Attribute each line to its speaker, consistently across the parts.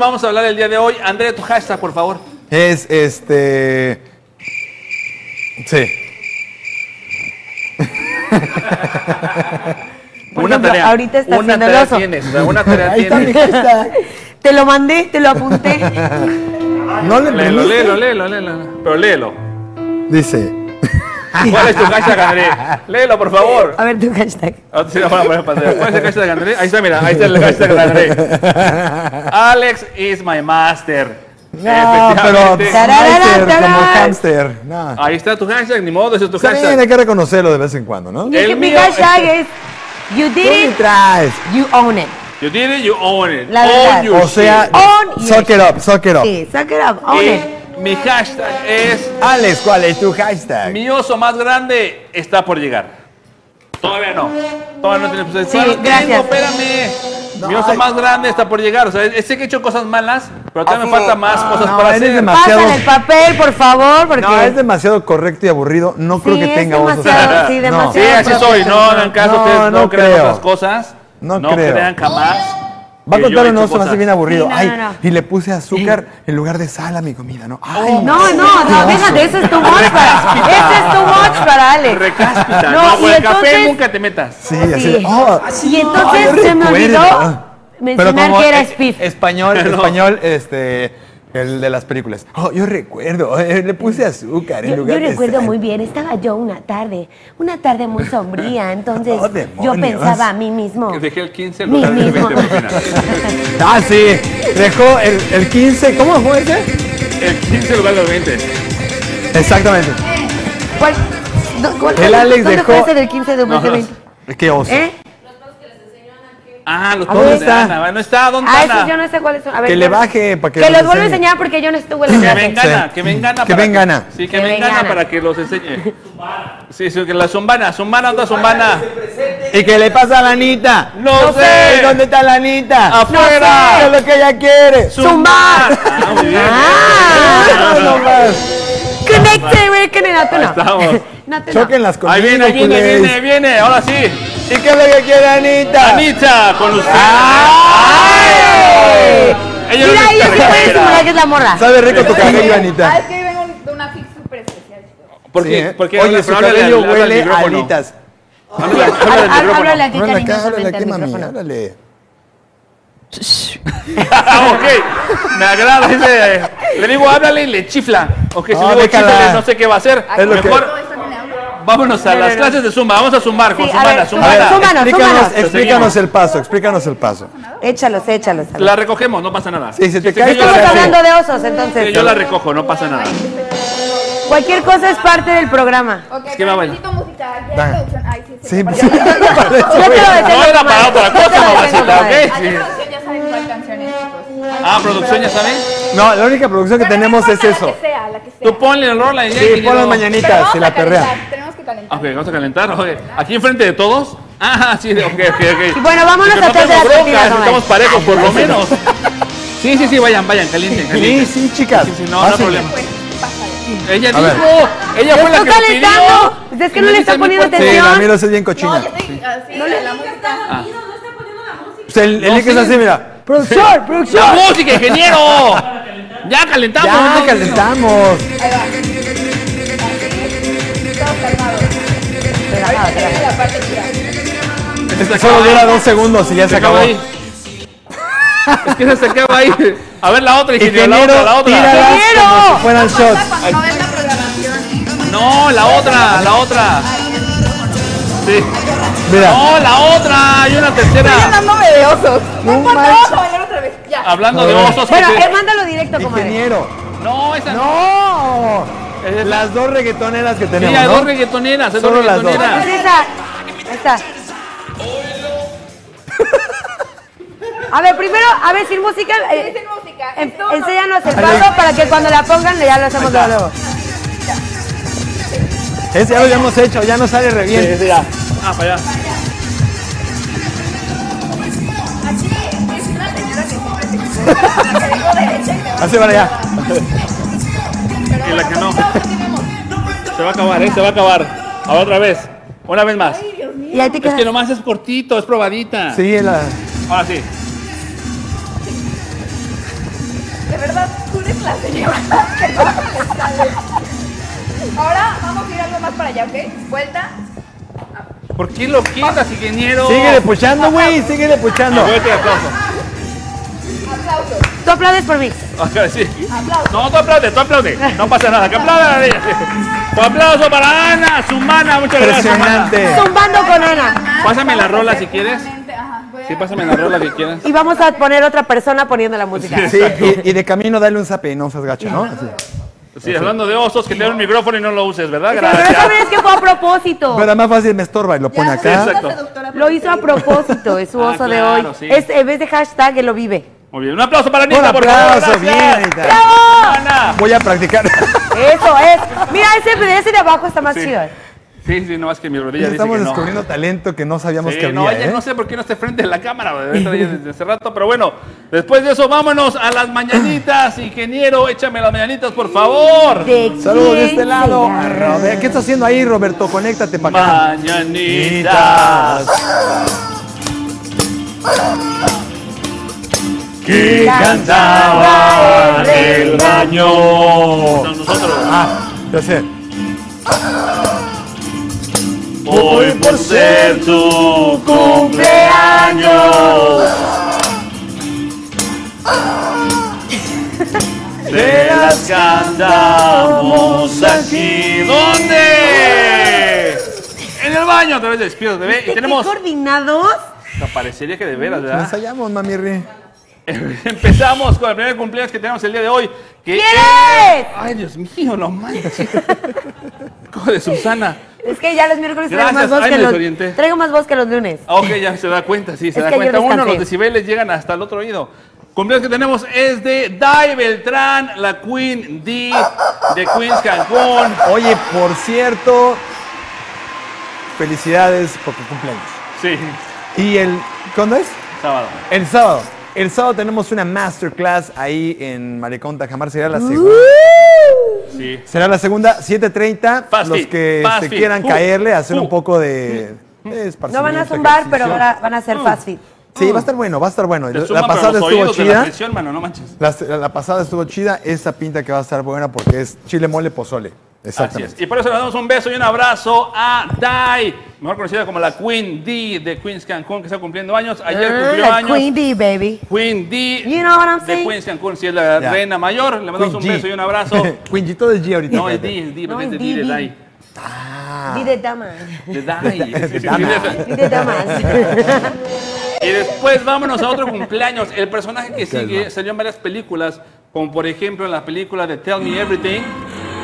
Speaker 1: vamos a hablar el día de hoy? Andrea, tu hashtag, por favor.
Speaker 2: Es este. Sí.
Speaker 3: Por ejemplo, ahorita está
Speaker 1: una
Speaker 3: haciendo el
Speaker 1: tarea
Speaker 3: oso.
Speaker 1: tienes, o sea, una tarea
Speaker 4: Ahí está mi
Speaker 1: tienes.
Speaker 4: hashtag.
Speaker 3: Te lo mandé, te lo apunté.
Speaker 4: No le
Speaker 1: Léelo,
Speaker 4: entendiste?
Speaker 1: léelo, léelo, léelo. Pero léelo.
Speaker 2: Dice.
Speaker 1: ¿Cuál es tu hashtag, Andrea? Léelo, por favor.
Speaker 3: A ver tu hashtag.
Speaker 1: Ahora sí lo van a poner en pantalla. ¿Cuál es el hashtag de André? Ahí está, mira, ahí está el hashtag de André. Alex is my master.
Speaker 2: No, pero
Speaker 1: Efectivamente.
Speaker 2: hamster, como
Speaker 3: pues, Tararara. Ah,
Speaker 2: hamster. No.
Speaker 1: Ahí está tu hashtag, ni modo, ese es tu
Speaker 2: Está bien,
Speaker 1: hashtag.
Speaker 2: hay que reconocerlo de vez en cuando, ¿no?
Speaker 3: Y es
Speaker 1: El
Speaker 3: que mi
Speaker 1: mío- este.
Speaker 3: hashtag es You
Speaker 2: Tú ni
Speaker 3: did it,
Speaker 2: traes.
Speaker 3: you own it.
Speaker 1: You did it, you own it.
Speaker 3: La
Speaker 1: own
Speaker 3: verdad.
Speaker 1: your
Speaker 2: O sea,
Speaker 1: shit.
Speaker 3: Own your
Speaker 2: suck it up, suck it up.
Speaker 3: Sí, suck it up, own it.
Speaker 1: Y mi hashtag es
Speaker 2: Alex, ¿cuál es tu hashtag?
Speaker 1: mi oso más grande está por llegar. Todavía no. Todavía no tienes.
Speaker 3: Sí,
Speaker 1: Ya lo tengo,
Speaker 3: gracias.
Speaker 1: espérame.
Speaker 2: No,
Speaker 1: mi oso
Speaker 2: ay.
Speaker 1: más grande está por llegar. O sea, sé que he hecho cosas malas, pero todavía me faltan más cosas
Speaker 2: Ah, no,
Speaker 1: para
Speaker 2: eres
Speaker 1: hacer.
Speaker 2: demasiado-
Speaker 3: Pásale el papel, por favor, porque...
Speaker 2: No, es demasiado correcto y aburrido. No creo
Speaker 3: Sí,
Speaker 2: que
Speaker 3: es
Speaker 2: tenga osos.
Speaker 3: demasiado, sí,
Speaker 2: No.
Speaker 3: demasiado.
Speaker 1: Sí, así soy. No hagan caso,
Speaker 2: No,
Speaker 1: ustedes no
Speaker 2: no
Speaker 1: crean
Speaker 2: creo.
Speaker 1: esas cosas.
Speaker 2: No creo.
Speaker 1: crean jamás.
Speaker 2: Va a
Speaker 1: que yo
Speaker 2: contar
Speaker 1: he
Speaker 2: un
Speaker 1: hecho
Speaker 2: oso, va a
Speaker 1: cosas.
Speaker 2: ser bien aburrido.
Speaker 3: Sí, no,
Speaker 2: Ay,
Speaker 3: no, no.
Speaker 2: y le puse azúcar en lugar de sal a mi comida, ¿no? Ay,
Speaker 3: Oh, No, no, no, déjate, ese es tu much para... Ese es tu much para Alex.
Speaker 1: Recáspita.
Speaker 3: No,
Speaker 1: No,
Speaker 3: y
Speaker 1: con el café
Speaker 3: entonces-
Speaker 1: nunca te metas.
Speaker 2: Sí, así.
Speaker 3: Sí.
Speaker 2: de, oh,
Speaker 3: Y entonces
Speaker 2: yo
Speaker 3: se me
Speaker 2: recuerdo.
Speaker 3: olvidó
Speaker 2: Pero
Speaker 3: mencionar
Speaker 2: como
Speaker 3: que era
Speaker 2: es-
Speaker 3: Spiff.
Speaker 2: Español, español, este, el de las películas. Oh, yo recuerdo, eh, le puse azúcar en
Speaker 3: Yo,
Speaker 2: lugar
Speaker 3: yo
Speaker 2: de
Speaker 3: recuerdo
Speaker 2: sal.
Speaker 3: muy bien, estaba yo una tarde, una tarde muy sombría, entonces
Speaker 2: Oh,
Speaker 3: yo
Speaker 2: demonios.
Speaker 3: pensaba a mí mismo.
Speaker 1: Que Dejé el 15 en
Speaker 3: mí
Speaker 1: lugar del
Speaker 3: mismo.
Speaker 1: 20 propina.
Speaker 2: Ah, sí. Dejó el, el 15. ¿Cómo fue ese?
Speaker 1: El 15 en lugar del 20.
Speaker 2: Exactamente.
Speaker 3: ¿Cuál- do- cuál-
Speaker 2: El Alex
Speaker 3: ¿Dónde
Speaker 2: dejó-
Speaker 3: fue ese del 15 de
Speaker 1: No, no.
Speaker 3: 2020?
Speaker 2: Qué oso.
Speaker 3: ¿Eh?
Speaker 1: Ah, los
Speaker 2: ¿A
Speaker 1: pobres
Speaker 2: dónde
Speaker 1: de
Speaker 2: está?
Speaker 1: Ana. No está, ¿dónde
Speaker 3: Ah,
Speaker 1: está
Speaker 3: esos yo
Speaker 1: Ana?
Speaker 3: no sé cuáles son. A ver,
Speaker 2: Que le
Speaker 3: bueno.
Speaker 2: baje para que
Speaker 3: Que
Speaker 2: los
Speaker 3: los vuelva a
Speaker 2: enseñe.
Speaker 3: enseñar porque yo no estuve en la
Speaker 1: Que
Speaker 3: clase.
Speaker 1: vengan,
Speaker 2: Sí.
Speaker 1: que vengan.
Speaker 2: Que vengan, Ana.
Speaker 1: Sí, que
Speaker 3: Que
Speaker 1: vengan
Speaker 3: vengan.
Speaker 1: para que los enseñe. Sí, sí, que la zumbana, zumbana, ¿dónde está zumbana?
Speaker 2: ¿Y qué le pasa a la Anita?
Speaker 1: No sé.
Speaker 2: ¿Y ¿Dónde está la Anita?
Speaker 1: ¡Afuera!
Speaker 2: ¿Qué es lo que ella quiere?
Speaker 1: ¡Zumbar! Ah, muy bien.
Speaker 3: Ah.
Speaker 2: Ah, no más.
Speaker 3: Connected, reconnected. No, tú
Speaker 1: Ahí
Speaker 3: no.
Speaker 1: estamos.
Speaker 3: No, tú no.
Speaker 2: Choquen las
Speaker 1: Ahí viene, ahí viene,
Speaker 2: culés.
Speaker 1: viene, viene. Ahora sí.
Speaker 2: ¿Y qué es lo que quiere Anita?
Speaker 1: Anita, con usted.
Speaker 2: Ah. ¡Ay!
Speaker 1: Ella no
Speaker 3: Mira,
Speaker 1: es
Speaker 3: ella sí puede
Speaker 1: carretera.
Speaker 3: simular que es la morra.
Speaker 2: Sabe rico tu cabello, Anita.
Speaker 5: Ah, es que yo vengo de una fix súper especial.
Speaker 1: ¿Por
Speaker 2: Sí,
Speaker 1: qué?
Speaker 2: ¿eh?
Speaker 1: ¿Por qué?
Speaker 2: Oye,
Speaker 1: Habla-
Speaker 2: su
Speaker 1: pero háblale
Speaker 2: cabello
Speaker 1: al- háblale al
Speaker 2: huele a
Speaker 1: micrófono.
Speaker 2: alitas.
Speaker 1: Háblale háblale al
Speaker 3: Háblale
Speaker 1: micrófono.
Speaker 3: aquí,
Speaker 2: Háblale acá, háblale
Speaker 3: cariñosamente
Speaker 2: aquí,
Speaker 3: al
Speaker 2: mami,
Speaker 3: micrófono.
Speaker 2: háblale.
Speaker 1: Ah, ok. Me agrada ese. eh, Le digo, háblale y le chifla. Ok, si
Speaker 2: No,
Speaker 1: le digo
Speaker 2: déjala.
Speaker 1: chifla, no sé qué va a hacer.
Speaker 2: Es lo que-
Speaker 1: Mejor
Speaker 5: Todo esto me le hago.
Speaker 1: vámonos a
Speaker 3: No,
Speaker 1: las
Speaker 3: no, no.
Speaker 1: clases de Zumba. Vamos a zumbar con
Speaker 3: Sí, a
Speaker 1: Zumbana,
Speaker 3: ver,
Speaker 1: Zumbana.
Speaker 3: Zumba, Zumba. Súmanos,
Speaker 2: explícanos,
Speaker 3: súmanos.
Speaker 2: explícanos el paso, explícanos el paso.
Speaker 3: Échalos, échalos. a ver.
Speaker 1: La recogemos, no pasa nada.
Speaker 2: Sí, se te
Speaker 1: Sí,
Speaker 2: cae,
Speaker 1: sí, yo la
Speaker 3: Estamos
Speaker 2: Ahora sí.
Speaker 1: recojo.
Speaker 3: hablando de osos,
Speaker 1: Sí, Yo la
Speaker 3: entonces.
Speaker 1: recojo, no pasa nada.
Speaker 3: Cualquier cosa es parte del programa.
Speaker 5: Ok,
Speaker 1: que
Speaker 5: pero
Speaker 1: va,
Speaker 5: necesito música. ¿Quieres
Speaker 2: Da.
Speaker 5: producción? Ay, sí,
Speaker 2: Sí,
Speaker 5: sí.
Speaker 2: pues,
Speaker 5: sí. porque-
Speaker 3: No te lo detengo,
Speaker 1: No era para
Speaker 3: comadre.
Speaker 1: otra
Speaker 3: No
Speaker 1: cosa,
Speaker 3: te lo detengo,
Speaker 1: mamacita,
Speaker 3: comadre.
Speaker 1: ¿ok?
Speaker 5: Ay,
Speaker 1: Sí.
Speaker 5: producción, ya saben cuál canción es, chicos.
Speaker 1: Ah, producción, ya saben.
Speaker 2: No, la única producción que
Speaker 5: Pero no
Speaker 2: tenemos es
Speaker 5: importa, La
Speaker 2: eso.
Speaker 5: que sea, la que sea.
Speaker 1: Tú ponle el rol ahí.
Speaker 2: Sí, pon las
Speaker 5: Pero
Speaker 2: mañanitas
Speaker 5: vamos
Speaker 2: y
Speaker 5: a
Speaker 2: la
Speaker 5: calentar,
Speaker 2: perrea.
Speaker 5: Tenemos que calentar.
Speaker 1: Ok, vamos a calentar. ok. Aquí enfrente de todos. Ah, sí, ok, ok, ok.
Speaker 3: Y bueno, vámonos
Speaker 1: Que no
Speaker 3: atrás de
Speaker 1: tengo
Speaker 3: la
Speaker 1: broncas,
Speaker 3: cortina, comadre.
Speaker 1: Estamos parejos, por lo menos. Sí, sí, sí, vayan, vayan, calienten.
Speaker 2: Sí,
Speaker 1: calienten.
Speaker 2: sí, chicas.
Speaker 1: Sí, sí, no, no hay
Speaker 2: Pásenle.
Speaker 1: problema.
Speaker 5: Pues, pásale.
Speaker 1: Ella
Speaker 2: A ver.
Speaker 1: dijo, ella fue la
Speaker 3: Lo
Speaker 1: que
Speaker 3: está
Speaker 1: lo pidió.
Speaker 3: alentando. Pues es que no
Speaker 1: Y
Speaker 3: le
Speaker 1: me
Speaker 3: está
Speaker 1: dice,
Speaker 3: poniendo
Speaker 1: "Mi cuate".
Speaker 2: Sí,
Speaker 3: atención.
Speaker 2: la miro es bien
Speaker 5: No,
Speaker 2: cochina.
Speaker 5: yo estoy así, la música.
Speaker 2: Pues El el
Speaker 1: No,
Speaker 2: Nick es
Speaker 1: sí.
Speaker 2: así, mira. Producción, producción.
Speaker 1: ¡La música, ingeniero! ¡Ya calentamos!
Speaker 2: Ya
Speaker 1: ¿no?
Speaker 2: calentamos.
Speaker 5: Ahí va. Así, todos calmados. Ahorita viene la parte chida.
Speaker 1: Se acaba
Speaker 2: Solo
Speaker 1: ahí.
Speaker 2: dura dos segundos y ya se acabó.
Speaker 1: ahí. Es que se acaba ahí. A ver la otra, ingeniero,
Speaker 2: Ingeniero,
Speaker 1: la otra, la otra.
Speaker 2: tíralas
Speaker 3: Ingeniero.
Speaker 2: como si fueran shots.
Speaker 5: Cuando ves la programación,
Speaker 1: No, la otra, la otra. Sí.
Speaker 2: Mira,
Speaker 1: No, la otra, hay una tercera.
Speaker 5: dándome de osos.
Speaker 2: No
Speaker 5: No importa,
Speaker 2: manches.
Speaker 5: vamos a bailar otra vez. Ya.
Speaker 1: Hablando de osos. que
Speaker 3: Bueno,
Speaker 1: se-
Speaker 3: eh, mándalo directo, comadre.
Speaker 2: ingeniero.
Speaker 1: No, esa no.
Speaker 2: No.
Speaker 1: Esa-
Speaker 2: Las dos reggaetoneras que
Speaker 1: Sí, hay
Speaker 2: tenemos,
Speaker 1: dos
Speaker 2: ¿no?
Speaker 1: reggaetoneras, hay dos
Speaker 2: Solo las dos.
Speaker 3: ¿Cuál
Speaker 1: reggaetoneras.
Speaker 3: es pues esa? Ahí está. A ver, primero, a ver, sin música. eh,
Speaker 5: Sin música.
Speaker 3: en-
Speaker 5: Esto no-
Speaker 3: enséñanos el paso para que cuando la pongan ya lo hacemos de nuevo.
Speaker 2: Ese ya lo hemos hecho, ya no sale re bien.
Speaker 1: Sí, ya. Ah, para allá.
Speaker 5: Aquí es una señora que siempre te cuida, que digo derecha y me va.
Speaker 2: Así para allá.
Speaker 5: Pero
Speaker 1: que la que no.
Speaker 5: bueno, todos tenemos.
Speaker 1: Se va a acabar, ¿eh? Se va a acabar. A otra vez. Una vez más.
Speaker 3: Y ahí te
Speaker 1: Es
Speaker 3: quedas.
Speaker 1: que nomás es Ah, cortito, es probadita.
Speaker 2: Sí, la...
Speaker 1: Ahora sí.
Speaker 5: la señora que no ha contestado. Ahora vamos a ir algo más para allá, ¿ok? Vuelta.
Speaker 1: ¿Por qué lo quitas, ingeniero?
Speaker 2: Síguele puchando, güey, síguele puchando.
Speaker 1: Fuerte el aplauso.
Speaker 5: Aplausos.
Speaker 3: Tú aplaudes por mí.
Speaker 1: Acá, Ah, sí.
Speaker 5: Aplausos.
Speaker 1: No, tú aplaude, tú aplaude. No pasa nada, que aplaudan a ella. Un aplauso para Ana, su mana. Muchas gracias, mana.
Speaker 2: Impresionante.
Speaker 3: Zumbando con Ana.
Speaker 1: Pásame la
Speaker 5: Vamos a
Speaker 1: rola
Speaker 5: Ah, hacer
Speaker 1: si quieres.
Speaker 5: nuevamente, ajá, voy a-
Speaker 1: Sí, pásame la rola que quieras.
Speaker 3: Y vamos a poner otra persona poniendo la música.
Speaker 2: Sí, y, y de camino dale un zape y no seas gacho, ¿no? Así.
Speaker 1: Sí, hablando de osos, que tienen un micrófono y no lo uses, ¿verdad?
Speaker 3: Pero no
Speaker 1: Gracias.
Speaker 3: sabes que fue a propósito.
Speaker 2: Pero más fácil me estorba y lo pone
Speaker 5: Ya,
Speaker 2: acá.
Speaker 1: sí,
Speaker 5: seductora,
Speaker 1: Exacto.
Speaker 5: seductora,
Speaker 3: Lo hizo a propósito, es su
Speaker 1: Ah,
Speaker 3: oso de
Speaker 1: claro,
Speaker 3: hoy.
Speaker 1: sí.
Speaker 3: Es, en vez de hashtag, él lo vive.
Speaker 1: Muy bien, un aplauso para
Speaker 2: Un
Speaker 1: Anita, por
Speaker 2: aplauso,
Speaker 1: favor.
Speaker 2: bien,
Speaker 1: gracias.
Speaker 2: Anita.
Speaker 1: Ana.
Speaker 2: Voy a practicar.
Speaker 3: Eso es. Mira, ese, ese de abajo está más
Speaker 1: Sí.
Speaker 3: chido.
Speaker 1: Sí, sí, nomás que mi rodilla dice
Speaker 2: Estamos
Speaker 1: que no.
Speaker 2: descubriendo talento que no sabíamos
Speaker 1: Sí,
Speaker 2: que había.
Speaker 1: no, ella
Speaker 2: ¿eh?
Speaker 1: no sé por qué no está frente de la cámara, debe estar ahí desde hace rato, pero bueno, después de eso vámonos a las mañanitas, ingeniero, échame las mañanitas, por favor.
Speaker 3: ¿De
Speaker 2: Saludos de
Speaker 3: quién
Speaker 2: este lado.
Speaker 3: será?
Speaker 2: a Robert. ¿Qué estás haciendo ahí, Roberto? Conéctate para acá.
Speaker 1: Mañanitas. Que
Speaker 3: cantaba en el
Speaker 1: baño. Nosotros,
Speaker 2: Ah, ya sé.
Speaker 1: hoy por ser tu cumpleaños. Te las cantamos aquí. ¿Dónde? En el baño, a través de Despidos TV. Y
Speaker 3: ¿Qué
Speaker 1: tenemos.
Speaker 3: coordinados?
Speaker 1: Parecería que de veras,
Speaker 2: Nos
Speaker 1: ¿verdad?
Speaker 2: hallamos, mami Ri.
Speaker 1: Empezamos con el primer cumpleaños que tenemos el día de hoy. Que
Speaker 3: ¿Quién
Speaker 1: es-
Speaker 3: es?
Speaker 1: Ay, Dios mío, no manches. Hijo de Susana.
Speaker 3: Es que ya los miércoles traigo
Speaker 1: Gracias,
Speaker 3: más voz
Speaker 1: ay,
Speaker 3: que
Speaker 1: me
Speaker 3: los
Speaker 1: desorienté.
Speaker 3: Traigo más voz que los lunes.
Speaker 1: Ah, Ok, ya se da cuenta, sí, se
Speaker 3: Es
Speaker 1: da
Speaker 3: que
Speaker 1: cuenta.
Speaker 3: yo
Speaker 1: Uno,
Speaker 3: descansé.
Speaker 1: los decibeles llegan hasta el otro oído. Cumpleaños que tenemos es de Dai Beltrán, la Queen D de Queens Cancún.
Speaker 2: Oye, por cierto, felicidades por tu cumpleaños.
Speaker 1: Sí,
Speaker 2: ¿Y el. ¿Cuándo es?
Speaker 1: sábado.
Speaker 2: El sábado. El sábado tenemos una masterclass ahí en Malecón Tajamar. Será la segunda.
Speaker 3: Uh,
Speaker 1: Sí.
Speaker 2: Será la segunda, 7.30.
Speaker 1: Fast
Speaker 2: Los
Speaker 1: feed,
Speaker 2: que
Speaker 1: fast
Speaker 2: se
Speaker 1: feed.
Speaker 2: quieran
Speaker 1: Uh,
Speaker 2: caerle, hacer
Speaker 1: uh. Mm.
Speaker 2: un poco de. de
Speaker 3: No van a
Speaker 2: esparcimiento,
Speaker 3: zumbar, pero uh.
Speaker 2: ejercicio.
Speaker 3: van a, van a hacer fast food.
Speaker 2: Sí, va a estar bueno, va a estar bueno.
Speaker 1: Te
Speaker 2: La
Speaker 1: suman para
Speaker 2: pasada
Speaker 1: los
Speaker 2: estuvo
Speaker 1: oídos de la
Speaker 2: chida.
Speaker 1: presión, mano, no manches.
Speaker 2: La, la pasada estuvo chida, esta pinta que va a estar buena porque es chile mole pozole.
Speaker 1: Así
Speaker 2: Exactamente.
Speaker 1: es. Y por eso le damos un beso y un abrazo a Dai, mejor conocida como la Queen D de Queens Cancún, que está cumpliendo años. Ayer cumplió
Speaker 3: Ah,
Speaker 1: años.
Speaker 3: Queen Bee, baby.
Speaker 1: Queen D
Speaker 3: You know what I'm
Speaker 1: de
Speaker 3: saying?
Speaker 1: Queens Cancún, si es la
Speaker 2: Ya.
Speaker 1: reina mayor. Le mandamos un
Speaker 2: Queen G.
Speaker 1: beso y un abrazo.
Speaker 2: Quinjito de G ahorita.
Speaker 1: No, es
Speaker 2: espérate.
Speaker 1: D, es D,
Speaker 3: No,
Speaker 1: porque es de
Speaker 3: es
Speaker 1: D de
Speaker 3: D.
Speaker 1: Dai.
Speaker 3: Be the dama.
Speaker 1: De Dai.
Speaker 3: Be the damas.
Speaker 1: Y después vámonos a otro cumpleaños. El personaje que sigue salió en varias películas, como por ejemplo en la película de Tell Me Everything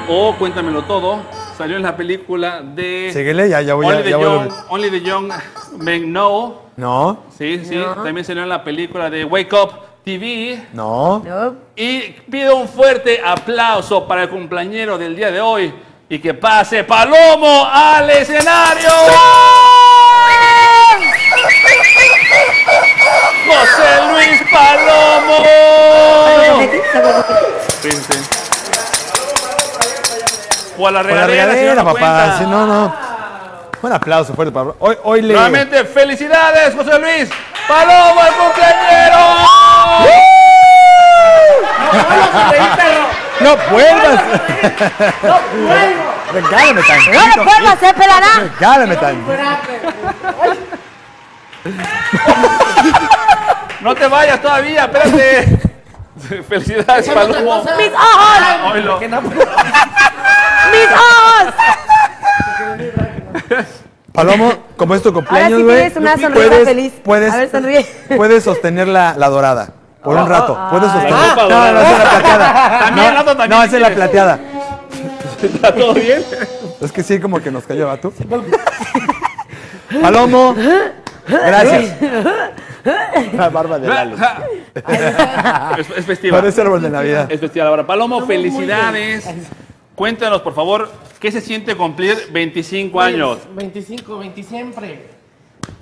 Speaker 1: o Cuéntamelo Todo. Salió en la película de
Speaker 2: Síguele, ya- ya voy a-
Speaker 1: Only the
Speaker 2: ya voy a
Speaker 1: Young,
Speaker 2: volver.
Speaker 1: Only the Young Men Know.
Speaker 2: No,
Speaker 1: Sí, sí. También salió en la película de Wake Up TV.
Speaker 2: no.
Speaker 3: No.
Speaker 1: Y pido un fuerte aplauso para el cumpleañero del día de hoy y que pase Palomo al escenario. José Luis Palomo. Sí, sí. O a la
Speaker 2: Por la
Speaker 1: regadera,
Speaker 2: regadera,
Speaker 1: si no, no
Speaker 2: papá.
Speaker 1: cuenta.
Speaker 2: Sí, no, no. Un aplauso fuerte para. Hoy, hoy le.
Speaker 1: Nuevamente, felicidades, José Luis. Palomo al cumpleañero.
Speaker 2: ¡No vuelvas! ¡Regálame
Speaker 3: No ¿eh? lo
Speaker 2: tantito!
Speaker 3: puedo hacer, pelará.
Speaker 2: ¡Regálame tantito!
Speaker 1: No te vayas todavía, espérate. Felicidades, Palomo.
Speaker 3: Mis ojos,
Speaker 1: Oilo.
Speaker 3: mis ojos.
Speaker 2: Palomo, como es tu
Speaker 3: Ahora
Speaker 2: cumpleaños,
Speaker 3: sí
Speaker 2: güey.
Speaker 3: tienes una
Speaker 2: Lupita,
Speaker 3: sonrisa
Speaker 2: puedes-
Speaker 3: feliz.
Speaker 2: Puedes,
Speaker 3: A ver, sonríe. Oh,
Speaker 2: puedes sostener la, la dorada. Por un rato. Puedes sostener.
Speaker 1: Ah,
Speaker 2: no, no, no, esa es la plateada.
Speaker 1: También,
Speaker 2: no,
Speaker 1: la otra también,
Speaker 2: no,
Speaker 1: si
Speaker 2: esa es la
Speaker 1: quieres.
Speaker 2: plateada.
Speaker 1: ¿Está todo bien?
Speaker 2: Es que sí, como que nos cayó a tú. Palomo, gracias. La barba de Lalo.
Speaker 1: es, es festiva.
Speaker 2: Parece árbol de Navidad.
Speaker 1: Es festiva la barra. Palomo, felicidades. Cuéntanos, por favor, ¿qué se siente cumplir 25
Speaker 6: Pues,
Speaker 1: años?
Speaker 6: 25, 20 siempre.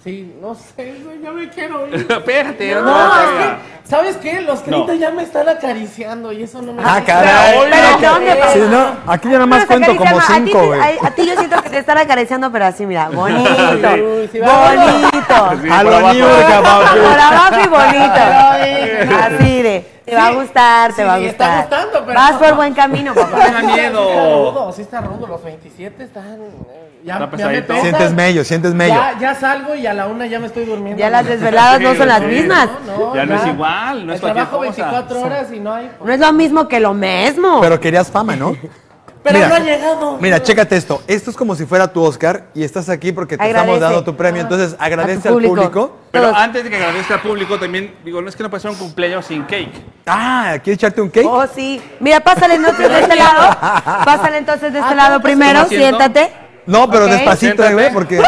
Speaker 6: Sí, no sé, güey, ya me quiero ir.
Speaker 1: Espérate.
Speaker 6: No,
Speaker 1: no,
Speaker 6: es que, ¿sabes qué? Los 30
Speaker 1: No.
Speaker 6: ya me están acariciando y eso no me
Speaker 2: Ah,
Speaker 6: gusta.
Speaker 2: caray.
Speaker 3: Pero
Speaker 1: Pero
Speaker 3: ¿dónde
Speaker 2: Sí,
Speaker 3: pasa?
Speaker 2: no, aquí yo nada más
Speaker 3: Pero se
Speaker 2: cuento como
Speaker 3: acaricia, no, a ti
Speaker 2: cinco,
Speaker 3: te-
Speaker 2: güey.
Speaker 3: A, a ti yo siento que te están acariciando, pero así, mira, bonito,
Speaker 6: Sí, sí, vámonos.
Speaker 3: bonito.
Speaker 1: Sí,
Speaker 2: A
Speaker 1: por
Speaker 2: Ah, lo
Speaker 1: abajo.
Speaker 2: New York about you.
Speaker 3: Por abajo y bonito.
Speaker 6: Ay.
Speaker 3: Así de. Te va a
Speaker 6: Sí.
Speaker 3: gustar, te
Speaker 6: Sí,
Speaker 3: va a
Speaker 6: está
Speaker 3: gustar.
Speaker 6: gustando, pero
Speaker 3: Vas
Speaker 6: no.
Speaker 3: por buen camino, papá.
Speaker 1: da
Speaker 6: Sí está-
Speaker 1: miedo.
Speaker 6: Sí está rudo, sí está rudo. Los 27 están. eh, Ya,
Speaker 1: Está
Speaker 6: ya me
Speaker 1: pesadito.
Speaker 6: pesan.
Speaker 2: Sientes mello, sientes mello.
Speaker 6: Ya, ya salgo y a la una ya me estoy durmiendo.
Speaker 3: Ya las desveladas no son las mismas.
Speaker 1: Ya no es igual, no es
Speaker 6: El trabajo
Speaker 1: cualquier cosa.
Speaker 6: 24 horas y no hay.
Speaker 3: No es lo mismo que lo mismo.
Speaker 2: Pero querías fama, ¿no?
Speaker 6: Pero
Speaker 2: Mira,
Speaker 6: no ha llegado.
Speaker 2: Mira, chécate esto. Esto es como si fuera tu Oscar y estás aquí porque te estamos
Speaker 3: Agradece. Ah.
Speaker 2: dando tu premio. Entonces, agradece
Speaker 3: A tu
Speaker 2: al público.
Speaker 1: Pero
Speaker 3: Todos.
Speaker 1: antes de que agradezca al público, también digo, no es que no pasara un cumpleaños sin cake.
Speaker 2: Ah, ¿quieres echarte un cake?
Speaker 3: Oh, sí. Mira, pásale entonces de este lado. Pásale entonces
Speaker 6: Ah,
Speaker 3: de este lado primero.
Speaker 1: ¿Cómo siento?
Speaker 3: Siéntate.
Speaker 2: No, pero
Speaker 3: Ok.
Speaker 2: despacito, eh,
Speaker 1: Siéntate.
Speaker 2: güey, porque.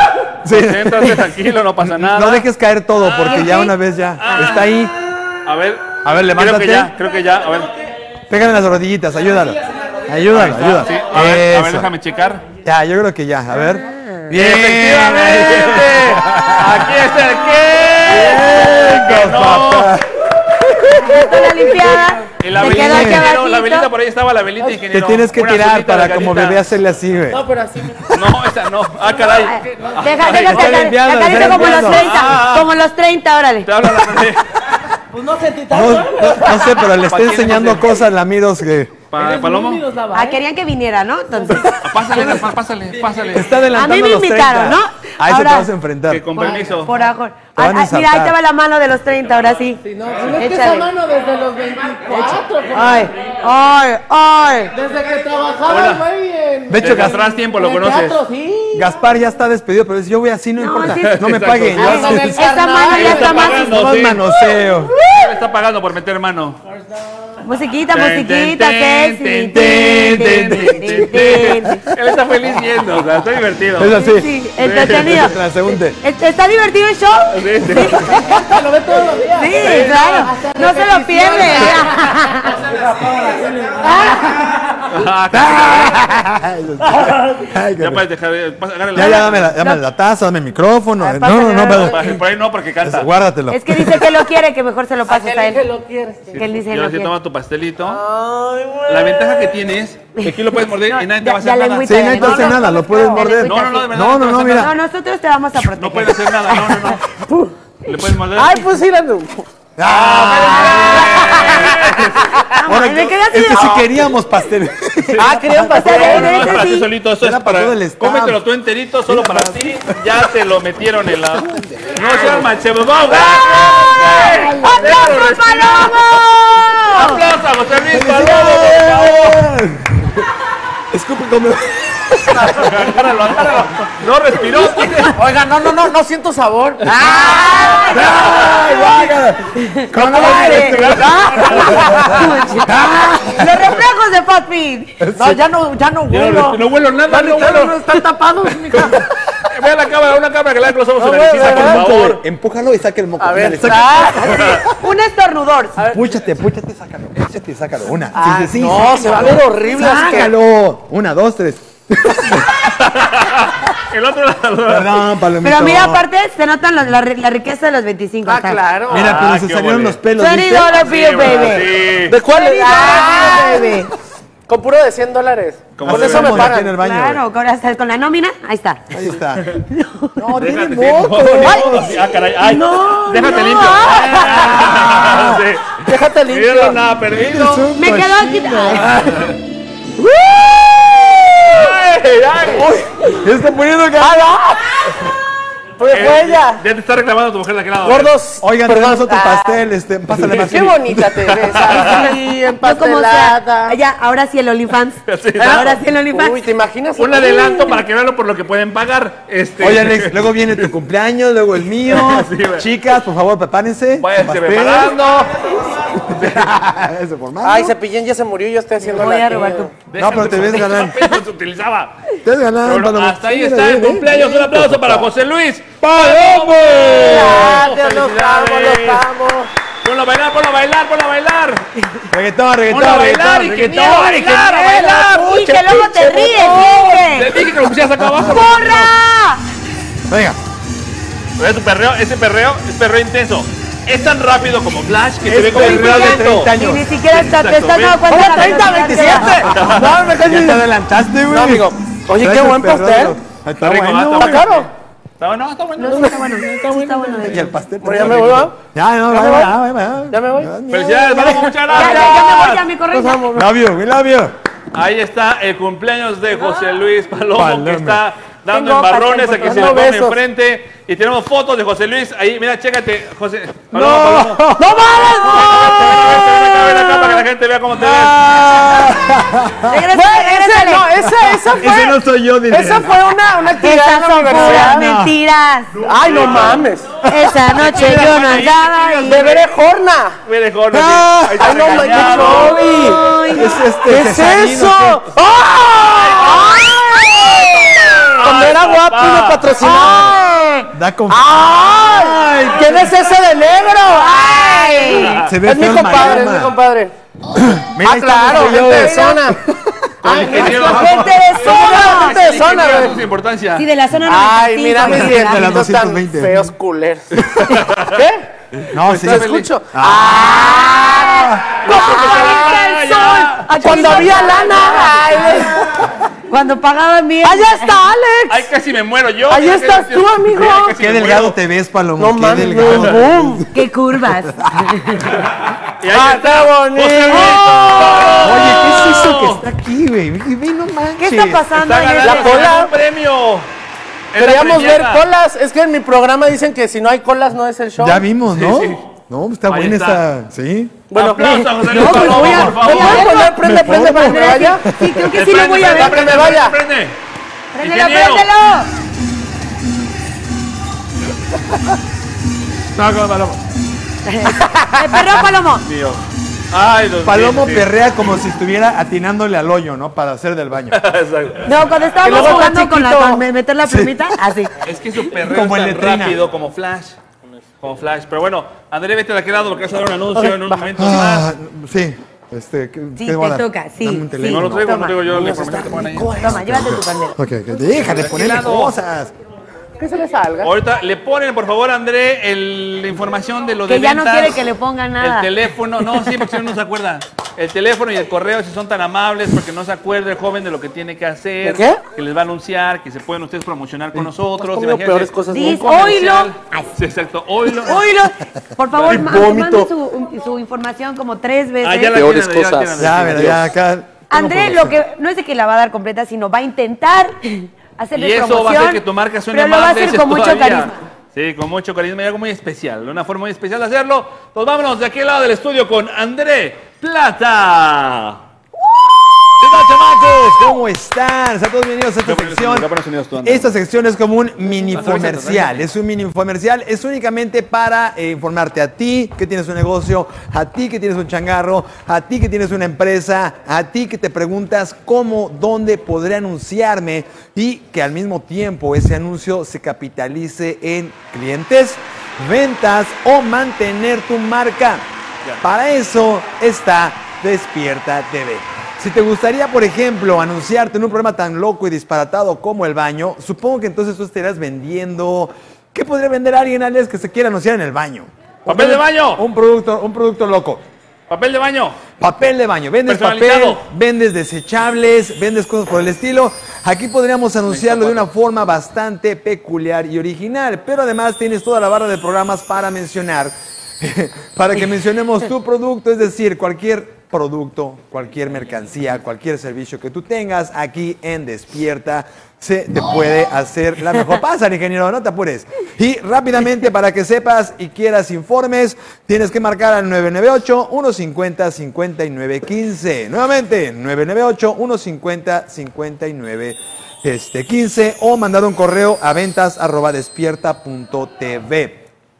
Speaker 2: Sí.
Speaker 1: Siéntate tranquilo, no pasa nada.
Speaker 2: No dejes caer todo, porque
Speaker 3: Ah,
Speaker 2: ya
Speaker 3: ok.
Speaker 2: una vez ya. Está ahí.
Speaker 1: A ver.
Speaker 2: A
Speaker 1: Creo
Speaker 2: ver, levántate.
Speaker 1: que ya, creo que ya. A ver.
Speaker 2: Pégale en las rodillitas, ayúdalo.
Speaker 1: Ahí
Speaker 2: Ayúdalo,
Speaker 1: está,
Speaker 2: ayúdalo.
Speaker 1: sí. A ver, a ver,
Speaker 2: Eso.
Speaker 1: déjame checar.
Speaker 2: Ya, yo creo que ya. A
Speaker 1: Ah.
Speaker 2: ver. Bien.
Speaker 1: ¡Efectivamente! ¡Aquí está el cake!
Speaker 2: Bien,
Speaker 1: ¡Que no!
Speaker 2: papá.
Speaker 3: Está la limpiada.
Speaker 1: Y la
Speaker 3: Te quedó
Speaker 1: velita,
Speaker 3: aquí
Speaker 1: ingeniero,
Speaker 3: abajito.
Speaker 1: la velita por ahí estaba la velita,
Speaker 2: Te
Speaker 1: ingeniero.
Speaker 2: tienes que
Speaker 1: Una
Speaker 2: tirar
Speaker 1: azulita,
Speaker 2: para como
Speaker 1: delgadita.
Speaker 2: bebé hacerle así, güey.
Speaker 6: No, pero así.
Speaker 1: No, esa no. Ah, caray. Ah,
Speaker 3: Deja,
Speaker 1: caray.
Speaker 3: déjate
Speaker 2: Está
Speaker 3: acá.
Speaker 2: limpiando,
Speaker 3: acá dice
Speaker 2: está
Speaker 3: como los
Speaker 2: limpiando.
Speaker 3: 30. Como los 30, órale.
Speaker 1: Te habla la bebé.
Speaker 6: Pues no sentí
Speaker 2: No,
Speaker 6: tanto.
Speaker 2: no- no sé, pero le está
Speaker 1: Patiéndose.
Speaker 2: enseñando cosas la Miros que
Speaker 1: Pa- Palomo.
Speaker 6: ¿eh?
Speaker 3: Ah, querían que viniera, ¿no? Entonces.
Speaker 1: Pásale, pa- pásale,
Speaker 2: te
Speaker 1: pásale.
Speaker 2: está adelantando
Speaker 3: A mí me
Speaker 2: los 30.
Speaker 3: invitaron, ¿no?
Speaker 2: A eso te
Speaker 3: Ahora-
Speaker 2: vas a enfrentar.
Speaker 1: Que con permiso.
Speaker 3: Por ajo.
Speaker 2: Te van a
Speaker 3: Ah, ah, mira, ahí te
Speaker 2: ensartar.
Speaker 3: va la mano de los 30, ahora sí.
Speaker 6: No, pero es que esa
Speaker 3: Échale.
Speaker 6: mano desde los 24.
Speaker 3: Ay, ay, ay.
Speaker 6: Desde que trabajaba
Speaker 1: Hola.
Speaker 6: el güey en.
Speaker 2: De hecho,
Speaker 1: Desde atrás tiempo lo
Speaker 6: en el
Speaker 1: conoces.
Speaker 6: teatro, sí.
Speaker 2: Gaspar ya está despedido, pero dice, yo voy así, no,
Speaker 3: No,
Speaker 2: importa.
Speaker 3: sí.
Speaker 2: No me
Speaker 1: Exacto.
Speaker 2: paguen.
Speaker 1: Ah,
Speaker 2: yo
Speaker 6: no me
Speaker 2: así-
Speaker 6: pagan.
Speaker 3: Esta mano ya está más.
Speaker 1: pagando,
Speaker 2: Nomás
Speaker 1: sí.
Speaker 2: manoseo.
Speaker 1: Me está pagando por meter mano.
Speaker 3: Musiquita,
Speaker 1: Ten, ten,
Speaker 3: musiquita,
Speaker 1: ten,
Speaker 3: sexy.
Speaker 1: ten, ten, ten, ten, ten, ten.
Speaker 3: Tin, tin, tin.
Speaker 1: Él está feliz viendo, o sea, está divertido.
Speaker 2: Es así.
Speaker 3: Sí, entretenido.
Speaker 2: Transeúnte.
Speaker 3: ¿Est- ¿Está divertido el show?
Speaker 1: Sí, sí.
Speaker 6: Lo ve todos los días.
Speaker 3: Sí, claro. No se lo pierde.
Speaker 1: Ah, caray.
Speaker 2: Ay, qué
Speaker 1: Ya
Speaker 2: rico.
Speaker 1: puedes dejar, eh, pasa, agarra la
Speaker 2: Ya, ya,
Speaker 1: mano.
Speaker 2: dame la, dame la taza, dame el micrófono.
Speaker 3: Ah,
Speaker 2: No,
Speaker 3: pasa,
Speaker 2: no, no,
Speaker 3: ya,
Speaker 2: pero-
Speaker 3: ya,
Speaker 1: Por ahí no, porque canta.
Speaker 2: guárdatelo.
Speaker 3: Es que dice que lo quiere, que mejor se lo pases a
Speaker 6: Que
Speaker 3: él.
Speaker 6: lo quieres.
Speaker 3: Que él dice
Speaker 1: Y ahora
Speaker 3: lo
Speaker 1: sí
Speaker 3: quiere.
Speaker 1: toma tu pastelito. La ventaja que tienes es que aquí lo puedes morder y nadie te va a hacer
Speaker 3: Ya- ya
Speaker 1: nada.
Speaker 3: lengüita.
Speaker 2: Sí, no hay que hacer
Speaker 3: No, no,
Speaker 2: nada,
Speaker 3: no,
Speaker 2: lo puedes
Speaker 3: no,
Speaker 2: morder.
Speaker 3: no, no, no,
Speaker 1: de verdad,
Speaker 2: no,
Speaker 1: no te
Speaker 2: no,
Speaker 1: vas a
Speaker 2: mira.
Speaker 3: No, nosotros te vamos a
Speaker 1: No
Speaker 3: proteger.
Speaker 1: puedes hacer nada, no, no, no. Le puedes morder. Ah,
Speaker 6: Ay, pues sí, Landu.
Speaker 2: Ahora,
Speaker 3: Ay, me quedé así
Speaker 2: es
Speaker 3: de- "Ah".
Speaker 2: que si queríamos pastel.
Speaker 6: Ah, querían pasar.
Speaker 1: No,
Speaker 3: Ay,
Speaker 1: no, no,
Speaker 3: ese
Speaker 1: para ti
Speaker 3: sí.
Speaker 1: solito, eso es
Speaker 2: Era para
Speaker 1: para...
Speaker 2: todo el staff.
Speaker 1: Cómetelo tú enterito, solo para ti. Ya te lo metieron en la... No seas manchego. ¡Vamos!
Speaker 3: ¡Aplauso, Palomo!
Speaker 1: ¡Aplausos a José Luis Palomo!
Speaker 2: ¡Bien! Escupe como.
Speaker 1: Agárralo, agárralo. No respiró.
Speaker 6: Oiga, no, no, no, no siento sabor.
Speaker 2: ¡Ay, guácala!
Speaker 3: ¡Con aire! Ah. ¡Los reflejos de Papi!
Speaker 6: No, ya no, ya
Speaker 1: Ya no
Speaker 6: no huelo.
Speaker 1: respiró, No huelo nada, no
Speaker 6: Ya no
Speaker 1: huelo.
Speaker 6: están tapados, mija.
Speaker 1: Ve a la cámara, una cámara que le hagan los ojos a la naricita, por favor.
Speaker 2: Empújalo y saque el moco.
Speaker 6: ver,
Speaker 2: Dale, saca-
Speaker 6: Ah,
Speaker 3: Un estornudor.
Speaker 2: Púchate, púchate, sácalo. Púchate y sácalo. Una.
Speaker 6: Ah, no, se va a ver horrible,
Speaker 2: Sácalo. Una, dos, tres.
Speaker 1: El otro lado.
Speaker 2: Perdón, palomito.
Speaker 3: Pero mira, aparte, se notan los- la, la riqueza de los 25.
Speaker 6: Ah,
Speaker 3: o sea.
Speaker 6: claro.
Speaker 2: Mira,
Speaker 1: Ah,
Speaker 2: pero se
Speaker 1: qué
Speaker 2: salieron
Speaker 1: ole.
Speaker 2: los pelos.
Speaker 3: Twenty
Speaker 2: ¿viste?
Speaker 3: dollar bill, baby.
Speaker 1: Sí.
Speaker 6: ¿De cuál?
Speaker 3: Ah, baby.
Speaker 6: Con puro de 100 dólares.
Speaker 1: Como
Speaker 6: Con
Speaker 1: se
Speaker 6: eso
Speaker 1: ve.
Speaker 6: me
Speaker 2: Estamos aquí en
Speaker 6: pagan.
Speaker 2: el baño.
Speaker 3: Claro, con, hasta con la nómina, ahí está.
Speaker 2: güey. Ahí está.
Speaker 6: No,
Speaker 1: Déjate, sí.
Speaker 6: tiene moco.
Speaker 1: Ay. Ah, caray. Ay. Déjate limpio. Ah, Sí.
Speaker 6: Déjate
Speaker 1: Mira,
Speaker 6: limpio.
Speaker 1: nada perdido.
Speaker 3: Me
Speaker 2: Pues
Speaker 3: quedo aquí.
Speaker 1: Ay, ay.
Speaker 2: Ya está poniendo cara.
Speaker 6: Pues
Speaker 1: Eh,
Speaker 6: fue ella.
Speaker 1: Ya te está reclamando tu mujer de aquel lado.
Speaker 6: Gordos.
Speaker 2: Oigan,
Speaker 6: perdón.
Speaker 2: tenemos otro pastel. Este, pásale más.
Speaker 6: Qué bonita te ves. Así,
Speaker 3: Yo como sea,
Speaker 6: empastelada.
Speaker 3: ya, ahora sí el OnlyFans. Ahora sí el OnlyFans.
Speaker 6: Uy, ¿te imaginas?
Speaker 1: Un adelanto para que vean lo por lo que pueden pagar. Este.
Speaker 2: Oye, Alex, luego viene tu cumpleaños, luego el mío.
Speaker 1: Sí, güey.
Speaker 2: Chicas, por favor, prepárense.
Speaker 1: Váyanse
Speaker 2: Pastel.
Speaker 1: preparando.
Speaker 2: Ese formato.
Speaker 6: Ay, Cepillín ya se murió, yo estoy haciendo
Speaker 3: Voy
Speaker 6: la
Speaker 3: a robar
Speaker 6: mía.
Speaker 3: tu-
Speaker 2: No, pero te ves galán.
Speaker 1: Eso se utilizaba.
Speaker 2: Te has ganado,
Speaker 1: Pero
Speaker 2: Paloma.
Speaker 1: hasta ahí
Speaker 2: Mira,
Speaker 1: está el
Speaker 2: mira,
Speaker 1: cumpleaños. Un
Speaker 2: mira.
Speaker 1: aplauso para José Luis.
Speaker 2: ¡Palomo!
Speaker 6: Gracias, los amo,
Speaker 1: Felicidades.
Speaker 6: los amo.
Speaker 1: Ponlo a bailar, ponlo a bailar, ponlo a bailar.
Speaker 2: Reggaetón,
Speaker 1: Ponlo a bailar,
Speaker 2: reggaetón, reggaetón,
Speaker 1: ingeniero, a
Speaker 2: reggaetón.
Speaker 1: bailar, a bailar.
Speaker 3: Y que luego te ríes,
Speaker 1: Te
Speaker 3: gente.
Speaker 1: dije que lo pusieras acá abajo.
Speaker 3: ¡Porra!
Speaker 2: Venga.
Speaker 1: ¿Ves tu perreo? Ese perreo es perreo intenso. Es tan rápido como Flash que se
Speaker 2: Es
Speaker 1: ve como el
Speaker 2: perreo
Speaker 1: perreo
Speaker 2: de
Speaker 1: lento.
Speaker 2: 30
Speaker 3: Y
Speaker 2: años.
Speaker 3: ni siquiera está, te estás
Speaker 1: Exacto,
Speaker 3: dando cuenta. de la velocidad que va.
Speaker 2: No, me casi. Ya te adelantaste, güey.
Speaker 6: No, amigo. Oye,
Speaker 2: Traes
Speaker 6: qué
Speaker 2: el
Speaker 6: buen
Speaker 2: perreo.
Speaker 6: pastel.
Speaker 2: Está
Speaker 1: Está rico,
Speaker 2: bueno.
Speaker 1: está
Speaker 6: ¿Está caro?
Speaker 1: No, no, está bueno.
Speaker 3: No, sí está bueno. sí Está bueno.
Speaker 2: Y el pastel.
Speaker 7: Bueno, ya me voy, ¿va?
Speaker 2: Ya, no,
Speaker 7: ¿Ya
Speaker 2: ya,
Speaker 7: me voy?
Speaker 2: ya, ya,
Speaker 7: ¿Ya me voy?
Speaker 1: Felicidades, vamos, muchas
Speaker 3: Ya,
Speaker 1: gracias.
Speaker 3: ya, ya me voy, ya me corren.
Speaker 7: Nos vamos. ¿no?
Speaker 2: Love you, we love you.
Speaker 1: Ahí está el cumpleaños de José Luis Palomo,
Speaker 2: Paloma.
Speaker 1: que está dando
Speaker 3: Tengo
Speaker 1: embarrones
Speaker 3: pastel
Speaker 1: a que se
Speaker 3: por
Speaker 1: le
Speaker 7: todos
Speaker 1: pone
Speaker 7: lados. Besos.
Speaker 1: enfrente. Y tenemos fotos de José Luis. Ahí, mira, chécate, José.
Speaker 2: No,
Speaker 1: Paloma, Paloma.
Speaker 2: no
Speaker 1: Ven acá, ven
Speaker 2: mames.
Speaker 1: acá, para que la gente vea cómo te ves.
Speaker 2: Ah,
Speaker 3: Regrésale, regrésale.
Speaker 7: No, esa, esa fue.
Speaker 2: Ese no soy yo, dice.
Speaker 7: Esa fue una, una actividad en
Speaker 3: Esas
Speaker 7: la
Speaker 3: son
Speaker 7: universidad.
Speaker 3: puras
Speaker 2: no.
Speaker 3: mentiras.
Speaker 7: Ay, no mames.
Speaker 3: Esa noche
Speaker 1: Mira,
Speaker 3: yo
Speaker 1: bueno,
Speaker 3: no
Speaker 1: ahí
Speaker 3: andaba
Speaker 1: tenías
Speaker 3: y...
Speaker 7: De ver Jorna.
Speaker 1: Mire, Jorge.
Speaker 2: Ah,
Speaker 1: Ahí
Speaker 7: Ay,
Speaker 1: está
Speaker 7: no mames, qué
Speaker 1: regañado.
Speaker 7: chori.
Speaker 2: Es este.
Speaker 7: ¿Qué es
Speaker 2: cesarino,
Speaker 7: eso? ¡Ay! Cuando era
Speaker 1: papá.
Speaker 7: guapo y me patrocinaba.
Speaker 2: que Da con.
Speaker 7: ¡Ay! ¿Quién es ese de negro? ¡Ay!
Speaker 2: Se ve
Speaker 7: Es mi
Speaker 2: feo el
Speaker 7: compadre, es
Speaker 2: mayoma.
Speaker 7: mi compadre.
Speaker 2: Mira,
Speaker 7: Ah,
Speaker 2: ahí está
Speaker 7: claro,
Speaker 2: mi
Speaker 7: gente
Speaker 2: rollo
Speaker 7: de
Speaker 2: de-
Speaker 7: zona.
Speaker 1: Con ingeniero.
Speaker 3: ¡Gente de
Speaker 7: Ah,
Speaker 3: zona!
Speaker 7: gente de zona,
Speaker 1: Ingeniero,
Speaker 7: güey.
Speaker 1: su importancia.
Speaker 3: Sí, de la zona
Speaker 7: Ay,
Speaker 3: 95,
Speaker 7: mira mis
Speaker 3: ¿verdad?
Speaker 2: dientes. De la
Speaker 7: dientitos tan
Speaker 2: 220.
Speaker 7: feos culeros. ¿Qué?
Speaker 2: No, sí.
Speaker 7: Pues ¿Te escucho? ¡Ah!
Speaker 3: ¡Ahorita el sol!
Speaker 7: ¡Ah! Cuando había lana. Ay,
Speaker 3: Cuando pagaban bien.
Speaker 7: ¡Allá está, Alex!
Speaker 1: Ay, casi me muero yo.
Speaker 7: Ahí
Speaker 1: Mira,
Speaker 7: estás
Speaker 1: casi-
Speaker 7: tú, amigo.
Speaker 1: Mira, casi
Speaker 2: Qué
Speaker 1: me
Speaker 2: delgado
Speaker 1: muero.
Speaker 2: te ves, Palomo.
Speaker 7: No
Speaker 2: qué
Speaker 7: mames,
Speaker 2: delgado.
Speaker 7: no, boom.
Speaker 3: ¡Qué curvas!
Speaker 1: Y ahí está.
Speaker 7: Ah, bonito!
Speaker 1: José Luis.
Speaker 2: Oye, ¿qué es eso que
Speaker 1: ¡Oh!
Speaker 2: está aquí, güey? Ve, ve, no manches.
Speaker 3: ¿Qué está pasando?
Speaker 1: Está
Speaker 3: ahí?
Speaker 1: ganando
Speaker 7: La cola.
Speaker 1: un premio. Es la
Speaker 7: Queríamos ver
Speaker 1: premiada.
Speaker 7: colas. Es que en mi programa dicen que si no hay colas no es el show.
Speaker 2: Ya vimos, ¿no?
Speaker 1: Sí, sí.
Speaker 2: No, está
Speaker 1: Ahí
Speaker 2: buena
Speaker 1: está.
Speaker 2: esta. Sí.
Speaker 7: Bueno,
Speaker 1: Aplausos a José Luis
Speaker 7: no, pues
Speaker 1: Palomo,
Speaker 7: voy a,
Speaker 1: por
Speaker 7: ¿me
Speaker 1: favor.
Speaker 7: puedes poner prende, prende para que me vaya?
Speaker 3: Sí, creo que sí
Speaker 1: Prende,
Speaker 3: lo voy
Speaker 1: prende,
Speaker 3: a ver.
Speaker 7: que
Speaker 1: prende,
Speaker 7: me vaya.
Speaker 1: prende, prende.
Speaker 3: ¡Préndelo,
Speaker 1: Ingeniero.
Speaker 3: préndelo! ¡El Este, eh, perro palomo!
Speaker 1: Dios. Ay, Dios mío,
Speaker 2: Palomo
Speaker 1: sí.
Speaker 2: perrea como si estuviera atinándole al hoyo, ¿no? Para hacer del baño.
Speaker 1: Exacto.
Speaker 3: No, cuando estábamos
Speaker 7: luego está
Speaker 3: jugando con la...
Speaker 7: chiquito.
Speaker 3: con meter la plumita, así.
Speaker 1: Es que su perreo
Speaker 2: Como
Speaker 1: es
Speaker 2: el
Speaker 1: tan
Speaker 2: de Trina.
Speaker 1: rápido como Flash. Como Flash. Pero bueno, André, vete de aquel lado porque vas a dar un anuncio en un momento
Speaker 2: Ah,
Speaker 1: más.
Speaker 2: sí. Este, ¿qué,
Speaker 3: Sí,
Speaker 2: qué
Speaker 3: te
Speaker 2: voy a dar?
Speaker 3: toca, sí,
Speaker 2: Dame un
Speaker 3: sí.
Speaker 1: No
Speaker 2: teléfono.
Speaker 1: lo traigo, no
Speaker 3: Toma.
Speaker 1: traigo yo la información que ponen ahí.
Speaker 3: Toma, llévate tu candela.
Speaker 2: Ok, ok, deja de ponerle
Speaker 1: lado.
Speaker 2: cosas.
Speaker 7: Que se le salga.
Speaker 1: Ahorita le ponen, por favor, André, el- la información de lo de
Speaker 3: Que ya no
Speaker 1: ventas,
Speaker 3: quiere que le pongan nada.
Speaker 1: El teléfono, no, sí, porque si no, no se acuerdan. El teléfono y el correo, si son tan amables, porque no se acuerda el joven de lo que tiene que hacer.
Speaker 7: ¿De qué?
Speaker 1: Que les va a anunciar, que se pueden ustedes promocionar
Speaker 3: Eh,
Speaker 1: con
Speaker 3: pues
Speaker 1: nosotros.
Speaker 7: comido
Speaker 1: imagínense,
Speaker 7: peores cosas
Speaker 1: un
Speaker 3: nunca.
Speaker 1: comercial.
Speaker 3: Oilo. Ay.
Speaker 1: Sí, exacto, oilo.
Speaker 3: ¡Oílo! Por favor,
Speaker 7: Y
Speaker 3: ma- mande
Speaker 7: vómito.
Speaker 3: su, su información como tres veces.
Speaker 1: Ah, ya la
Speaker 7: Peores
Speaker 1: tienen, ya la
Speaker 7: cosas.
Speaker 1: tienen.
Speaker 2: Ya, mira, ya acá.
Speaker 3: André, lo que no es de que la va a dar completa, sino va a intentar hacerle
Speaker 1: Y eso va a
Speaker 3: promoción.
Speaker 1: hacer que tu marca suene
Speaker 3: pero
Speaker 1: más
Speaker 3: lo va a hacer
Speaker 1: veces
Speaker 3: con mucho
Speaker 1: todavía.
Speaker 3: carisma.
Speaker 1: Sí, con mucho carisma y algo muy especial, una forma muy especial de hacerlo. Pues vámonos de aquel lado del estudio con André Plata.
Speaker 2: ¿Qué tal, chamacos? ¿Cómo están? Sean todos bienvenidos a esta
Speaker 1: Ya pones
Speaker 2: sección.
Speaker 1: sonido, ya pones sonido tú, anda.
Speaker 2: Esta sección es como un mini comercial. Es un mini comercial. Es únicamente para eh, informarte a ti que tienes un negocio, a ti que tienes un changarro, a ti que tienes una empresa, a ti que te preguntas cómo, dónde podré anunciarme y que al mismo tiempo ese anuncio se capitalice en clientes, ventas o mantener tu marca. Para eso está Despierta TV. Si te gustaría, por ejemplo, anunciarte en un programa tan loco y disparatado como El Baño, supongo que entonces tú estarías vendiendo... ¿Qué podría vender alguien, Alex, que se quiera anunciar en el baño?
Speaker 1: ¡Papel de baño!
Speaker 2: Un producto, un producto loco.
Speaker 1: Papel de baño.
Speaker 2: Papel de baño, vendes papel,
Speaker 1: Personalizado.
Speaker 2: vendes desechables, vendes cosas por el estilo. Aquí podríamos anunciarlo de una forma bastante peculiar y original, pero además tienes toda la barra de programas para mencionar, para que mencionemos tu producto, es decir, cualquier producto, cualquier mercancía, cualquier servicio que tú tengas aquí en Despierta. Se te puede hacer la mejor. Pasa, ingeniero, no te apures. Y rápidamente, para que sepas y quieras informes, tienes que marcar al 998-150-5915. Nuevamente, 998-150-5915 este, 15, o mandar un correo a ventas arroba despierta punto TV.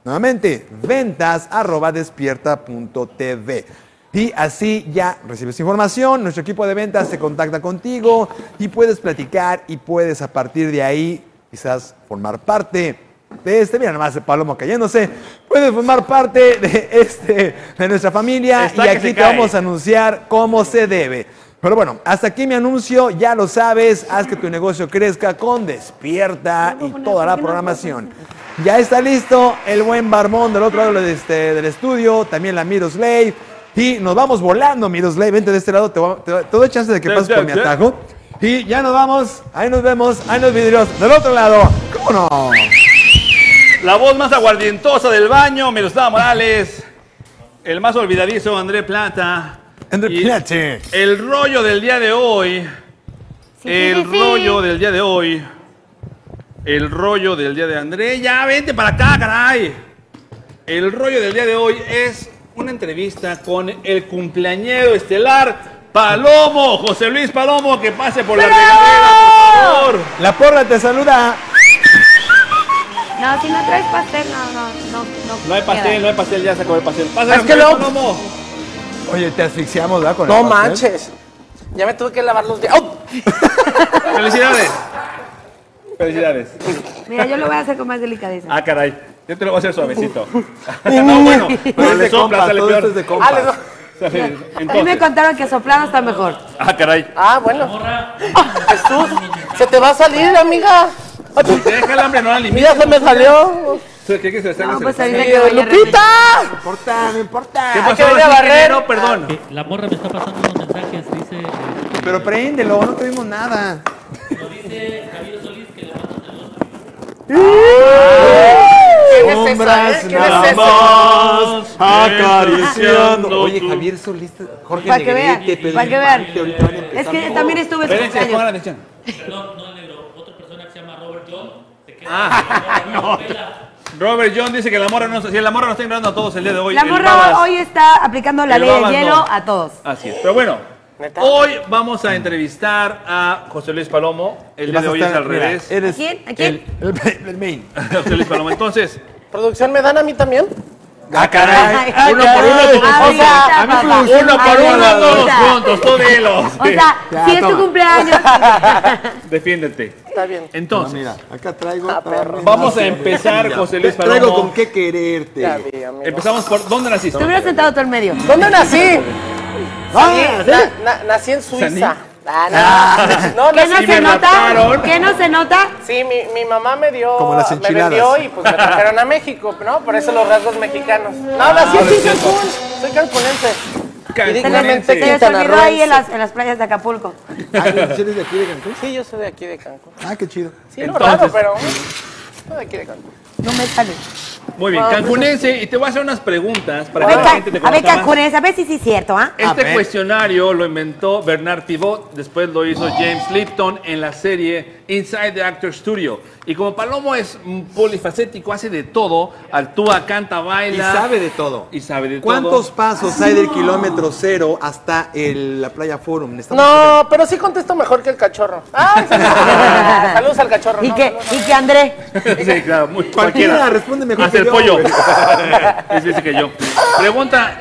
Speaker 2: Nuevamente, ventas arroba despierta punto TV. Y así ya recibes información, nuestro equipo de ventas se contacta contigo y puedes platicar y puedes a partir de ahí quizás formar parte de este, mira nomás el palomo cayéndose, puedes formar parte de este, de nuestra familia
Speaker 1: Está
Speaker 2: y
Speaker 1: que
Speaker 2: aquí
Speaker 1: se
Speaker 2: te
Speaker 1: cae.
Speaker 2: vamos a anunciar cómo se debe. Pero bueno, hasta aquí mi anuncio, ya lo sabes, haz que tu negocio crezca con Despierta y toda la programación. Ya está listo el buen Barbón del otro lado de este- del estudio, también la Miroslave y nos vamos volando, Miroslave, vente de este lado, te, voy- te, voy- te doy chance de que
Speaker 1: Ya,
Speaker 2: pases
Speaker 1: ya,
Speaker 2: por mi
Speaker 1: ya.
Speaker 2: atajo. Y ya nos vamos, ahí nos vemos, ahí nos vidrios del otro lado. ¿Cómo no?
Speaker 1: La voz más aguardientosa del baño, Miroslava Morales. El más olvidadizo, André Plata.
Speaker 2: André
Speaker 1: Y
Speaker 2: Plata.
Speaker 1: El rollo del día de hoy.
Speaker 3: Sí,
Speaker 1: el
Speaker 3: sí, sí, sí.
Speaker 1: rollo del día de hoy. El rollo del día de André. Ya, vente para acá, caray. El rollo del día de hoy es una entrevista con el cumpleañero estelar Palomo, José Luis Palomo, que pase por la regadera, por favor.
Speaker 2: La porra te saluda.
Speaker 3: No, si no traes pastel, no, no, no. No,
Speaker 1: No hay pastel, no hay pastel, ya se acabó el pastel. Pasa,
Speaker 6: Es que
Speaker 1: José Luis
Speaker 6: luego-
Speaker 1: Palomo.
Speaker 2: Oye, te asfixiamos, ¿verdad? Con el
Speaker 6: No
Speaker 2: pastel.
Speaker 6: manches. Ya me tuve que lavar los dientes. ¡Oh!
Speaker 1: Felicidades. Felicidades.
Speaker 3: Mira, yo lo voy a hacer con más delicadeza.
Speaker 1: Ah, caray. Yo te lo voy a hacer suavecito. no, bueno, pero
Speaker 2: es de
Speaker 1: le sopla,
Speaker 2: compas,
Speaker 1: sale
Speaker 2: Este todo
Speaker 1: peor.
Speaker 2: esto es de
Speaker 6: Ah,
Speaker 2: compas.
Speaker 6: les-
Speaker 1: Sale-
Speaker 3: A mí me
Speaker 1: Entonces,
Speaker 3: contaron que soplado está mejor.
Speaker 1: ah, caray.
Speaker 6: ah, bueno.
Speaker 7: Ah,
Speaker 6: Jesús, se te va a salir, amiga.
Speaker 1: Si te deja el hambre, no la limites.
Speaker 6: Mira, se me salió.
Speaker 1: ¿Qué quieres que Ah, se
Speaker 3: No,
Speaker 1: salga?
Speaker 3: pues ahorita que
Speaker 6: Eh,
Speaker 3: vaya
Speaker 6: ¡Lupita!
Speaker 2: No importa, no importa.
Speaker 1: ¿Qué
Speaker 6: hay que
Speaker 1: pasó?
Speaker 6: venir a
Speaker 1: Sí,
Speaker 6: barrer.
Speaker 1: ingeniero, Perdón.
Speaker 8: La morra me está pasando unos mensajes, dice, eh,
Speaker 2: Pero préndelo, no tuvimos nada.
Speaker 8: dice Javier Solís que le manda un saludo.
Speaker 6: ¿Quién es esa, eh? ¿Quién es esa?
Speaker 1: acariciando.
Speaker 2: Oye, Javier Solís, Jorge
Speaker 3: Para que vean,
Speaker 2: Negrete, Pedro
Speaker 3: para que
Speaker 2: Infante,
Speaker 3: vean.
Speaker 2: ahorita van a empezar.
Speaker 3: Es que también estuve en su
Speaker 1: Espérense, pongan
Speaker 3: cumpleaños.
Speaker 1: atención.
Speaker 8: No, no el negro, otra persona que se llama Robert John. Se queda
Speaker 1: Ah, Robert John dice que la morra no, si la morra no está ignorando a todos el día de hoy.
Speaker 3: La
Speaker 1: el
Speaker 3: morra
Speaker 1: babas-
Speaker 3: hoy está aplicando la
Speaker 1: el
Speaker 3: ley del
Speaker 1: babas no.
Speaker 3: hielo a todos.
Speaker 1: Así es. Pero bueno,
Speaker 6: ¿Neta?
Speaker 1: hoy vamos a entrevistar a José Luis Palomo. El día
Speaker 2: Vas
Speaker 1: de
Speaker 2: a
Speaker 1: hoy es
Speaker 2: estar-
Speaker 1: al
Speaker 2: mira,
Speaker 1: revés.
Speaker 2: eres
Speaker 3: ¿Quién? ¿A quién?
Speaker 2: El, el main.
Speaker 1: José Luis Palomo. Entonces,
Speaker 6: ¿Producción me dan a mí también?
Speaker 1: ah,
Speaker 3: caray. Ah,
Speaker 1: uno por uno, todos
Speaker 3: Ahorita,
Speaker 1: juntos.
Speaker 2: a mí
Speaker 3: papá.
Speaker 2: producción
Speaker 1: Uno por
Speaker 3: Ahorita.
Speaker 1: uno, todos juntos, tú dilo.
Speaker 3: O sea,
Speaker 2: Ya,
Speaker 3: si es tu
Speaker 2: toma.
Speaker 3: cumpleaños.
Speaker 1: Defiéndete.
Speaker 6: Está bien.
Speaker 2: Ah,
Speaker 1: Entonces,
Speaker 2: mira, acá traigo.
Speaker 6: Ah, perro.
Speaker 1: vamos a empezar, José Luis Palomo.
Speaker 2: Traigo con qué quererte.
Speaker 6: Ya vi, amigo.
Speaker 1: Empezamos por. ¿Dónde naciste?
Speaker 3: Te hubieras sentado tú en medio.
Speaker 6: ¿Dónde nací?
Speaker 2: Ah,
Speaker 6: Sí, na- na- nací en Suiza. Ah, no, no,
Speaker 3: ¿Qué
Speaker 6: nací
Speaker 3: no
Speaker 1: sí me
Speaker 3: se nota?
Speaker 1: raptaron.
Speaker 3: ¿Qué no se nota?
Speaker 6: Sí, mi, mi mamá me dio,
Speaker 2: Como las
Speaker 6: me
Speaker 2: enchiladas.
Speaker 6: vendió y pues me trajeron a México, ¿no? Por eso los rasgos mexicanos. No, nací
Speaker 2: Ah,
Speaker 6: aquí en Cancún, soy cancunense.
Speaker 1: Cancunense.
Speaker 6: Y
Speaker 3: Se les,
Speaker 6: dignamente
Speaker 3: se les olvidó ahí en
Speaker 6: quintanarroense.
Speaker 3: las, en las playas de Acapulco.
Speaker 2: ah, ¿sí eres de aquí de Cancún?
Speaker 6: Sí, yo soy de aquí de Cancún.
Speaker 2: Ah, qué chido.
Speaker 6: Sí,
Speaker 1: Entonces-
Speaker 6: no raro, pero soy de aquí de Cancún.
Speaker 3: No me sale.
Speaker 1: Muy bien,
Speaker 6: Ah,
Speaker 1: cancunense. Y te voy a hacer unas preguntas para
Speaker 3: A
Speaker 1: que
Speaker 3: ver,
Speaker 1: la gente te
Speaker 3: ca- a ver,
Speaker 1: conozca más.
Speaker 3: Cancún, a ver si sí es cierto, ¿ah?
Speaker 2: A
Speaker 1: Este
Speaker 2: ver.
Speaker 1: cuestionario lo inventó Bernard Pivot, después lo hizo James Lipton en la serie Inside the Actor Studio. Y como Palomo es mm, polifacético, hace de todo, actúa, canta,
Speaker 2: Y
Speaker 1: baila.
Speaker 2: sabe de todo.
Speaker 1: Y sabe de
Speaker 2: ¿Cuántos
Speaker 1: todo.
Speaker 2: pasos hay del kilómetro cero hasta el, la playa Forum? Necesitamos
Speaker 6: No, pero sí contesto mejor que el cachorro. Ay, saludos, saludos al cachorro.
Speaker 3: Y
Speaker 6: no,
Speaker 3: que,
Speaker 6: saludos.
Speaker 3: y que André.
Speaker 1: sí, claro, muy,
Speaker 2: Cualquiera,
Speaker 1: cualquiera.
Speaker 2: responde mejor
Speaker 1: Hasta
Speaker 2: que
Speaker 1: el
Speaker 2: yo,
Speaker 1: pollo.
Speaker 2: güey.
Speaker 1: Es dice que yo. Pregunta.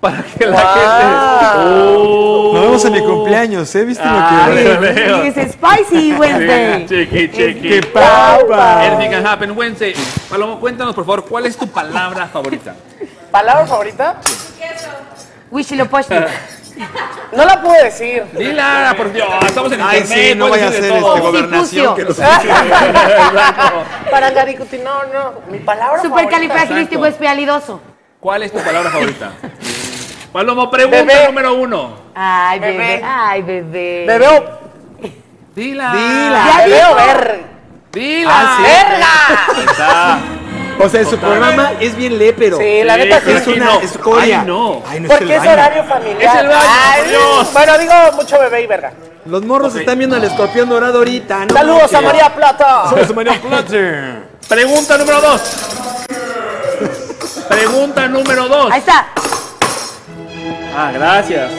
Speaker 1: Para que la
Speaker 6: Wow.
Speaker 1: gente. Oh.
Speaker 2: Nos vemos en mi cumpleaños, ¿eh? ¿Viste
Speaker 1: Ah,
Speaker 2: lo que...
Speaker 1: veo, veo.
Speaker 3: Es spicy Wednesday.
Speaker 1: Chiqui, chiqui.
Speaker 2: ¡Qué papa!
Speaker 1: Anything can happen Wednesday. Palomo, cuéntanos por favor, ¿cuál es tu palabra favorita?
Speaker 6: ¿Palabra favorita?
Speaker 3: Huitzilopochtli.
Speaker 6: No la pude decir.
Speaker 1: Dila, por Dios, estamos en
Speaker 2: Ay,
Speaker 1: internet.
Speaker 2: sí, no
Speaker 1: puedes
Speaker 2: vaya a ser
Speaker 1: decir
Speaker 2: este
Speaker 1: de todo.
Speaker 2: gobernación. Que los...
Speaker 6: Para Garicuti, no, no. Mi palabra favorita.
Speaker 3: Supercalifragilisticoespialidoso.
Speaker 1: ¿Cuál es tu palabra favorita? Palomo, pregunta
Speaker 6: Bebé.
Speaker 1: número uno.
Speaker 3: Ay,
Speaker 6: Bebé.
Speaker 3: bebé. Ay, bebé.
Speaker 6: Me veo,
Speaker 1: Dila.
Speaker 2: Dila.
Speaker 3: Ya
Speaker 6: me veo
Speaker 3: dijo.
Speaker 6: ver.
Speaker 1: Dila.
Speaker 2: Ah, sí.
Speaker 6: ¡Verga!
Speaker 1: Ahí está.
Speaker 2: O sea, su programa es bien lépero.
Speaker 6: Sí, la neta
Speaker 1: pero
Speaker 2: es
Speaker 6: sí.
Speaker 1: aquí
Speaker 2: una
Speaker 1: no.
Speaker 2: escoria.
Speaker 1: Ay, no.
Speaker 2: Ay, no es el
Speaker 6: Porque es
Speaker 2: baño.
Speaker 6: horario familiar.
Speaker 1: Es el baño,
Speaker 6: Ay,
Speaker 1: por Dios.
Speaker 6: Bueno, digo mucho bebé y verga.
Speaker 2: Los morros
Speaker 1: Ok.
Speaker 2: están viendo al escorpión dorado ahorita. ¿no?
Speaker 6: Saludos a
Speaker 2: Que-
Speaker 6: María Plata.
Speaker 2: Saludos a María Plater.
Speaker 1: Pregunta número dos. Pregunta número dos.
Speaker 3: Ahí está.
Speaker 1: Ah, gracias.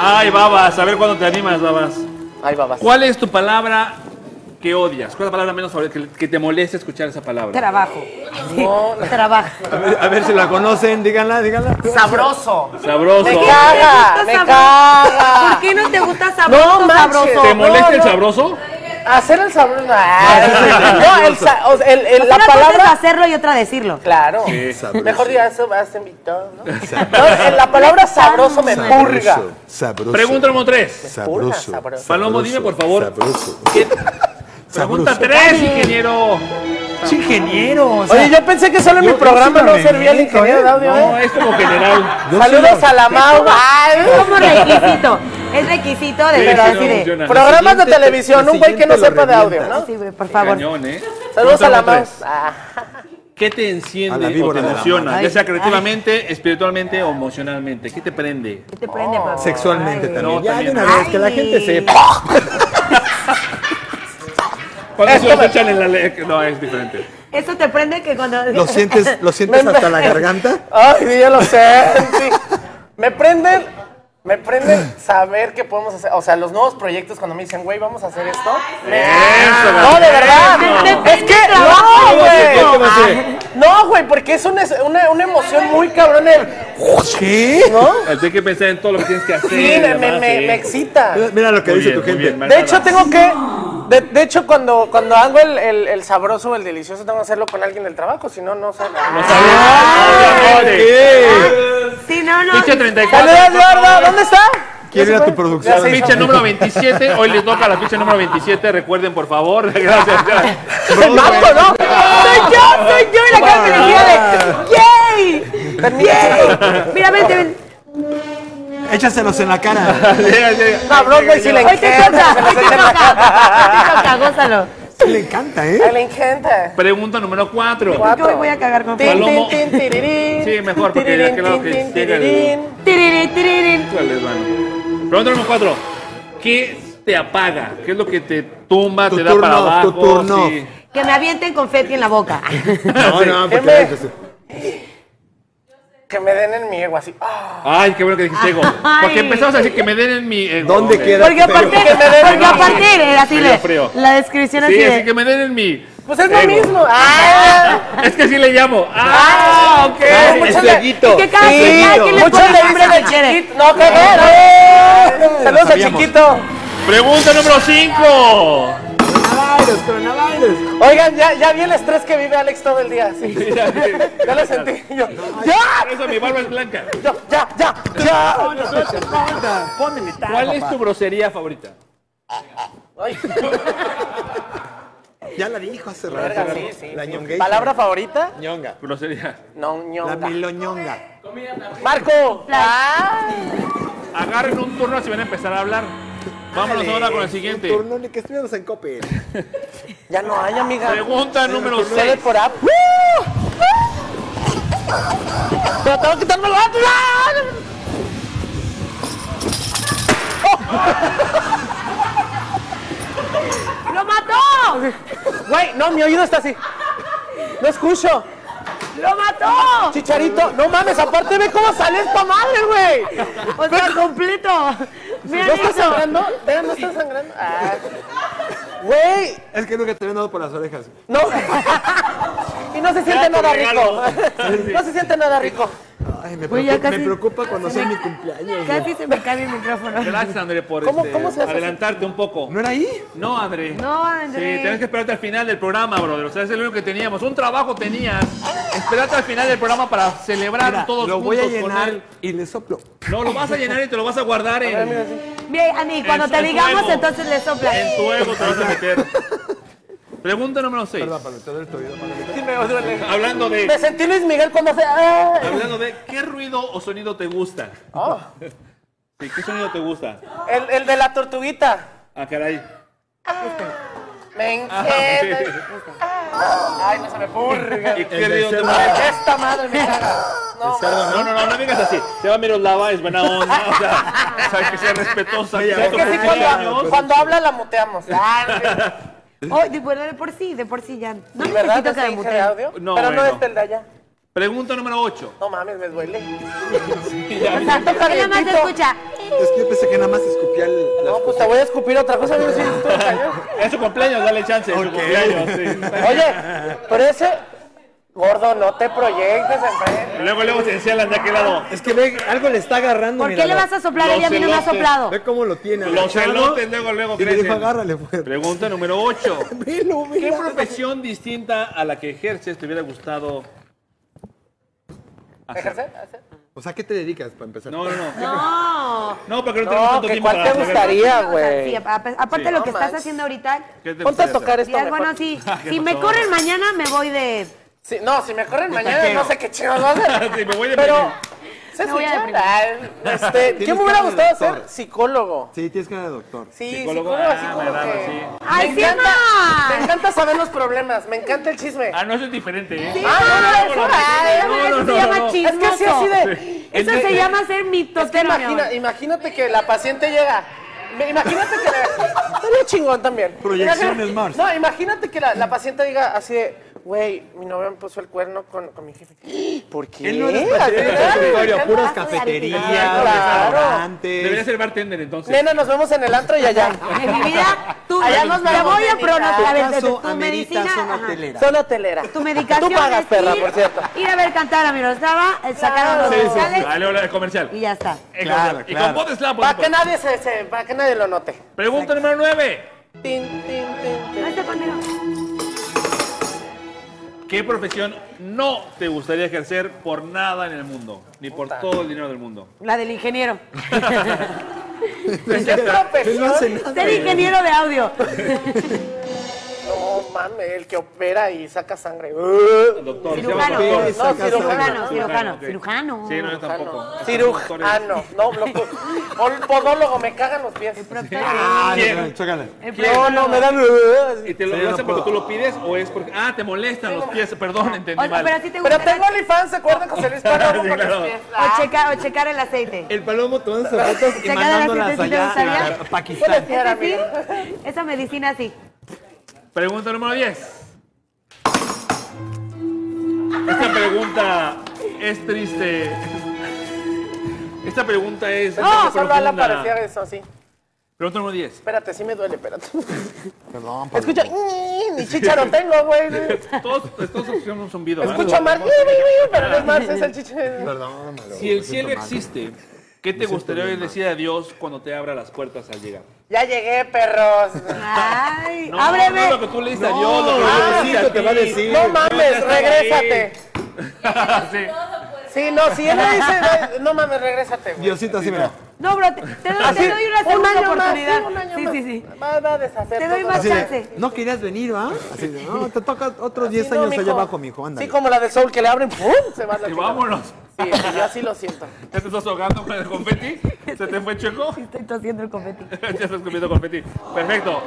Speaker 1: Ay, babas, a ver cuándo te animas, babas.
Speaker 6: Ay, babas.
Speaker 1: ¿Cuál es tu palabra que odias? ¿Cuál es la palabra menos favorita que, que te molesta escuchar esa palabra?
Speaker 3: Trabajo. Sí, Trabajo.
Speaker 2: A ver, a ver si la conocen, díganla, díganla.
Speaker 6: Sabroso.
Speaker 1: Sabroso.
Speaker 6: Me caga,
Speaker 3: ¿Te gusta
Speaker 6: me
Speaker 3: sabroso? ¿Por
Speaker 6: caga.
Speaker 3: qué no te gusta
Speaker 6: No
Speaker 3: sabroso,
Speaker 6: manches.
Speaker 3: sabroso?
Speaker 1: ¿Te molesta
Speaker 6: No,
Speaker 1: el
Speaker 6: no.
Speaker 1: sabroso?
Speaker 6: Hacer el sabroso.
Speaker 2: Ah,
Speaker 6: ah,
Speaker 2: el
Speaker 6: No, el, sa- o sea, el- el-
Speaker 3: O sea,
Speaker 6: la
Speaker 3: una cosa es
Speaker 6: palabra.
Speaker 3: hacerlo y otra decirlo.
Speaker 6: Claro.
Speaker 2: Sabroso.
Speaker 6: Mejor digas eso, vas en Victor, ¿no? No, en la palabra sabroso me purga.
Speaker 2: Sabroso.
Speaker 1: Pregunta número tres.
Speaker 6: Purga,
Speaker 2: Sabroso.
Speaker 6: sabroso.
Speaker 1: Palomo, dime por favor.
Speaker 2: Sabroso.
Speaker 1: ¿qué- Pregunta tres, ingeniero.
Speaker 2: Es ingeniero. o sea,
Speaker 6: Oye, yo pensé que solo en mi
Speaker 2: yo- yo
Speaker 6: programa
Speaker 2: sí
Speaker 6: no
Speaker 2: me
Speaker 6: servía el
Speaker 2: merezco,
Speaker 6: ingeniero
Speaker 2: ¿eh?
Speaker 6: de audio,
Speaker 1: No,
Speaker 6: ¿eh?
Speaker 1: es como general.
Speaker 2: yo sí
Speaker 6: Saludos
Speaker 2: lo-
Speaker 6: a la Mau. Ay,
Speaker 3: Es como requisito. Es requisito de
Speaker 1: Sí,
Speaker 3: verdad.
Speaker 1: sí,
Speaker 3: así
Speaker 1: no
Speaker 3: de-
Speaker 1: funciona.
Speaker 6: Programas de
Speaker 2: siguiente te-
Speaker 6: televisión,
Speaker 2: la
Speaker 6: un güey que no
Speaker 2: siguiente lo
Speaker 6: sepa de audio,
Speaker 2: revientas.
Speaker 6: ¿no?
Speaker 3: Sí, güey, por favor.
Speaker 1: Cañón, ¿eh?
Speaker 7: Saludos a la
Speaker 1: Pregunta
Speaker 7: mouse.
Speaker 1: tres.
Speaker 7: Ah,
Speaker 1: ¿Qué te
Speaker 2: A la
Speaker 1: enciende o
Speaker 2: víbora
Speaker 1: te
Speaker 2: de la
Speaker 1: emociona?
Speaker 3: mano.
Speaker 1: Ya sea creativamente, espiritualmente o emocionalmente. ¿Qué te prende?
Speaker 3: ¿Qué te prende, papá?
Speaker 2: Sexualmente
Speaker 3: Ay.
Speaker 2: también.
Speaker 1: No,
Speaker 2: ya
Speaker 1: también.
Speaker 2: de una vez, que la
Speaker 3: Ay.
Speaker 2: gente sepa.
Speaker 1: Cuando se escuchan en la ley. No, es diferente.
Speaker 3: Eso te prende que cuando.
Speaker 2: ¿Lo sientes, lo sientes hasta la garganta?
Speaker 7: Ay, sí, yo lo sé. sí. Me prenden, me prenden saber que podemos hacer, o sea, los nuevos proyectos cuando me dicen, güey, vamos a hacer esto. Me- Ah. no, de verdad.
Speaker 3: Te- te
Speaker 7: Es
Speaker 3: Ah, prende
Speaker 7: que
Speaker 3: trabajo,
Speaker 7: no,
Speaker 1: ¿Qué te
Speaker 7: güey. Ah.
Speaker 1: hace?
Speaker 7: No, güey, porque es una, una, una emoción muy cabrón el,
Speaker 2: ¿Qué?
Speaker 7: ¿no?
Speaker 1: Tienes que pensar en todo lo que tienes que hacer.
Speaker 7: Sí, me, me,
Speaker 1: además,
Speaker 7: me-
Speaker 1: sí.
Speaker 7: me excita.
Speaker 2: Mira lo que
Speaker 1: Muy
Speaker 2: dice
Speaker 1: bien,
Speaker 2: tu
Speaker 1: muy
Speaker 2: gente.
Speaker 1: bien, me
Speaker 7: De
Speaker 1: agrada.
Speaker 7: hecho, tengo que. De, de hecho, cuando, cuando hago el, el- el sabroso o el delicioso, tengo que hacerlo con alguien del trabajo, si no, no sale.
Speaker 1: Obviamente.
Speaker 3: Sí, no, no.
Speaker 1: Ficha 34.
Speaker 7: Ah. ¡Saludos, Eduardo! ¿Dónde está?
Speaker 2: Quiero ir a tu
Speaker 3: pues.
Speaker 2: producción.
Speaker 7: Ya se hizo.
Speaker 1: Ficha número 27. Hoy les toca la ficha número 27. Recuerden, por favor. Gracias. gracias.
Speaker 7: ¡Mato, no!
Speaker 3: Soy yo, soy yo y la cara me de. ¡Yay! ¡Yay! Mira, vente, ven.
Speaker 2: Échaselos en la cara.
Speaker 1: Llega, llega.
Speaker 7: Cabrón, güey, si le
Speaker 3: Hoy te
Speaker 7: encanta.
Speaker 3: toca, hoy te toca. Hoy te toca, gózalo.
Speaker 2: Sí, le encanta, ¿eh?
Speaker 7: Se le encanta.
Speaker 1: Pregunta número 4.
Speaker 3: Yo hoy voy a cagar con
Speaker 7: Tin,
Speaker 3: Pablo.
Speaker 1: Palomo.
Speaker 7: tin, tin, tirirín.
Speaker 1: Sí, mejor, porque de aquel lado que
Speaker 7: Tin, tin,
Speaker 1: llega el-
Speaker 7: tirirín.
Speaker 3: Tirirín, tirirín.
Speaker 1: Híjoles, mano. Pregunta número 4. ¿Qué te apaga? ¿Qué es lo que te tumba,
Speaker 2: Tu
Speaker 1: te da
Speaker 2: turno,
Speaker 1: para
Speaker 2: tu
Speaker 1: abajo?
Speaker 2: turno.
Speaker 1: Sí.
Speaker 3: Que me avienten confeti en la boca.
Speaker 2: No, no,
Speaker 7: porque- Deme. Que me den en mi ego así. ah.
Speaker 1: Ay, qué bueno que dijiste ego.
Speaker 3: Ay.
Speaker 1: Porque empezamos a decir que me den en mi ego.
Speaker 2: ¿Dónde
Speaker 1: Ok.
Speaker 2: queda?
Speaker 3: Porque aparte,
Speaker 2: Que
Speaker 7: me den-
Speaker 3: porque aparte era así
Speaker 1: Frío,
Speaker 3: la,
Speaker 1: frío.
Speaker 3: la descripción así
Speaker 1: Sí, así
Speaker 3: de.
Speaker 1: que me den en mi.
Speaker 7: Pues es lo
Speaker 1: ego.
Speaker 7: mismo. Ah.
Speaker 1: Es que así le llamo. Ah, ok.
Speaker 7: mucho
Speaker 1: Es-
Speaker 7: le-
Speaker 3: Es que cada quien cada quien le
Speaker 7: Muchos
Speaker 3: pone
Speaker 7: le
Speaker 3: el nombre
Speaker 7: dicen
Speaker 3: que
Speaker 7: al
Speaker 3: quiere.
Speaker 7: chiquito. No, que no. Eh, Saludos al
Speaker 2: sabíamos.
Speaker 7: chiquito.
Speaker 1: Pregunta número 5.
Speaker 2: Coronavirus, coronavirus.
Speaker 7: Oigan, ya, ya vi el estrés que vive Alex todo el día. sí. Ya lo sentí. Yo, ¡Ya!
Speaker 1: Por eso mi barba es blanca.
Speaker 7: Yo, ¡Ya! ¡Ya! ¡Ya!
Speaker 1: ¿Cuál es tu grosería favorita?
Speaker 7: Ay,
Speaker 2: Ya la dijo hace rato.
Speaker 7: verga, sí, sí.
Speaker 2: La ñongueita.
Speaker 7: ¿Palabra favorita?
Speaker 2: ñonga.
Speaker 1: Grosería.
Speaker 7: No,
Speaker 2: La
Speaker 7: ñonga.
Speaker 2: miloñonga.
Speaker 7: ¡Marco!
Speaker 1: Agarren un turno si van a empezar a hablar. Vámonos ahora con el siguiente.
Speaker 2: Turno ni que estuviéramos en Copen.
Speaker 7: Ya no hay, amiga.
Speaker 1: Pregunta número
Speaker 7: Sale
Speaker 1: 6.
Speaker 7: por app. Pero tengo que quitarme la
Speaker 3: ¡Lo mató!
Speaker 7: Güey, no, mi oído está así. No escucho.
Speaker 3: ¡Lo mató!
Speaker 7: Chicharito, no mames, aparte ve cómo sale esta madre, güey.
Speaker 3: O sea, completo.
Speaker 7: ¿No
Speaker 3: Mira
Speaker 7: está
Speaker 3: eso.
Speaker 7: sangrando? Vean, ¿no está sangrando? Ah. Güey,
Speaker 2: Es que nunca te habían dado por las orejas.
Speaker 7: no. Y no se siente nada rico. No se siente nada rico.
Speaker 2: Ay, me
Speaker 3: Güey, ya
Speaker 2: preocupa,
Speaker 3: casi-
Speaker 2: me preocupa cuando sea mi cumpleaños.
Speaker 3: Casi se me cae el micrófono.
Speaker 1: Gracias, André, por
Speaker 7: ¿Cómo-
Speaker 1: este,
Speaker 7: cómo se hace?
Speaker 1: adelantarte un poco.
Speaker 2: ¿No era ahí?
Speaker 1: No, André.
Speaker 3: No, André.
Speaker 1: Sí, tienes que esperarte al final del programa, brother. O sea, es el único que teníamos. Un trabajo tenías. Esperarte al final del programa para celebrar
Speaker 2: Mira,
Speaker 1: todos
Speaker 2: lo
Speaker 1: juntos
Speaker 2: voy a
Speaker 1: con
Speaker 2: llenar
Speaker 1: él.
Speaker 2: y le soplo.
Speaker 1: No, lo vas a llenar y te lo vas a guardar en,
Speaker 3: Bien, Ani, cuando
Speaker 1: En-
Speaker 3: te
Speaker 1: en tu
Speaker 3: digamos,
Speaker 1: ego.
Speaker 3: entonces le sopla.
Speaker 1: en tu ego te vas a meter. Pregunta número 6.
Speaker 2: Perdón, Pablo, te duele el tobillo. Pablo.
Speaker 7: Sí, me duele.
Speaker 1: Hablando
Speaker 7: Me
Speaker 1: de,
Speaker 7: sentí Luis Miguel cuando hace. ah.
Speaker 1: hablando de, ¿qué ruido o sonido te gusta?
Speaker 2: Oh.
Speaker 1: Sí, ¿Qué sonido te gusta?
Speaker 7: El, el de la tortuguita.
Speaker 1: Ah, caray.
Speaker 7: Me
Speaker 2: Ah,
Speaker 7: encanta. Ay, no se me purga.
Speaker 1: ¿Y qué
Speaker 2: Eh, El del
Speaker 1: ruido te
Speaker 2: cerdo.
Speaker 1: gusta?
Speaker 7: Esta madre me caga. No,
Speaker 1: No, no, no, no digas así. Se va a mirar lava, es buena onda. O sea, o sea, que sea respetuosa. Que sea
Speaker 7: es
Speaker 1: tu
Speaker 7: que sí, cuando,
Speaker 1: cumpleaños.
Speaker 7: cuando habla la muteamos. Ah,
Speaker 3: Oh, de, bueno, de por sí, de por sí ya. No
Speaker 7: sí, ¿Verdad?
Speaker 3: necesito que me
Speaker 7: ¿No se dice de
Speaker 3: muteen.
Speaker 7: audio?
Speaker 1: No,
Speaker 7: Pero no
Speaker 1: bueno.
Speaker 7: este el de allá.
Speaker 1: Pregunta número 8.
Speaker 7: No mames, me duele.
Speaker 3: Ella más
Speaker 7: calientito.
Speaker 3: escucha.
Speaker 2: Es que yo pensé que nada más escupía el- las
Speaker 7: No, pues te voy a escupir otra cosa. no sé si estuvo cañón.
Speaker 1: Es su cumpleaños, dale chance. Es su
Speaker 2: Ok.
Speaker 1: cumpleaños, sí.
Speaker 7: Oye, pero ese. Gordo, no te proyectes enfrente.
Speaker 1: Luego, luego se encierran de aquel lado.
Speaker 2: Es que ve, algo le está agarrando.
Speaker 3: pues- ¿Por qué le vas a soplar?
Speaker 1: Los
Speaker 3: Ella a mí no me ha
Speaker 1: elotes.
Speaker 3: soplado.
Speaker 2: Ve cómo lo tiene.
Speaker 1: Los
Speaker 2: agachado,
Speaker 1: elotes luego, luego
Speaker 2: Y le dijo,
Speaker 1: crecen.
Speaker 2: agárrale, pues.
Speaker 1: Pregunta número 8.
Speaker 2: Velo,
Speaker 1: ¿Qué
Speaker 2: velo.
Speaker 1: profesión distinta a la que ejerces te hubiera gustado?
Speaker 7: ¿Ejercer? ¿Hacer?
Speaker 2: O sea, ¿qué te dedicas para empezar?
Speaker 1: No, no, no.
Speaker 3: No.
Speaker 1: No, porque no tenemos
Speaker 7: No,
Speaker 1: tanto
Speaker 7: que
Speaker 1: tiempo
Speaker 7: cuál
Speaker 1: para
Speaker 7: te
Speaker 1: saber.
Speaker 7: gustaría,
Speaker 3: Sí,
Speaker 7: güey.
Speaker 3: a- aparte de lo que estás
Speaker 7: manches.
Speaker 3: haciendo ahorita.
Speaker 1: ¿Qué te
Speaker 7: Ponte a
Speaker 1: gustaría
Speaker 7: tocar
Speaker 3: sí,
Speaker 7: esto.
Speaker 3: algo,
Speaker 7: mejor.
Speaker 3: no, sí.
Speaker 1: ¿Qué
Speaker 3: Si me
Speaker 1: pasó?
Speaker 3: corren mañana, me voy de.
Speaker 7: Sí, no, si me corren mañana, no sé qué chingados va a hacer.
Speaker 1: Sí, me voy de
Speaker 7: Pero
Speaker 1: menú.
Speaker 7: sí
Speaker 6: ¿Se
Speaker 3: Me voy a
Speaker 6: escuchan?
Speaker 3: deprimir.
Speaker 6: Ah, este, ¿Qué
Speaker 2: Tienes
Speaker 6: me hubiera
Speaker 2: cara de
Speaker 6: gustado
Speaker 2: doctor.
Speaker 6: ser? Psicólogo.
Speaker 2: Sí, tienes que ir al doctor.
Speaker 6: Sí,
Speaker 1: Psicólogo,
Speaker 6: psicólogo,
Speaker 1: ah,
Speaker 6: así como
Speaker 1: me agrada,
Speaker 6: que-
Speaker 1: sí.
Speaker 3: ¡Ay,
Speaker 6: me
Speaker 3: sí,
Speaker 6: encanta,
Speaker 3: ma!
Speaker 6: me encanta saber los problemas, me encanta el chisme.
Speaker 1: Ah, no, eso es diferente, ¿eh?
Speaker 6: Ah, no, no,
Speaker 3: Ay,
Speaker 6: no, no,
Speaker 3: eso
Speaker 1: no,
Speaker 3: se
Speaker 1: no,
Speaker 3: llama
Speaker 1: no. Es
Speaker 6: Es que
Speaker 3: chismoso.
Speaker 6: así, así de...
Speaker 3: Eso
Speaker 6: es que-
Speaker 3: se llama ser
Speaker 6: Es que
Speaker 3: mitotero, mi amor.
Speaker 6: imagina- imagínate que la paciente llega. Me- Imagínate que la. Estaría chingón también.
Speaker 2: Proyecciones,
Speaker 6: Imagínate-
Speaker 2: Mars.
Speaker 6: No, imagínate que la, la paciente diga así de. Güey, mi novio me puso el cuerno con, con mi jefe. ¿Por qué?
Speaker 2: Él no es
Speaker 6: Así de,
Speaker 2: paciente,
Speaker 6: "Ay,
Speaker 2: es escritorio,
Speaker 6: me
Speaker 2: puras
Speaker 6: encanta".
Speaker 2: cafeterías,
Speaker 6: Claro.
Speaker 1: Debería
Speaker 2: restaurantes.
Speaker 1: ser bartender entonces.
Speaker 6: Nena, nos vemos en el antro y allá.
Speaker 3: En mi vida, tú
Speaker 6: Allá nos
Speaker 3: te
Speaker 6: vamos,
Speaker 3: voy a
Speaker 6: nenita.
Speaker 3: pronosticar. A ver, de-
Speaker 2: Caso
Speaker 3: tu
Speaker 2: amerita
Speaker 3: medicina.
Speaker 2: zona
Speaker 3: ajá.
Speaker 2: hotelera.
Speaker 6: Son hotelera.
Speaker 3: Tu medicación.
Speaker 6: Tú pagas,
Speaker 3: es
Speaker 6: perra,
Speaker 3: ir-
Speaker 6: por cierto.
Speaker 3: Ir a ver cantar a Miroslava, eh, sacar
Speaker 6: Claro.
Speaker 3: unos
Speaker 6: Sí, sí, sí.
Speaker 3: musicales
Speaker 1: Dale, hora de comercial.
Speaker 3: y ya está.
Speaker 1: Eh,
Speaker 2: Claro,
Speaker 1: Y
Speaker 2: claro.
Speaker 1: con bot slam, por
Speaker 6: Para que
Speaker 1: supuesto.
Speaker 6: nadie se, se- para que nadie lo note.
Speaker 1: Pregunta número 9.
Speaker 6: Tin, tin, tin, tin.
Speaker 3: No esté Este conmigo.
Speaker 1: ¿Qué profesión no te gustaría ejercer por nada en el mundo? Ni por todo el dinero del mundo.
Speaker 3: La del ingeniero.
Speaker 6: ¿Qué
Speaker 2: Él no
Speaker 6: profesión?
Speaker 2: hace nada.
Speaker 3: Ser ingeniero de audio.
Speaker 6: No mames, el que opera y saca sangre.
Speaker 1: Doctor. se llama
Speaker 3: Cirujano.
Speaker 1: doctor.
Speaker 2: Pérez,
Speaker 6: No,
Speaker 2: saca
Speaker 6: cirujano,
Speaker 2: sangre.
Speaker 3: cirujano,
Speaker 1: ok.
Speaker 3: cirujano.
Speaker 1: Sí, no, yo tampoco.
Speaker 6: Cirujano. Ah, No, lo, o podólogo, me cagan los pies.
Speaker 2: Ah,
Speaker 1: ¿Quién?
Speaker 2: no, no, chócale.
Speaker 3: El
Speaker 6: No, no, me dan.
Speaker 1: ¿Y te lo
Speaker 2: Sí, no
Speaker 1: hacen porque
Speaker 2: puedo.
Speaker 1: tú lo pides o es porque. Ah, te molestan los pies, perdón, entendí
Speaker 3: O- pero
Speaker 1: mal.
Speaker 3: a ti te gusta.
Speaker 6: Pero tengo Ah. OnlyFans, ¿se acuerdan, José Luis Páramo con los pies?
Speaker 3: O checar, o checar el aceite.
Speaker 2: El palomo tomando sus fotos y
Speaker 3: Saca las
Speaker 2: mandándolas
Speaker 3: siete, ¿sí te
Speaker 2: allá
Speaker 3: gustaría?
Speaker 2: a Pakistán.
Speaker 6: Era
Speaker 3: Sí,
Speaker 6: mío.
Speaker 3: Esa medicina sí.
Speaker 1: Pregunta número 10. Esta pregunta es triste. Esta pregunta es.
Speaker 6: No, solo Ala
Speaker 1: profunda.
Speaker 6: parecía eso, sí.
Speaker 1: Pregunta número 10.
Speaker 6: Espérate, sí me duele, espérate.
Speaker 2: Perdón, Pablo.
Speaker 6: Escucha, "Ñi, ni chicharo tengo, güey.
Speaker 1: Todos, todos son un zumbido. ¿verdad?
Speaker 6: Escucha Mar, "Ñi, ñi, ñi", pero no es Mars, es el chicharo.
Speaker 2: Perdón, Pablo.
Speaker 1: Si el cielo existe, ¿qué te gustaría decir a Dios cuando te abra las puertas al llegar?
Speaker 6: Ya llegué, perros.
Speaker 3: Ay,
Speaker 1: No,
Speaker 3: ábreme.
Speaker 1: No, lo que tú le dices a Dios, lo que
Speaker 2: Ah,
Speaker 1: yo le
Speaker 2: sí, te va a
Speaker 1: dije
Speaker 2: decir.
Speaker 6: No mames,
Speaker 1: a
Speaker 6: regrésate.
Speaker 1: ti. Sí.
Speaker 6: Sí, no, si él me dice, no mames, regrésate, güey.
Speaker 2: Diosito, así mira.
Speaker 3: No, bro, te, te doy,
Speaker 6: Así,
Speaker 3: te doy una
Speaker 6: un
Speaker 3: segunda
Speaker 6: año más,
Speaker 3: oportunidad.
Speaker 6: sí, un año
Speaker 3: sí,
Speaker 6: más.
Speaker 3: sí, sí.
Speaker 6: Va, va a deshacer
Speaker 3: Te doy
Speaker 6: todo
Speaker 3: más
Speaker 6: lo-
Speaker 2: Así
Speaker 3: chance.
Speaker 2: de, no querías venir, ¿va? Así de, no, te toca otros 10
Speaker 6: Sí, no,
Speaker 2: años allá
Speaker 6: mijo.
Speaker 2: abajo, mijo, ándale.
Speaker 6: Sí, como la de Soul que le abren, ¡pum! Se va la
Speaker 1: Y
Speaker 6: chica.
Speaker 1: vámonos.
Speaker 6: Sí, sí, yo así lo siento.
Speaker 1: ¿Ya te estás ahogando con el confeti? ¿Se te fue chueco?
Speaker 3: Estoy tosiendo el confeti.
Speaker 1: ya estás comiendo confeti. Perfecto.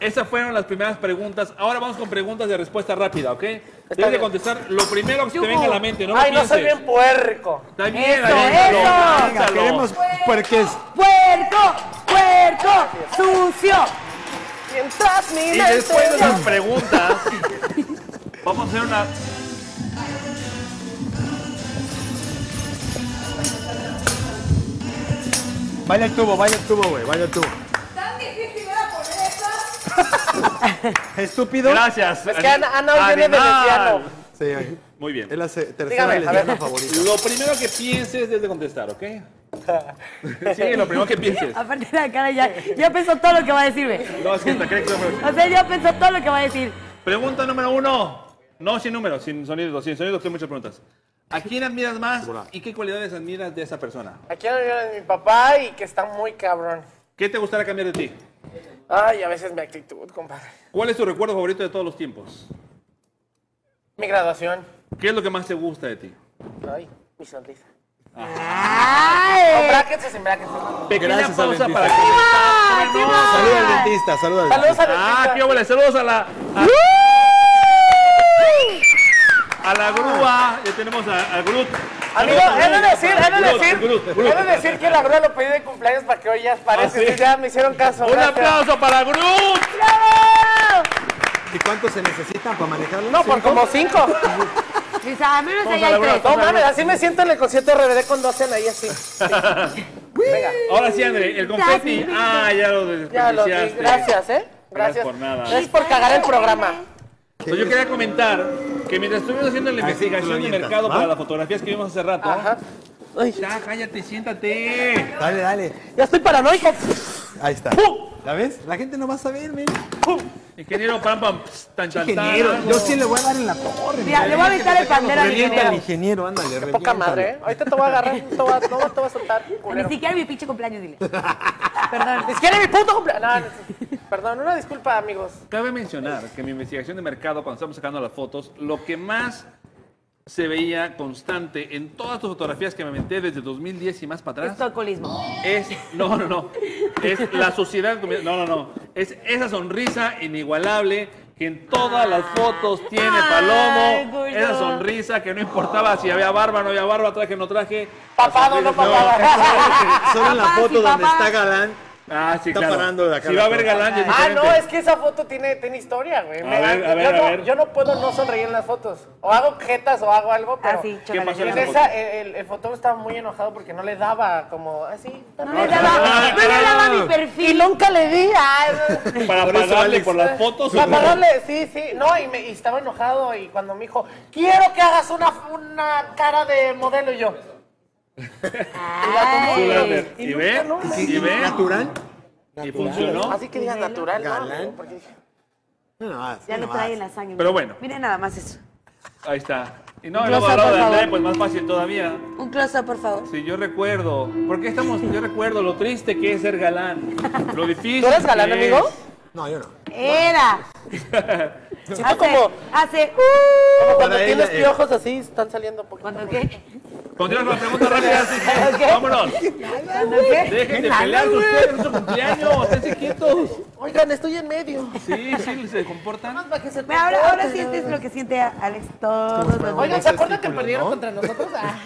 Speaker 1: Esas fueron las primeras preguntas. Ahora vamos con preguntas de respuesta rápida, ¿ok? Tienes que
Speaker 6: bien.
Speaker 1: contestar lo primero que se te venga a la mente, no lo
Speaker 6: Ay, no soy
Speaker 1: pienses.
Speaker 6: bien puerco.
Speaker 1: Está bien,
Speaker 3: Eso,
Speaker 1: aviéntalo,
Speaker 3: eso.
Speaker 2: Venga,
Speaker 1: lánzalo.
Speaker 2: queremos porque
Speaker 3: ¡Puerco! ¡Puerco! ¡Sucio!
Speaker 6: Mientras mi
Speaker 1: Y
Speaker 6: mente
Speaker 1: después de
Speaker 6: va-
Speaker 1: las preguntas, vamos a hacer una.
Speaker 2: Vaya el tubo, vaya el tubo, güey, vaya el tubo.
Speaker 5: Tan difícil era poner eso.
Speaker 2: Estúpido.
Speaker 1: Gracias.
Speaker 6: Es que Ana, Ana hoy viene
Speaker 1: Animal.
Speaker 6: veneciano.
Speaker 2: Sí, ahí.
Speaker 1: Muy bien.
Speaker 2: es la se- tercera
Speaker 6: Dígame, a
Speaker 2: lesbiana
Speaker 6: ver.
Speaker 2: favorita.
Speaker 1: Lo primero que pienses es de contestar, ¿ok? Sí, lo primero que pienses.
Speaker 3: Aparte de la cara ya, ya pensó todo lo que va a decirme.
Speaker 1: No, es que está creo que está-
Speaker 3: O sea, ya pensó todo lo que va a decir.
Speaker 1: Pregunta número uno. No, sin números, sin sonidos, sin sonidos, que hay muchas preguntas. ¿A quién admiras más y qué cualidades admiras de esa persona?
Speaker 6: Aquí no viene mi papá y que está muy cabrón.
Speaker 1: ¿Qué te gustaría cambiar de ti?
Speaker 6: Ay, a veces mi actitud, compadre.
Speaker 1: ¿Cuál es tu recuerdo favorito de todos los tiempos?
Speaker 6: Mi graduación.
Speaker 1: ¿Qué es lo que más te gusta de ti?
Speaker 6: Ay, mi sonrisa. Con
Speaker 3: ¡Ay!
Speaker 6: brackets o sin brackets.
Speaker 1: Pequeña
Speaker 2: Gracias al
Speaker 1: pausa
Speaker 2: dentista.
Speaker 1: para que...
Speaker 3: ¡Ah, qué
Speaker 2: Saluda al
Speaker 3: mal!
Speaker 2: dentista, saluda al
Speaker 6: Saludos a
Speaker 1: Ah,
Speaker 6: mi
Speaker 1: qué huele. Saludos a la... a- A la grúa, ya tenemos a, a Groot.
Speaker 6: Amigo,
Speaker 1: Saludos a
Speaker 6: he de
Speaker 1: Groot.
Speaker 6: decir, he de
Speaker 1: Groot,
Speaker 6: decir,
Speaker 1: Groot,
Speaker 6: he
Speaker 1: Groot.
Speaker 6: de decir que la grúa lo pedí de cumpleaños para que hoy ya aparezca.
Speaker 1: ¿Ah, sí?
Speaker 6: y Ya me hicieron caso.
Speaker 1: Un
Speaker 6: gracias.
Speaker 1: aplauso para Groot.
Speaker 2: ¿Y cuánto se necesitan para manejarlo?
Speaker 6: No, por como cinco.
Speaker 3: Dice, al menos
Speaker 1: Vamos
Speaker 3: ahí
Speaker 1: a la
Speaker 3: hay
Speaker 1: broma.
Speaker 3: tres.
Speaker 6: No mames, así me siento en el concierto de RBD cuando hacen ahí así. Sí. Venga,
Speaker 1: Ahora sí, André, el confeti.
Speaker 3: Gracias.
Speaker 1: Ah, ya lo
Speaker 6: ya lo di.
Speaker 1: desperdiciaste.
Speaker 6: Gracias, ¿eh?
Speaker 1: Gracias
Speaker 6: Gracias.
Speaker 1: por nada.
Speaker 6: Gracias por cagar el programa.
Speaker 1: Pues yo quería comentar que mientras estuvimos haciendo la
Speaker 2: Así tú lo
Speaker 1: investigación de
Speaker 2: avientas,
Speaker 1: mercado
Speaker 2: ¿va?
Speaker 1: para las fotografías que vimos hace rato.
Speaker 6: Ajá. Ay,
Speaker 1: Ya, cállate, siéntate.
Speaker 2: Dale, dale.
Speaker 6: ya estoy paranoico.
Speaker 2: Ahí está.
Speaker 6: ¡Pum!
Speaker 2: ¿La ves? La gente no va a saber, men.
Speaker 1: Ingeniero, pam, pam, pss, tan, tan,
Speaker 2: Ingeniero.
Speaker 1: tan.
Speaker 2: Yo sí le voy a dar en la torre.
Speaker 3: Mira, le voy a aventar el pandero al
Speaker 2: Revienta al
Speaker 3: ingeniero.
Speaker 2: ingeniero, ándale. Qué
Speaker 6: Poca madre, ¿eh? Ahorita te voy a agarrar, te voy a, no te voy a soltar,
Speaker 3: Ni
Speaker 6: culero.
Speaker 3: siquiera mi pinche cumpleaños, dile.
Speaker 6: Ni siquiera mi puto cumpleaños. No, no, perdón, una disculpa, amigos.
Speaker 1: Cabe mencionar que en mi investigación de mercado, cuando estamos sacando las fotos, lo que más se veía constante en todas tus fotografías que me aventé desde 2010 y más para atrás.
Speaker 3: Es tu alcoholismo.
Speaker 1: Es, no, no, no. Es la sociedad. comi- No, no, no. Es esa sonrisa inigualable que en todas las fotos tiene
Speaker 3: Ay,
Speaker 1: Palomo.
Speaker 3: Gullo.
Speaker 1: Esa sonrisa que no importaba si había barba, no había barba, traje, no traje.
Speaker 6: Papado, no papado.
Speaker 2: Solo en la
Speaker 3: Papá,
Speaker 2: foto
Speaker 3: sí,
Speaker 2: donde
Speaker 3: papá.
Speaker 2: está Galán.
Speaker 1: Ah, sí,
Speaker 2: Está
Speaker 1: claro.
Speaker 2: parando la
Speaker 1: Si
Speaker 2: cara
Speaker 1: va a haber
Speaker 2: toda.
Speaker 1: galán, es
Speaker 6: Ah,
Speaker 1: diferente.
Speaker 6: no, es que esa foto tiene, tiene historia, güey.
Speaker 1: A
Speaker 6: Me-
Speaker 1: ver, a ver,
Speaker 6: yo,
Speaker 1: a
Speaker 6: no,
Speaker 1: ver.
Speaker 6: yo no puedo no sonreír en las fotos. O hago jetas o hago algo, pero.
Speaker 3: Ah, sí,
Speaker 1: ¿Qué
Speaker 3: chócala,
Speaker 1: pasó en
Speaker 6: En
Speaker 3: chócala.
Speaker 6: esa, el, el- el fotógrafo estaba muy enojado porque no le daba como "Ah, así.
Speaker 3: No le daba, no le daba
Speaker 1: Ah,
Speaker 3: mi perfil.
Speaker 6: nunca le di. ah.
Speaker 1: Para
Speaker 2: Por eso,
Speaker 1: pagarle
Speaker 2: Alex.
Speaker 1: por las fotos.
Speaker 6: Para pagarle, sí, sí. No, y, me, y estaba enojado y cuando me dijo, quiero que hagas una, una cara de modelo y yo.
Speaker 1: Su
Speaker 3: Ay.
Speaker 1: láser. ¿Y ve? ¿Y ve?
Speaker 2: ¿Natural?
Speaker 1: Y funcionó.
Speaker 6: Así que digas natural, ¿no? Porque dije,
Speaker 2: No, no,
Speaker 3: Ya lo
Speaker 2: no,
Speaker 3: trae en la sangre.
Speaker 1: Pero bueno.
Speaker 3: Miren nada más eso.
Speaker 1: Ahí está. Y no,
Speaker 3: Un
Speaker 1: y luego
Speaker 3: close-up,
Speaker 1: hablaba
Speaker 3: por
Speaker 1: de André,
Speaker 3: favor.
Speaker 1: pues más fácil todavía.
Speaker 3: Un close-up, por favor.
Speaker 1: Sí, yo recuerdo. Porque estamos, yo recuerdo lo triste que es ser galán. Lo difícil.
Speaker 6: ¿Tú eres galán,
Speaker 1: que es.
Speaker 6: amigo?
Speaker 2: No, yo no.
Speaker 3: Era. hace,
Speaker 6: como-
Speaker 3: hace. uh,
Speaker 6: Como cuando
Speaker 2: Para
Speaker 6: tienes
Speaker 2: ella, eh.
Speaker 6: piojos así, están saliendo poquito.
Speaker 3: ¿Cuándo qué?
Speaker 1: Continuamos con la pregunta rápida, así que vámonos.
Speaker 3: ¿Cuándo qué?
Speaker 1: Dejen de pelear con ustedes, no es su cumpleaños, esténse quietos.
Speaker 6: Oigan, estoy en medio.
Speaker 1: Sí, sí, se comportan.
Speaker 3: Ve, Ahora, ahora sí, este es lo que siente Alex todos los
Speaker 6: Oigan,
Speaker 3: días.
Speaker 6: ¿se acuerdan que perdieron contra nosotros? Ah,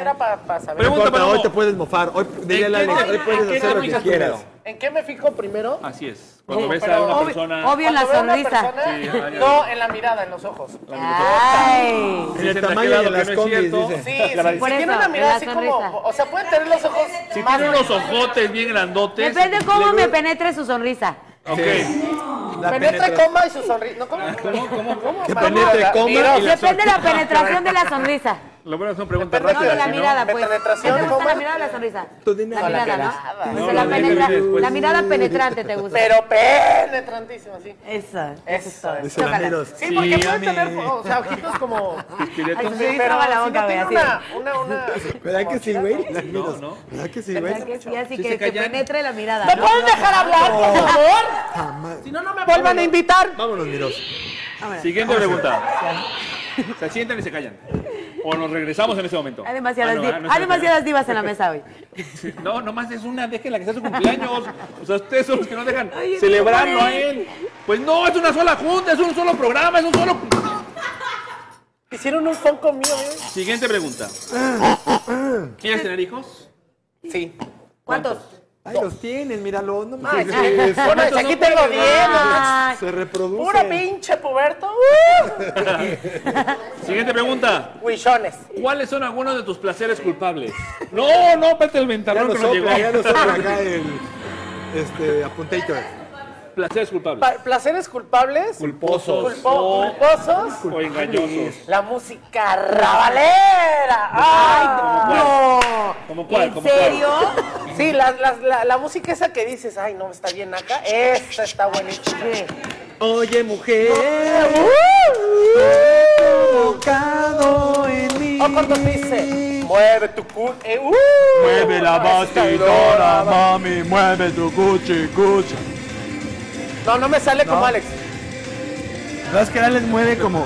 Speaker 6: era para saber.
Speaker 1: Pregunta,
Speaker 2: Corta,
Speaker 1: Palomo.
Speaker 2: hoy te puedes mofar. Hoy, dile a
Speaker 1: ¿En
Speaker 2: la
Speaker 1: qué
Speaker 2: Alex,
Speaker 1: te-
Speaker 2: hoy
Speaker 1: en qué
Speaker 2: puedes
Speaker 1: te
Speaker 2: hacer lo que
Speaker 1: fijas
Speaker 2: quieras.
Speaker 1: primero?
Speaker 6: ¿En qué me fijo primero?
Speaker 1: Así es. Cuando
Speaker 6: No,
Speaker 1: ves a
Speaker 6: pero
Speaker 1: una
Speaker 6: obvio-
Speaker 1: persona.
Speaker 3: obvio en la
Speaker 6: Cuando veo a
Speaker 3: sonrisa. Ah.
Speaker 6: una persona-
Speaker 1: Sí, ay, ay.
Speaker 6: no, en la mirada, en los ojos.
Speaker 3: Ay.
Speaker 1: Sí,
Speaker 2: El
Speaker 1: te está
Speaker 2: tamaño
Speaker 1: quedando
Speaker 2: de
Speaker 1: que
Speaker 2: las
Speaker 1: no es
Speaker 2: combis,
Speaker 1: cierto.
Speaker 2: dice.
Speaker 6: Sí,
Speaker 1: La cara-
Speaker 6: sí,
Speaker 3: Por
Speaker 6: si tiene
Speaker 3: eso,
Speaker 6: una mirada
Speaker 3: la
Speaker 6: así
Speaker 3: sonrisa.
Speaker 6: como... O sea, pueden tener los ojos
Speaker 1: Si
Speaker 6: más...
Speaker 1: tiene unos ojotes bien grandotes.
Speaker 3: Depende cómo
Speaker 1: le-
Speaker 3: me penetre su sonrisa.
Speaker 1: Ok.
Speaker 2: La
Speaker 6: Penetra
Speaker 2: penetra-
Speaker 6: coma y su sonrisa. No, ¿cómo? ¿Cómo? ¿Cómo? ¿Cómo?
Speaker 2: Que penetre
Speaker 6: Mira,
Speaker 2: coma y
Speaker 6: mira,
Speaker 2: la-
Speaker 3: Depende de la penetración de la sonrisa.
Speaker 1: Lo bueno son preguntas
Speaker 6: Depende
Speaker 3: No, de
Speaker 1: rápidas.
Speaker 3: la
Speaker 1: si no-
Speaker 3: mirada,
Speaker 6: ¿De
Speaker 3: pues.
Speaker 6: penetración,
Speaker 3: ¿Te gusta
Speaker 6: cómo?
Speaker 3: la mirada o la sonrisa?
Speaker 2: Tú dime.
Speaker 3: La
Speaker 2: No, la
Speaker 3: mirada, ¿no?
Speaker 6: cara.
Speaker 1: No,
Speaker 3: Pues
Speaker 1: la
Speaker 3: la,
Speaker 1: mirada
Speaker 3: penetra-
Speaker 1: viene después.
Speaker 3: la mirada penetrante te gusta.
Speaker 6: Pero penetrantísimo, sí.
Speaker 3: Eso.
Speaker 6: Eso. es.
Speaker 2: Dice la
Speaker 3: Chócala.
Speaker 2: Miros.
Speaker 1: Sí,
Speaker 6: Sí, porque pueden
Speaker 1: mami.
Speaker 6: tener, o sea, ojitos como...
Speaker 1: Pispiretos.
Speaker 3: Ay, sí.
Speaker 6: Pero
Speaker 3: Estaba la
Speaker 6: si
Speaker 3: boca,
Speaker 6: no
Speaker 3: güey,
Speaker 6: tiene
Speaker 3: así.
Speaker 6: una, una, una...
Speaker 2: ¿Verdad que sí, güey? Las
Speaker 1: No,
Speaker 2: Miros.
Speaker 1: no.
Speaker 2: ¿Verdad que sí, güey?
Speaker 3: ¿Verdad que sí? Así
Speaker 1: Sí,
Speaker 3: que,
Speaker 1: Pues, se
Speaker 3: que
Speaker 1: callan.
Speaker 3: penetre la mirada.
Speaker 6: ¿Me
Speaker 3: ¿no?
Speaker 6: pueden dejar hablar, por favor? Si no, no me vuelvan a invitar.
Speaker 2: Vámonos, Miros.
Speaker 1: Siguiente pregunta. Se sientan y se callan. O nos regresamos en ese momento.
Speaker 3: Hay
Speaker 1: Ah,
Speaker 3: demasiadas,
Speaker 1: no,
Speaker 3: di-
Speaker 1: ah, no
Speaker 3: hay
Speaker 1: se
Speaker 3: demasiadas divas en la mesa hoy.
Speaker 1: callan. No, nomás es una, déjenla que sea su cumpleaños. O sea, ustedes son los que no dejan
Speaker 3: Oye,
Speaker 1: celebrarlo a
Speaker 3: pobre.
Speaker 1: él. Pues no, es una sola junta, es un solo programa, es un solo.
Speaker 6: Hicieron un son conmigo, ¿eh?
Speaker 1: Siguiente pregunta. ¿Quieres tener hijos?
Speaker 6: Sí.
Speaker 3: ¿Cuántos?
Speaker 2: Ay, los tienen, míralo. No
Speaker 6: Ay,
Speaker 2: mames.
Speaker 6: bueno,
Speaker 1: Eso no
Speaker 6: aquí
Speaker 1: puede
Speaker 6: tengo
Speaker 1: ser.
Speaker 6: 10.
Speaker 3: Ay,
Speaker 2: Se
Speaker 6: Puro
Speaker 2: reproduce.
Speaker 6: pinche puberto. ¡Uh!
Speaker 1: Siguiente pregunta.
Speaker 6: Huichones.
Speaker 1: ¿Cuáles son algunos de tus placeres culpables? No, no, vete el
Speaker 2: Ya
Speaker 1: ventarrón
Speaker 2: nos
Speaker 1: que nos llegó.
Speaker 2: sopla, ya nos sopla acá el... Este, apuntator.
Speaker 1: Placeres culpables.
Speaker 6: Pa- placeres culpables.
Speaker 1: Culposos.
Speaker 6: Culpo- culposos.
Speaker 1: O engañosos.
Speaker 6: La música rabalera. ¡Ay,
Speaker 1: ¿Cómo cuál?
Speaker 3: ¿En
Speaker 1: ¿Cómo cuál?
Speaker 3: serio?
Speaker 6: no! Sí, la, la, la, la música esa que dices, ay, no, está bien acá. Esta está buenísima.
Speaker 2: Oye, mujer, uh, tocado en mí.
Speaker 6: O cuando te dice, mueve tu cu... eh, ¡uh! Esta está dura.
Speaker 2: mami, mueve tu cuchi, cuchi.
Speaker 6: No, no me sale como
Speaker 2: No.
Speaker 6: Alex.
Speaker 2: No, es que el Alex mueve como...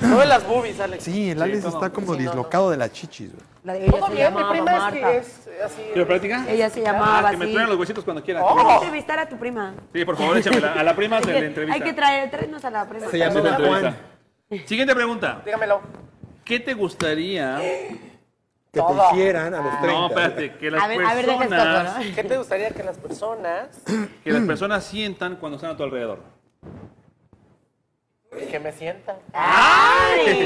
Speaker 6: Mueve las boobies, Alex.
Speaker 2: Sí, el Alex está como dislocado de la chichis, güey.
Speaker 3: La-
Speaker 6: Todo
Speaker 3: ella se
Speaker 6: bien, mi
Speaker 3: llamaba
Speaker 6: prima es
Speaker 3: Marta.
Speaker 6: que es así.
Speaker 1: ¿Quiero práctica?
Speaker 3: Ella se llamaba
Speaker 1: Ah, que me
Speaker 3: así.
Speaker 1: truenan los huesitos cuando quieran.
Speaker 3: Hay que
Speaker 6: ¡Oh!
Speaker 3: entrevistar a tu prima.
Speaker 1: Sí, por favor, échamela. A la prima
Speaker 3: Hay
Speaker 1: se le
Speaker 3: que,
Speaker 1: entrevista.
Speaker 3: hay que traer, traernos a la prima.
Speaker 2: Se llama
Speaker 1: Se le entrevista.
Speaker 2: Juan.
Speaker 1: Siguiente pregunta.
Speaker 6: Dígamelo.
Speaker 1: ¿Qué te gustaría?
Speaker 3: Ah.
Speaker 2: Que te
Speaker 6: Todo.
Speaker 2: hicieran a los 30.
Speaker 1: No, espérate, que las
Speaker 3: A ver, a ver, deja
Speaker 1: personas
Speaker 3: esto, ¿eh? Mm. ¿no?
Speaker 6: ¿Qué te gustaría que las personas
Speaker 1: que las personas sientan cuando están a tu alrededor.
Speaker 6: que me sientan?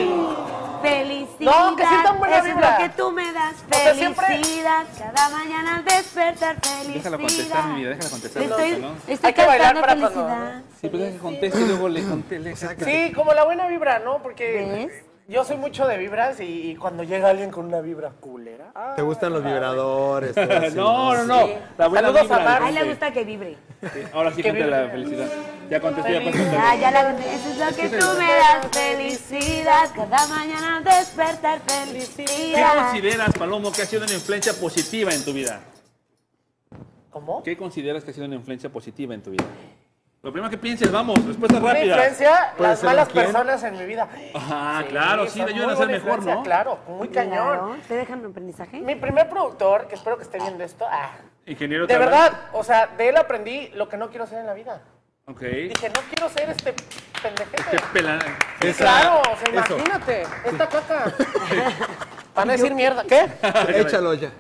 Speaker 3: Felicidad.
Speaker 6: No, que sientan buena
Speaker 3: eso
Speaker 6: vibra.
Speaker 3: es lo que tú me das.
Speaker 6: O sea, siempre-
Speaker 3: Felicidad. Cada mañana al despertar, felicidad.
Speaker 1: Déjala contestar, mi vida, déjala contestar.
Speaker 3: Le estoy,
Speaker 1: ¿no?
Speaker 3: le estoy
Speaker 6: Hay que bailar
Speaker 3: cantando
Speaker 6: para cuando-
Speaker 3: felicidad.
Speaker 1: Sí, pues deja que conteste y luego le contele.
Speaker 6: Sí, como la buena vibra, ¿no? Porque
Speaker 3: ¿Ves?
Speaker 6: yo soy mucho de vibras y, y cuando llega alguien con una vibra culera. ah,
Speaker 2: Te gustan los vibradores. todo así,
Speaker 1: No, no, no. La buena
Speaker 6: Saludos
Speaker 1: vibra,
Speaker 6: a Mar.
Speaker 3: A él le
Speaker 1: sí.
Speaker 3: gusta que vibre.
Speaker 1: Sí, Ahora sí, gente, la felicidad. Ya contesté, ya contesté.
Speaker 3: Ah, ya la Eso es lo que tú me das. Felicidad. Cada mañana al despertar,
Speaker 1: ¿Qué
Speaker 3: felicidad.
Speaker 1: consideras, Palomo, que ha sido una influencia positiva en tu vida?
Speaker 6: ¿Cómo?
Speaker 1: ¿Qué consideras que ha sido una influencia positiva en tu vida? Lo primero que pienses, vamos, respuesta
Speaker 6: Una
Speaker 1: rápida.
Speaker 6: influencia,
Speaker 2: Puede
Speaker 6: las
Speaker 2: ser
Speaker 6: malas
Speaker 2: quién.
Speaker 6: personas en mi vida.
Speaker 1: Ajá, claro, sí,
Speaker 6: son
Speaker 1: te ayudan
Speaker 6: muy
Speaker 1: a ser
Speaker 6: buena
Speaker 1: mejor,
Speaker 6: influencia,
Speaker 1: ¿no?
Speaker 6: Claro, muy
Speaker 3: Claro,
Speaker 6: cañón.
Speaker 3: ¿Te dejan aprendizaje?
Speaker 6: Mi primer productor, que espero que esté viendo esto, ah,
Speaker 1: Ingeniero
Speaker 6: de
Speaker 1: Tabal.
Speaker 6: verdad, o sea, de él aprendí lo que no quiero ser en la vida.
Speaker 1: Ok.
Speaker 6: Dije, no quiero ser este pendejete.
Speaker 1: Qué pela-
Speaker 6: Sí,
Speaker 2: Esa-
Speaker 6: claro, o sea,
Speaker 2: eso.
Speaker 6: imagínate, esta caca. Van a decir mierda, ¿qué?
Speaker 2: Échalo ya.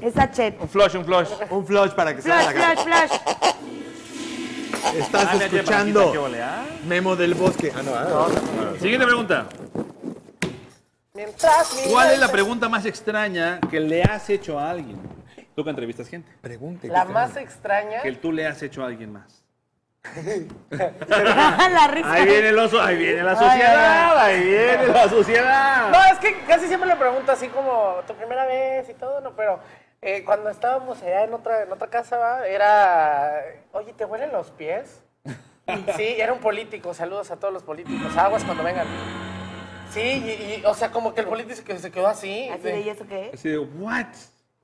Speaker 3: Es sachet.
Speaker 1: Un flush, un flush.
Speaker 2: Un flush para que se
Speaker 3: Flash,
Speaker 2: haga la
Speaker 3: flash, flash.
Speaker 2: cara. Estás
Speaker 1: Ah, mira, tiene palanquita, qué
Speaker 2: escuchando
Speaker 1: ole, ¿ah?
Speaker 2: Memo del Bosque. Ah, no, ah,
Speaker 1: Siguiente pregunta.
Speaker 6: Mientras mi
Speaker 1: ¿Cuál es la pregunta más extraña que le has hecho a alguien? Tú que entrevistas gente.
Speaker 2: Pregunte.
Speaker 6: La
Speaker 2: ¿qué
Speaker 6: más
Speaker 2: tal?
Speaker 6: extraña.
Speaker 1: Que tú le has hecho a alguien más.
Speaker 3: la risa.
Speaker 1: Ahí viene el oso, ahí viene la sociedad, ahí viene la sociedad.
Speaker 6: No, es que casi siempre le pregunto así como tu primera vez y todo, no, pero eh, cuando estábamos allá en otra, en otra casa, ¿va? era, oye, ¿te huelen los pies? Sí, era un político, saludos a todos los políticos, aguas cuando vengan. Sí, y, y, o sea, como que el político se quedó, se quedó así,
Speaker 3: Así de, ¿y eso qué es?
Speaker 1: Así de, ¿what?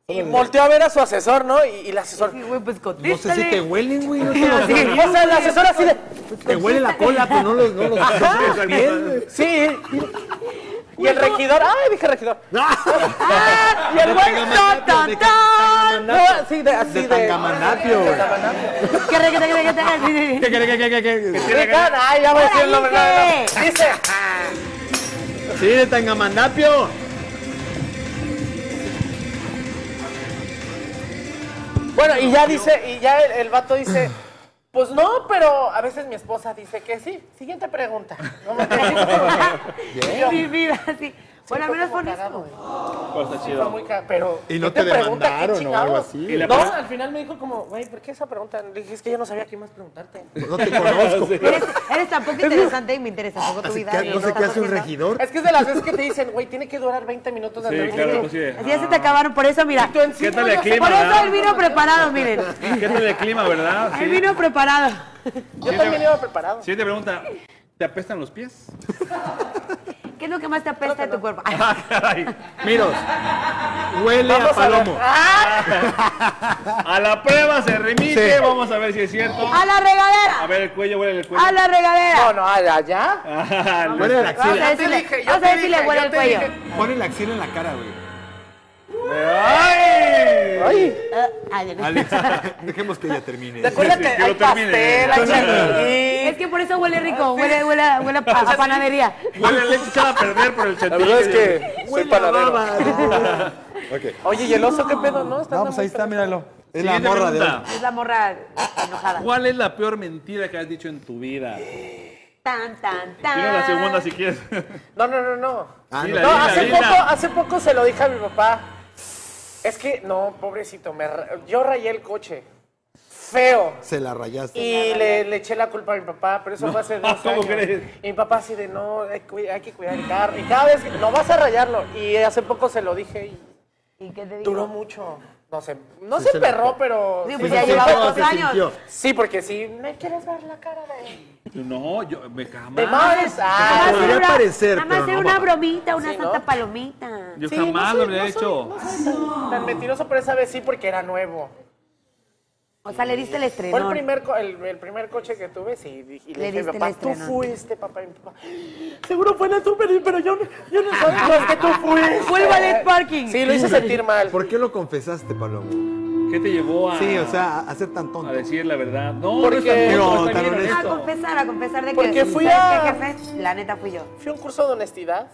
Speaker 6: y volteó a ver a su asesor, ¿no? Y, y la asesor,
Speaker 3: Sí, güey, pues cotízale.
Speaker 2: No sé si te huelen, güey. No te, los-
Speaker 6: Sí, o sea, la asesora así de,
Speaker 2: te huele la cola, pero no los, no los, no los pies, güey.
Speaker 6: sí. Y el regidor, ay, dije regidor. Y el güey,
Speaker 2: Tangamandapio,
Speaker 6: tan,
Speaker 2: de
Speaker 6: tan, tan. No, así de, así de.
Speaker 2: Tangamandapio, güey.
Speaker 6: Tangamandapio.
Speaker 3: ¿Qué re, qué re, qué re, qué re?
Speaker 2: ¿Qué, qué, qué, qué, qué?
Speaker 6: Rican, ay, ya voy a decir el nombre. no, no, no.
Speaker 3: Dice.
Speaker 6: Dice,
Speaker 2: Sí, de Tangamandapio.
Speaker 6: bueno, y ya dice, y ya el, el vato dice, pues no, pero a veces mi esposa dice que sí. Siguiente pregunta. No me
Speaker 3: Ay, Mi vida, sí. Bueno, al menos por eso.
Speaker 1: Cosa
Speaker 6: Fue
Speaker 1: chido.
Speaker 6: muy ca- pero
Speaker 2: ¿Y no
Speaker 6: ¿qué
Speaker 2: te
Speaker 6: pregunta? ¿Qué
Speaker 2: demandaron o
Speaker 6: chingados?
Speaker 2: algo así?
Speaker 1: Y la
Speaker 6: no,
Speaker 1: pre-
Speaker 6: al final me dijo como, güey, ¿por qué esa pregunta? Le dije, es que yo no sabía qué más preguntarte.
Speaker 2: No te conozco.
Speaker 3: Eres, eres tan poco interesante y me interesa poco tu
Speaker 2: Así
Speaker 3: vida.
Speaker 2: que
Speaker 3: y
Speaker 2: no sé
Speaker 3: estás
Speaker 2: qué hace un
Speaker 3: haciendo.
Speaker 2: regidor.
Speaker 6: Es que es de las veces que te dicen, güey, tiene que durar 20 minutos de
Speaker 1: Sí,
Speaker 6: entrevista.
Speaker 1: claro, pues sí.
Speaker 3: Así ya se te acabaron, por eso, mira.
Speaker 6: Tú encima,
Speaker 1: ¿Qué tal el
Speaker 6: yo sé-
Speaker 1: clima?
Speaker 3: Por eso el
Speaker 1: verdad?
Speaker 3: vino preparado, miren.
Speaker 1: ¿Qué tal el clima, verdad?
Speaker 3: El
Speaker 1: Sí.
Speaker 3: vino preparado.
Speaker 6: Yo también iba preparado.
Speaker 1: Siguiente pregunta. ¿Te apestan los pies?
Speaker 3: ¿Qué es lo que más te apesta de tu cuerpo? Ay,
Speaker 1: Ah, caray.
Speaker 2: Miros, huele a
Speaker 6: Vamos a ver.
Speaker 2: palomo.
Speaker 1: Ah. A la prueba se remite.
Speaker 2: Sí.
Speaker 1: Vamos a ver si es cierto.
Speaker 3: ¡A la
Speaker 1: A
Speaker 3: regadera!
Speaker 1: ver el cuello, huele el cuello.
Speaker 3: ¡A Ah. la regadera!
Speaker 6: No, no, allá.
Speaker 1: Ah,
Speaker 2: Huele a la
Speaker 3: Vamos a
Speaker 2: axila.
Speaker 6: te dije,
Speaker 3: decirle,
Speaker 6: yo
Speaker 3: vamos
Speaker 6: te
Speaker 3: a decirle
Speaker 6: dije,
Speaker 3: huele
Speaker 6: yo
Speaker 3: el
Speaker 6: te
Speaker 3: cuello.
Speaker 6: dije.
Speaker 2: Pone la axila en la cara, güey.
Speaker 1: ¡Ay!
Speaker 6: Ay,
Speaker 3: Ah, ay, no.
Speaker 2: Alex, dejemos que ella termine.
Speaker 6: recuerda
Speaker 1: sí,
Speaker 6: que
Speaker 1: que
Speaker 6: hay
Speaker 1: lo termine.
Speaker 6: pastel, hay chantilly.
Speaker 3: Es que por eso huele rico, huele, huele, a- huele a, pa- a panadería.
Speaker 1: Huele a leche echada a perder por el
Speaker 6: La
Speaker 1: chantilly.
Speaker 6: verdad es que soy
Speaker 2: Huele a
Speaker 6: panadero.
Speaker 2: baba, no.
Speaker 6: Oye, ¿y el oso qué pedo, no? Está
Speaker 2: No, pues ahí está, míralo. Es la
Speaker 1: Siguiente
Speaker 2: morra de
Speaker 1: pregunta.
Speaker 2: hoy.
Speaker 3: Es la morra enojada.
Speaker 1: ¿Cuál es la peor mentira que has dicho en tu vida?
Speaker 3: Tan, tan, tan.
Speaker 1: Tienes la segunda si quieres.
Speaker 6: No, no, no, no.
Speaker 2: Ah,
Speaker 1: Sí,
Speaker 2: no.
Speaker 1: la-
Speaker 6: No, hace
Speaker 1: dila.
Speaker 6: poco, hace poco se lo dije a mi papá. Es que, no, pobrecito, me ra- yo rayé el coche. Feo.
Speaker 2: Se la rayaste.
Speaker 6: Y
Speaker 3: Eh,
Speaker 6: le, le eché la culpa a mi papá, pero eso fue hace dos
Speaker 1: ¿cómo
Speaker 6: años.
Speaker 1: crees?
Speaker 6: Y mi papá así de, no, hay, que cuida- hay que cuidar el carro. Y cada vez, que- no vas a rayarlo. Y hace poco se lo dije y
Speaker 3: ¿Y qué te digo?
Speaker 6: duró mucho. No sé, no se perró, pero...
Speaker 3: Sí,
Speaker 6: Sí,
Speaker 3: pues
Speaker 2: Sí,
Speaker 3: ya
Speaker 2: sí,
Speaker 3: llevaba
Speaker 2: sí,
Speaker 3: dos
Speaker 2: se
Speaker 3: años.
Speaker 2: sintió.
Speaker 6: sí, porque sí, ¿me quieres ver la cara de...?
Speaker 1: No, yo me jamás.
Speaker 6: De madres.
Speaker 3: Nada más
Speaker 6: Ah,
Speaker 2: Podría
Speaker 3: era una-
Speaker 2: parecer,
Speaker 3: Nada más
Speaker 2: pero
Speaker 3: era
Speaker 2: no,
Speaker 3: una
Speaker 2: papá.
Speaker 3: bromita, una
Speaker 6: Sí, ¿no?
Speaker 3: santa palomita.
Speaker 1: Yo
Speaker 6: Sí,
Speaker 1: jamás
Speaker 6: no
Speaker 1: lo
Speaker 6: soy-
Speaker 1: habría
Speaker 6: no soy-
Speaker 1: hecho.
Speaker 6: no soy tan- Tan mentiroso, pero esa vez sí, porque era nuevo.
Speaker 3: O sea, le diste el
Speaker 6: Fue el
Speaker 3: estreno.
Speaker 6: primer, co- el, el primer coche que tuve, sí. di- Y
Speaker 3: Le
Speaker 6: le dije, a mi
Speaker 3: diste
Speaker 6: papá,
Speaker 3: el
Speaker 6: tú
Speaker 3: estrenón".
Speaker 6: fuiste, papá. Y mi papá, seguro fue en el súper, pero yo, no- yo no sabía más que tú fuiste.
Speaker 3: Fue el ballet parking.
Speaker 6: Sí, lo hice sentir mal.
Speaker 2: ¿Por qué lo confesaste, Palomo?
Speaker 1: ¿Qué te llevó a,
Speaker 2: Sí, o sea, a ser tan tonto.
Speaker 1: a decir la verdad? No,
Speaker 6: Porque-
Speaker 1: no es tan tonto,
Speaker 2: No,
Speaker 1: está
Speaker 2: tan
Speaker 1: bien
Speaker 2: honesto.
Speaker 3: A
Speaker 1: honesto.
Speaker 3: confesar, a confesar de que.
Speaker 6: Porque fui
Speaker 3: ¿sabes
Speaker 6: a-
Speaker 3: qué, jefe? La neta fui yo.
Speaker 6: Fui a un curso de honestidad.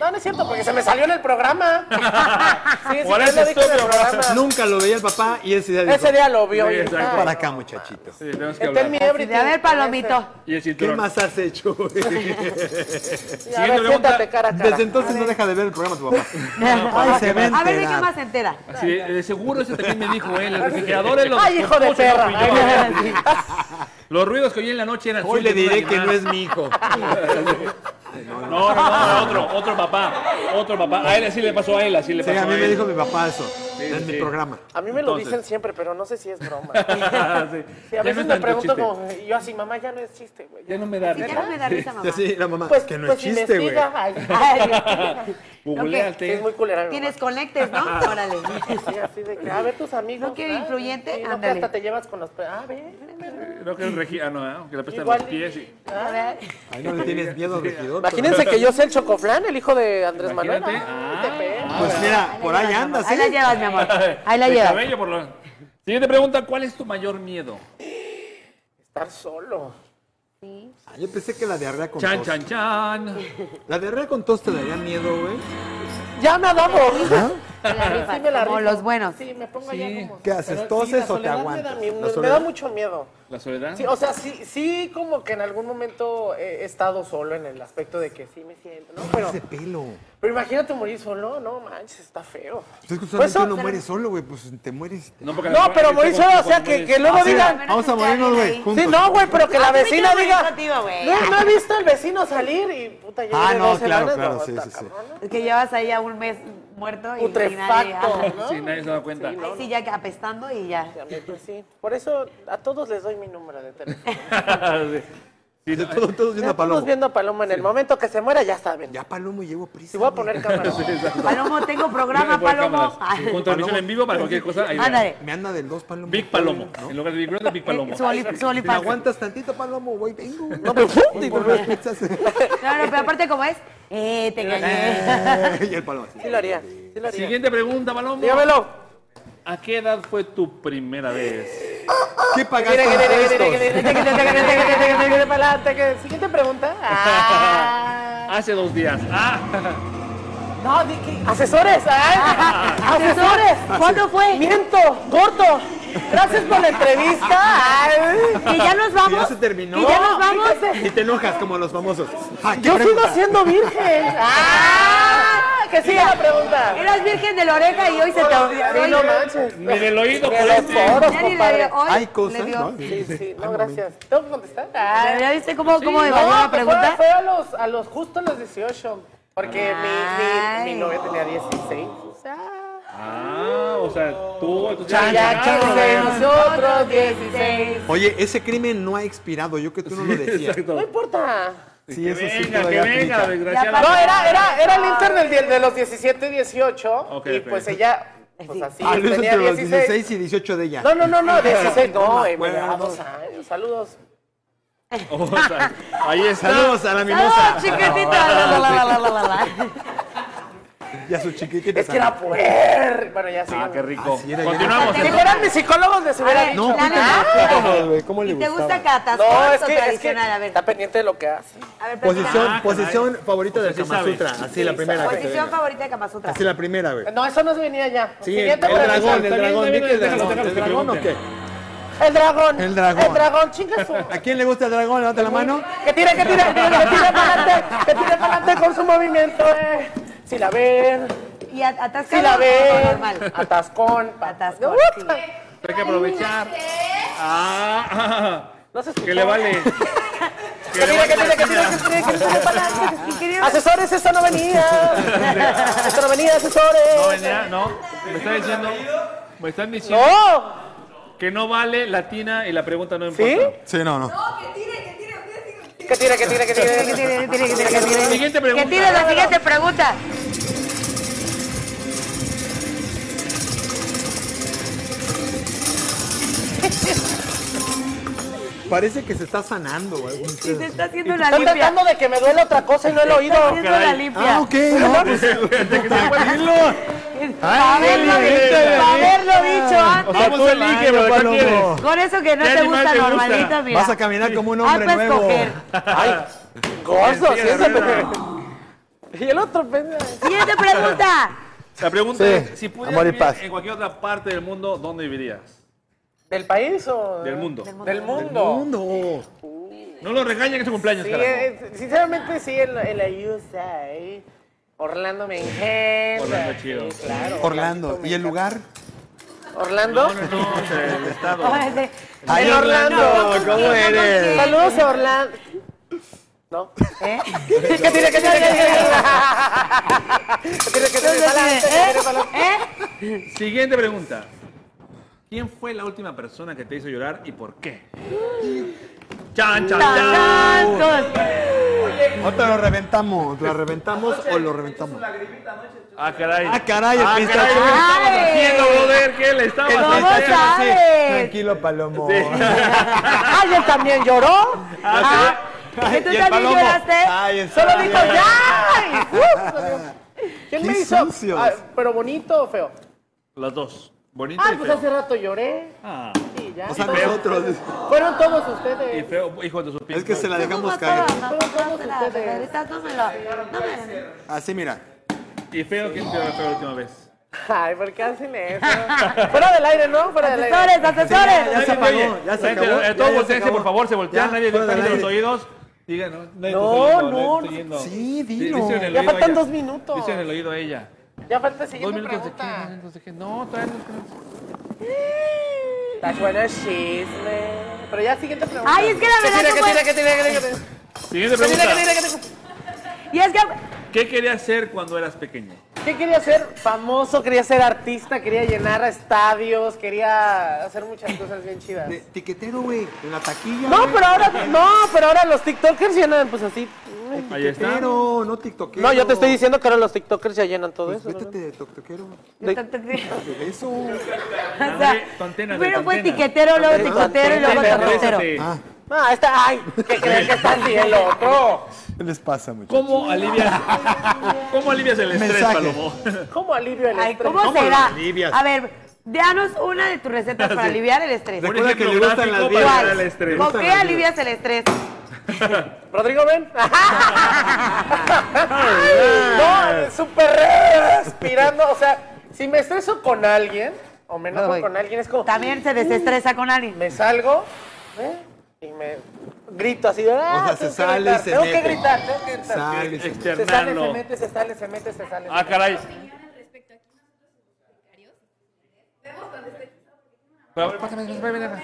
Speaker 6: No, no es cierto, porque se me salió en el programa. Sí, sí,
Speaker 1: Por
Speaker 6: yo
Speaker 1: eso
Speaker 6: lo dije en el
Speaker 1: estúpido, por
Speaker 6: programa.
Speaker 2: Nunca lo veía el papá y ese día dijo,
Speaker 6: Ese día lo vio.
Speaker 1: Sí,
Speaker 6: y dije,
Speaker 3: ah.
Speaker 1: exacto.
Speaker 6: "Ay,
Speaker 2: para
Speaker 6: no,
Speaker 2: acá,
Speaker 6: mamá".
Speaker 2: muchachitos.
Speaker 1: Sí, tenemos que
Speaker 6: Está en
Speaker 1: hablar.
Speaker 6: mi
Speaker 3: Así
Speaker 6: everything.
Speaker 3: de, a ver, palomito.
Speaker 1: Y el
Speaker 2: ¿Qué
Speaker 1: cinturón.
Speaker 2: más has hecho, güey?
Speaker 6: Sí, A
Speaker 1: Siguiente
Speaker 6: ver,
Speaker 1: pregunta.
Speaker 6: siéntate cara a cara.
Speaker 2: Desde entonces no deja de ver el programa tu papá. Ay, se va
Speaker 3: a ver de qué
Speaker 2: enterar.
Speaker 3: más se entera.
Speaker 1: Así de, de seguro ese también me dijo, ¿eh? El refrigerador es los.
Speaker 6: Ay, hijo de
Speaker 1: coches, no fui yo.
Speaker 6: perra. Ay,
Speaker 1: Los ruidos que oí en la noche eran
Speaker 2: Hoy le
Speaker 1: suyos, de un
Speaker 2: diré que
Speaker 1: animal.
Speaker 2: no es mi hijo.
Speaker 1: No, no, no, otro, otro papá, otro papá. A él así le pasó a él, así le
Speaker 2: Sí,
Speaker 1: pasó
Speaker 2: a mí
Speaker 1: él.
Speaker 2: me dijo mi papá eso. en mi
Speaker 1: sí.
Speaker 2: programa.
Speaker 6: A mí me lo
Speaker 1: Entonces.
Speaker 6: dicen siempre, pero no sé si es broma.
Speaker 1: sí.
Speaker 6: Sí,
Speaker 1: Ya
Speaker 6: a
Speaker 1: no
Speaker 6: veces
Speaker 1: es
Speaker 6: me
Speaker 1: tanto
Speaker 6: pregunto
Speaker 1: chiste.
Speaker 6: como, y yo así, mamá, ya no es chiste, güey.
Speaker 1: Ya no me da
Speaker 3: Sí, ya
Speaker 1: risa.
Speaker 3: no me da risa, mamá.
Speaker 2: Y así la mamá,
Speaker 6: Pues,
Speaker 2: que no
Speaker 6: pues
Speaker 2: es chiste, güey.
Speaker 6: investiga. Ay,
Speaker 3: Ay, Dios.
Speaker 1: Googleate.
Speaker 6: es muy culera. mi
Speaker 3: Tienes
Speaker 6: mamá.
Speaker 3: conectes, ¿no? Órale.
Speaker 6: Ah. Sí, así de que, a ver tus amigos.
Speaker 3: No, que
Speaker 6: ah,
Speaker 3: influyente,
Speaker 6: sí, no, que
Speaker 3: ándale.
Speaker 6: hasta te llevas con los... pe- Ah, a ver, a ver, a ver.
Speaker 1: Creo que es regidor. Ah, no, ¿eh? que le apestan los
Speaker 6: Igual y-
Speaker 1: pies. y-
Speaker 5: A ver.
Speaker 2: Ahí no le tienes miedo, regidor.
Speaker 6: Imagínense que yo sea el Chocoflán, el hijo de Andrés Manuel.
Speaker 1: Imagínate.
Speaker 6: Ah, qué pena.
Speaker 2: Pues mira,
Speaker 5: la
Speaker 2: por ahí
Speaker 5: llevas,
Speaker 2: andas,
Speaker 3: Ahí la
Speaker 2: ¿eh?
Speaker 3: llevas, mi amor. Ahí la
Speaker 1: De
Speaker 3: llevas.
Speaker 1: cabello, por lo- Siguiente pregunta, ¿cuál es tu mayor miedo?
Speaker 6: Estar solo.
Speaker 2: Ah, Yo pensé que la diarrea con
Speaker 1: Chan,
Speaker 2: tos.
Speaker 1: chan, chan.
Speaker 2: La diarrea con tos te daría miedo, güey.
Speaker 6: Ya nadamos.
Speaker 3: Te la rifas,
Speaker 6: Sí me la
Speaker 3: como
Speaker 6: rifo.
Speaker 3: los buenos.
Speaker 6: Sí, me pongo
Speaker 1: Sí.
Speaker 6: allá como.
Speaker 2: ¿Qué haces,
Speaker 6: Pero
Speaker 2: toses
Speaker 6: la
Speaker 2: o te
Speaker 6: soledad me
Speaker 2: aguantas?
Speaker 6: da miedo,
Speaker 2: La
Speaker 6: Me, me
Speaker 2: soledad.
Speaker 6: da mucho miedo.
Speaker 1: ¿La soledad?
Speaker 6: Sí, o sea, sí, sí, como que en algún momento he estado solo en el aspecto de que sí me siento, ¿no? Pero,
Speaker 2: Ese pelo.
Speaker 6: pero imagínate morir solo, no manches, está feo.
Speaker 2: Pues es que
Speaker 6: Pues
Speaker 2: usualmente
Speaker 6: eso-
Speaker 2: uno muere solo, güey. Pues te mueres.
Speaker 1: No, porque
Speaker 6: No,
Speaker 1: la-
Speaker 6: pero morir
Speaker 1: este-
Speaker 6: solo, o sea, que, que luego
Speaker 2: Así,
Speaker 6: digan.
Speaker 2: Vamos a morirnos, güey. juntos.
Speaker 6: Sí, no, güey, pero que la
Speaker 3: Ah, tú me
Speaker 6: vecina
Speaker 3: quieres
Speaker 6: diga.
Speaker 3: morir contigo, güey.
Speaker 6: no, no he visto al vecino salir y puta, ya
Speaker 2: Ah,
Speaker 6: llevo
Speaker 2: no,
Speaker 6: dos
Speaker 2: claro,
Speaker 6: semanas,
Speaker 2: claro,
Speaker 6: no,
Speaker 2: sí,
Speaker 6: está
Speaker 2: sí, sí.
Speaker 6: cabrón, ¿no?
Speaker 3: Que llevas ahí ya un mes muerto y, y nadie.
Speaker 6: Putrefacto,
Speaker 3: ajá.
Speaker 6: ¿no?
Speaker 1: Sí, nadie se da cuenta.
Speaker 6: Sí,
Speaker 3: Ahí sí, ya que apestando y ya.
Speaker 6: Ya me- pues sí. Por eso a todos les doy mi número de teléfono.
Speaker 1: Sí. Sí,
Speaker 2: De
Speaker 1: no,
Speaker 2: todo, todo viendo
Speaker 6: Ya
Speaker 2: a
Speaker 6: Estamos
Speaker 2: Palomo.
Speaker 6: viendo a Paloma en el momento que se muera, ya saben.
Speaker 2: Ya Palomo llevo prisa.
Speaker 6: Si voy a
Speaker 2: güey.
Speaker 6: poner cámara.
Speaker 3: Palomo, tengo
Speaker 1: Tiene
Speaker 3: programa,
Speaker 1: por
Speaker 3: Palomo.
Speaker 1: cámaras.
Speaker 6: Ah.
Speaker 1: Con transmisión en vivo para cualquier cosa. ahí vean.
Speaker 3: Ándale.
Speaker 2: Me anda del dos Palomo.
Speaker 1: Big Palomo. En lugar de Big Brother, Big Palomo.
Speaker 3: Su oli-
Speaker 2: ¿Me
Speaker 3: su olifaz.
Speaker 2: aguantas tantito, Palomo? Voy, vengo.
Speaker 6: No, pues, pero-
Speaker 2: Voy por unas pizzas.
Speaker 3: No, no, pero aparte, como es? Eh, te engañé.
Speaker 2: y el Palomo así.
Speaker 6: Sí lo haría. Sí lo haría.
Speaker 1: Siguiente pregunta, Palomo.
Speaker 6: Dígamelo.
Speaker 1: ¿A qué edad fue tu primera vez?
Speaker 2: ¿Qué
Speaker 6: Mira,
Speaker 2: pagaste
Speaker 6: mira, mira, mira, mira,
Speaker 2: impuestos?
Speaker 6: mira, mira, mira, mira, mira, mira, mira, mira, mira, para adelante, que- Siguiente pregunta. Ah.
Speaker 1: Hace dos días. Ah,
Speaker 6: No, Ah, di que- asesores. ah, asesores.
Speaker 3: ¿Cuándo fue?
Speaker 6: ah, Miento, corto. Gracias por la entrevista. Ay.
Speaker 3: Que ya nos vamos.
Speaker 2: Ya se terminó.
Speaker 3: Que ya nos vamos.
Speaker 2: Y te enojas como los famosos. Ah, ¿qué
Speaker 6: Yo sigo
Speaker 2: pregunta?
Speaker 6: siendo virgen. Ah, que siga la pregunta.
Speaker 3: Eras virgen de la oreja y hoy se te
Speaker 6: Sí, no manches.
Speaker 1: ni del oído,
Speaker 6: De
Speaker 1: por
Speaker 6: los
Speaker 1: este.
Speaker 6: poros,
Speaker 3: Ya ni le
Speaker 6: compadre.
Speaker 3: dio. Hoy
Speaker 2: Hay
Speaker 3: le
Speaker 2: cosas,
Speaker 3: dio.
Speaker 2: ¿no?
Speaker 6: Sí, sí, no, gracias. ¿Tengo que contestar?
Speaker 3: ¿Ya
Speaker 6: Ay.
Speaker 3: ya viste cómo, cómo
Speaker 6: Sí,
Speaker 3: evadió
Speaker 6: no,
Speaker 3: la
Speaker 6: fue-
Speaker 3: pregunta?
Speaker 6: Fue a los, a los justo a los 18. Porque mi, mi,
Speaker 3: Ay.
Speaker 6: mi novia tenía 16.
Speaker 1: Ah, o sea, tú. entonces
Speaker 6: Ya,
Speaker 1: ya-
Speaker 6: ya,
Speaker 1: ya-
Speaker 6: nosotros 16.
Speaker 2: Oye, ese crimen no ha expirado. Yo que tú no lo decías.
Speaker 6: No
Speaker 1: Exacto.
Speaker 6: importa.
Speaker 2: Sí, eso
Speaker 1: que
Speaker 2: sí
Speaker 1: venga, que
Speaker 2: todavía aplica.
Speaker 1: venga, desgraciada.
Speaker 3: Ya
Speaker 6: No, era, era, era el internet de, de los 17, 18.
Speaker 1: Ok,
Speaker 6: y
Speaker 1: ok.
Speaker 6: pues ella, pues así,
Speaker 2: Ah, Luis
Speaker 6: tenía
Speaker 2: entre los
Speaker 6: 16.
Speaker 2: 16 y 18 de ella.
Speaker 6: No, no, no, no, 16. No,
Speaker 2: me
Speaker 6: eh, me da
Speaker 2: acuerdo.
Speaker 6: dos años. Saludos.
Speaker 1: O sea, ahí está.
Speaker 2: Saludos a la
Speaker 3: ¡Saludos,
Speaker 2: mimosa.
Speaker 3: chiquitita! La, la, la, la, la, la, la.
Speaker 2: Y a su chiquitita.
Speaker 6: Es que era puer. Ah, Bueno, ya sí.
Speaker 1: Ah, qué rico.
Speaker 2: Así era ya.
Speaker 1: Continuamos.
Speaker 6: Si fueran mis psicólogos, les hubiera
Speaker 3: ver,
Speaker 6: dicho.
Speaker 2: No,
Speaker 3: La
Speaker 2: cuéntanos,
Speaker 3: nada.
Speaker 2: cuéntanos, güey, ¿Cómo le
Speaker 3: ¿Y te
Speaker 2: gustaba?
Speaker 3: gusta catastrofe
Speaker 6: No, es
Speaker 3: o
Speaker 6: que, es que
Speaker 3: tradicional? A ver,
Speaker 6: está pendiente de lo que hace.
Speaker 3: a ver,
Speaker 2: Posición,
Speaker 1: Ah, caray.
Speaker 2: posición favorita del
Speaker 1: Pues sí
Speaker 2: Kama
Speaker 1: sabe.
Speaker 2: Sutra. Así la
Speaker 3: platica.
Speaker 2: primera. güey.
Speaker 3: Posición favorita de Kama Sutra.
Speaker 2: Así la primera, güey.
Speaker 6: No, eso no se venía ya.
Speaker 2: Sí, el, el
Speaker 6: Siguiente pregunta.
Speaker 2: dragón, el
Speaker 1: Está bien,
Speaker 2: dragón.
Speaker 1: está bien,
Speaker 2: di que el
Speaker 1: déjalo,
Speaker 2: dragón.
Speaker 1: déjalo
Speaker 2: ¿El
Speaker 1: que
Speaker 2: dragón o
Speaker 1: pregunte.
Speaker 2: qué?
Speaker 6: El dragón.
Speaker 2: El dragón.
Speaker 6: El dragón, chinga su.
Speaker 2: ¿A quién le gusta el dragón? Levanta la mano.
Speaker 6: Que tire, que tire, que tire para adelante. Que tire para adelante con su movimiento, eh. Si la ven,
Speaker 3: ¿Y at- atascado
Speaker 6: si la
Speaker 3: o
Speaker 6: ven.
Speaker 3: normal?
Speaker 6: Atascón. pa-
Speaker 3: Atascón,
Speaker 6: Uy,
Speaker 3: sí.
Speaker 1: Hay que aprovechar. Ah,
Speaker 6: No se escuchó.
Speaker 1: que le vale.
Speaker 6: Que tire, que tire, que tire, que tire, que tire para adelante.
Speaker 3: Y querido-
Speaker 6: Asesores, esta no venía. Esta no venía,
Speaker 1: No,
Speaker 6: asesores.
Speaker 1: venía, no. Me están diciendo. Me están diciendo
Speaker 3: Oh.
Speaker 6: No.
Speaker 1: que no vale latina y la pregunta no
Speaker 6: ¿Sí?
Speaker 1: importa.
Speaker 2: Sí, no, no.
Speaker 6: Que tire, que tire, que tire, que tire.
Speaker 3: Que tire, que tire, que tire.
Speaker 1: Siguiente pregunta.
Speaker 3: Que tire la siguiente pregunta.
Speaker 2: Parece que se está sanando, güey.
Speaker 3: Y se está haciendo la
Speaker 6: Están
Speaker 3: limpia.
Speaker 6: tratando de que me duele otra cosa y no el oído.
Speaker 3: Está haciendo la
Speaker 1: caray.
Speaker 3: limpia.
Speaker 2: Ah, ok, no, pues,
Speaker 3: Haberlo
Speaker 1: Ay,
Speaker 3: dicho,
Speaker 1: ay, ay.
Speaker 3: haberlo dicho
Speaker 1: O
Speaker 3: antes.
Speaker 1: sea, tú elige, pero ¿cuál
Speaker 2: Palomo.
Speaker 1: quieres?
Speaker 3: Con eso que no
Speaker 1: ¿Qué
Speaker 3: te
Speaker 1: animal
Speaker 3: gusta
Speaker 1: te gusta?
Speaker 3: normalito, mira.
Speaker 2: Vas a caminar como un
Speaker 3: Ah,
Speaker 2: hombre
Speaker 3: pues
Speaker 2: nuevo.
Speaker 3: coger.
Speaker 6: Ay, gozo,
Speaker 1: Sí, la verdad.
Speaker 6: Y el otro pendejo.
Speaker 3: Siguiente pregunta.
Speaker 1: La pregunta
Speaker 2: Sí,
Speaker 1: es, si pudieras
Speaker 2: amor y
Speaker 1: vivir
Speaker 2: paz.
Speaker 1: en cualquier otra parte del mundo, ¿dónde vivirías?
Speaker 6: ¿Del país o?
Speaker 1: Del mundo.
Speaker 6: Del mundo.
Speaker 2: Mundo.
Speaker 1: No lo regañen en su cumpleaños,
Speaker 6: Sí,
Speaker 1: carajo.
Speaker 6: eh, sinceramente sí, el, el USA. eh. Orlando me encanta.
Speaker 1: Orlando chido.
Speaker 6: Sí, claro.
Speaker 2: Orlando.
Speaker 6: me
Speaker 2: ¿Y el
Speaker 6: encanta.
Speaker 2: lugar?
Speaker 6: ¿Orlando?
Speaker 1: No, es el estado.
Speaker 2: Ay,
Speaker 6: En Orlando.
Speaker 2: ¿Cómo eres?
Speaker 6: Saludos a Orlando. ¿No?
Speaker 3: ¿Eh?
Speaker 6: ¿Qué tiene, qué tiene, qué tiene? ¿Qué tiene, qué tiene? Para adelante, que tiene para adelante.
Speaker 3: ¿Eh?
Speaker 1: Siguiente pregunta. ¿Quién fue la última persona que
Speaker 2: ¿Eh?
Speaker 1: te hizo llorar y por qué? ¡Chan, chan, chan!
Speaker 3: Tantos.
Speaker 2: Ahorita lo reventamos, lo reventamos o lo reventamos.
Speaker 1: Ah, caray.
Speaker 2: Ah, caray, el
Speaker 1: Ah,
Speaker 2: pistacho.
Speaker 1: caray, ¿qué le estamos
Speaker 3: Ay.
Speaker 1: haciendo, brother? ¿Qué le estamos
Speaker 3: ¿Cómo
Speaker 1: haciendo?
Speaker 3: sabe? sabes?
Speaker 2: Tranquilo, Palomo.
Speaker 1: Ah,
Speaker 3: ¡Ay, él también lloró! Ah, ¿Y tú
Speaker 2: y el
Speaker 3: también
Speaker 2: palomo.
Speaker 3: lloraste?
Speaker 2: Ay, está
Speaker 3: Solo dijo
Speaker 2: bien.
Speaker 3: ya.
Speaker 6: ¿Quién
Speaker 2: Qué
Speaker 6: me hizo?
Speaker 2: sucios.
Speaker 6: Ah, ¿Pero bonito o feo?
Speaker 1: Las dos. Bonito
Speaker 6: Ah,
Speaker 1: y
Speaker 6: pues
Speaker 1: feo.
Speaker 6: hace rato lloré.
Speaker 1: Ah,
Speaker 6: Sí, ya.
Speaker 2: O sea,
Speaker 6: Todos-
Speaker 2: nosotros.
Speaker 6: Fueron todos
Speaker 1: y
Speaker 6: ustedes.
Speaker 1: feo, hijo de su pinche.
Speaker 2: Es que se la dejamos caer.
Speaker 3: Ahorita
Speaker 2: Así, mira.
Speaker 1: Y feo, ¿quién te feo la última vez?
Speaker 6: Ay, ¿por qué hacen eso? Fuera del aire, ¿no? Fuera del aire.
Speaker 3: Asesores, asesores.
Speaker 2: Ya se apagó,
Speaker 1: Oye,
Speaker 2: ya se
Speaker 1: nadie-
Speaker 2: acabó,
Speaker 1: eh,
Speaker 2: ya,
Speaker 1: Todos
Speaker 2: ya se
Speaker 1: volteense,
Speaker 2: acabó.
Speaker 1: por favor, se voltean.
Speaker 2: Ya,
Speaker 1: Nadie
Speaker 2: fuera
Speaker 1: está
Speaker 2: del
Speaker 1: los
Speaker 2: aire.
Speaker 1: oídos. Digan, no, nadie
Speaker 6: No,
Speaker 1: te está oyendo, nadie
Speaker 6: no,
Speaker 1: te está oyendo.
Speaker 2: sí,
Speaker 1: Di-
Speaker 2: dilo.
Speaker 1: dice en el
Speaker 6: Ya
Speaker 1: oído
Speaker 6: faltan
Speaker 1: ella.
Speaker 6: dos minutos.
Speaker 1: Dice en el oído ella.
Speaker 6: Ya falta la
Speaker 1: Dos
Speaker 6: siguiente
Speaker 1: minutos de qué,
Speaker 6: pregunta.
Speaker 1: dos minutos de qué. No, traen los
Speaker 6: Estás bueno el chisme. Pero ya, siguiente pregunta.
Speaker 3: Ay, es que la verdad
Speaker 6: que
Speaker 3: no
Speaker 6: tira,
Speaker 3: puede-
Speaker 6: que tira, que tira, que tira.
Speaker 1: Siguiente
Speaker 6: Que tira, que
Speaker 1: pregunta.
Speaker 6: tira, que tira.
Speaker 3: Y es que
Speaker 1: ¿Qué querías hacer cuando eras pequeño?
Speaker 6: ¿Qué quería ser? Famoso, quería ser artista, quería llenar estadios, quería hacer muchas cosas bien chidas.
Speaker 2: De- Tiquetero, güey. En la taquilla.
Speaker 6: No,
Speaker 2: güey.
Speaker 6: pero ahora, no, pero ahora los TikTokers llenan pues así.
Speaker 1: Ahí está.
Speaker 2: Tiquetero, no tiktokero.
Speaker 6: No, yo te estoy diciendo que ahora los TikTokers ya llenan todo
Speaker 2: Pues
Speaker 6: eso. ¿no?
Speaker 2: Métete de tiktokero.
Speaker 3: O
Speaker 2: De eso.
Speaker 3: sea,
Speaker 1: Tu antena, de
Speaker 3: primero
Speaker 1: tu
Speaker 3: fue
Speaker 1: antena.
Speaker 3: tiquetero, luego
Speaker 6: Antena,
Speaker 3: tiquetero y luego
Speaker 6: antena,
Speaker 3: tarrotero.
Speaker 1: Regresate.
Speaker 2: Ah,
Speaker 6: No, está, ay, ¿qué crees que está así el otro?
Speaker 2: les pasa, mucho.
Speaker 1: ¿Cómo alivias, ¿Cómo alivias el estrés,
Speaker 2: Mensaje.
Speaker 1: Palomo?
Speaker 6: ¿Cómo alivio el
Speaker 3: Ay,
Speaker 6: estrés?
Speaker 3: ¿cómo
Speaker 2: lo
Speaker 3: será?
Speaker 2: alivias?
Speaker 3: A ver, danos una de tus recetas para
Speaker 1: Sí.
Speaker 3: aliviar el estrés.
Speaker 1: Un
Speaker 2: Recuerda que
Speaker 1: ejemplo
Speaker 2: le gustan
Speaker 1: gráfico
Speaker 2: las
Speaker 1: para
Speaker 2: vidas.
Speaker 1: aliviar el
Speaker 3: ¿Cuál?
Speaker 1: estrés.
Speaker 3: ¿Con qué
Speaker 2: Gustan las
Speaker 3: alivias el estrés?
Speaker 6: Rodrigo, ven. no, súper respirando. O sea, si me estreso con alguien, o me enojo
Speaker 3: Ay.
Speaker 6: con alguien, es como.
Speaker 3: También se desestresa con alguien.
Speaker 6: Me salgo ¿eh? y me grito así. Ah,
Speaker 2: O sea, se
Speaker 6: tengo que
Speaker 2: sale y
Speaker 6: gritar,
Speaker 2: se
Speaker 6: Tengo
Speaker 2: mete.
Speaker 6: que gritar, tengo que gritar.
Speaker 2: Sale, se-
Speaker 6: se sale, se
Speaker 1: Externarlo.
Speaker 6: mete, se sale, se mete, se sale.
Speaker 1: Ah, caray. Pero, a ver, pásame, pásame, ven acá.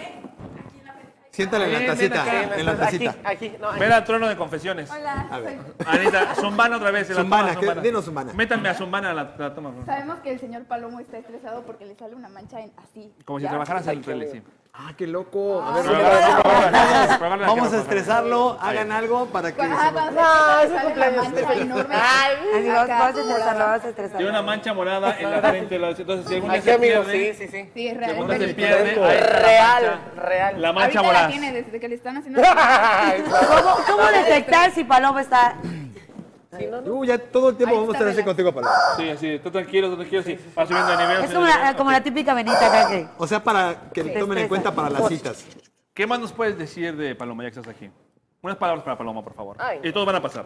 Speaker 2: Siéntala en
Speaker 1: Ven, ven
Speaker 2: la
Speaker 1: acá.
Speaker 2: tacita. En la
Speaker 6: aquí,
Speaker 2: tacita.
Speaker 6: aquí, no, aquí.
Speaker 1: Ven al trueno de confesiones.
Speaker 2: A ver.
Speaker 1: Anita, Zumbana otra vez. se la
Speaker 2: Zumbana,
Speaker 1: toma,
Speaker 2: ¿qué? Dinos Zumbana.
Speaker 1: Métanme a Zumbana a la, la toma. por favor.
Speaker 5: Sabemos que el señor Palomo está estresado porque le sale una mancha en así.
Speaker 1: Como si
Speaker 5: Ya.
Speaker 1: trabajaras en el tele, sí.
Speaker 2: Ah, qué loco. A ver,
Speaker 1: Pero, pero, pero, pero, pero, pero, pero,
Speaker 2: Vamos a
Speaker 1: pero,
Speaker 2: estresarlo, hagan algo para que...
Speaker 5: Ajá,
Speaker 2: se-
Speaker 5: vamos
Speaker 6: No,
Speaker 5: a
Speaker 6: es
Speaker 5: ver,
Speaker 6: un
Speaker 5: sale
Speaker 6: cumpleaños.
Speaker 5: la mancha enorme.
Speaker 3: Así vas,
Speaker 5: Acá,
Speaker 3: vas a estresarlo,
Speaker 5: morada.
Speaker 3: vas a estresarlo.
Speaker 1: Tiene una mancha morada en la frente. la- Entonces, si algún día
Speaker 6: Aquí,
Speaker 1: se
Speaker 6: amigo, sí,
Speaker 1: pierde,
Speaker 6: sí, sí.
Speaker 5: Sí, es
Speaker 1: si algún
Speaker 5: real.
Speaker 1: día se
Speaker 5: es verídico.
Speaker 1: pierde, ahí está la
Speaker 6: Real,
Speaker 1: mancha.
Speaker 6: real.
Speaker 1: La mancha
Speaker 5: Ahorita la
Speaker 1: morada.
Speaker 5: tiene desde que le están haciendo.
Speaker 6: Ay,
Speaker 3: ¿Cómo, cómo detectar si Paloma está...?
Speaker 2: Uh, ya todo el tiempo
Speaker 5: Ahí
Speaker 2: vamos a estar
Speaker 5: está
Speaker 2: así
Speaker 5: relax.
Speaker 2: contigo, Paloma.
Speaker 1: Sí, así, tú tranquilo, tú tranquilo, sí. Va subiendo de nivel.
Speaker 3: Es
Speaker 1: subiendo
Speaker 3: como
Speaker 1: de nivel.
Speaker 3: la, como la típica venita acá que...
Speaker 2: O sea, para que le tomen en cuenta para las citas.
Speaker 1: ¿Qué más nos puedes decir de Paloma, ya que estás aquí? Unas palabras para Paloma, por favor.
Speaker 6: Ay.
Speaker 1: Y todos van a pasar.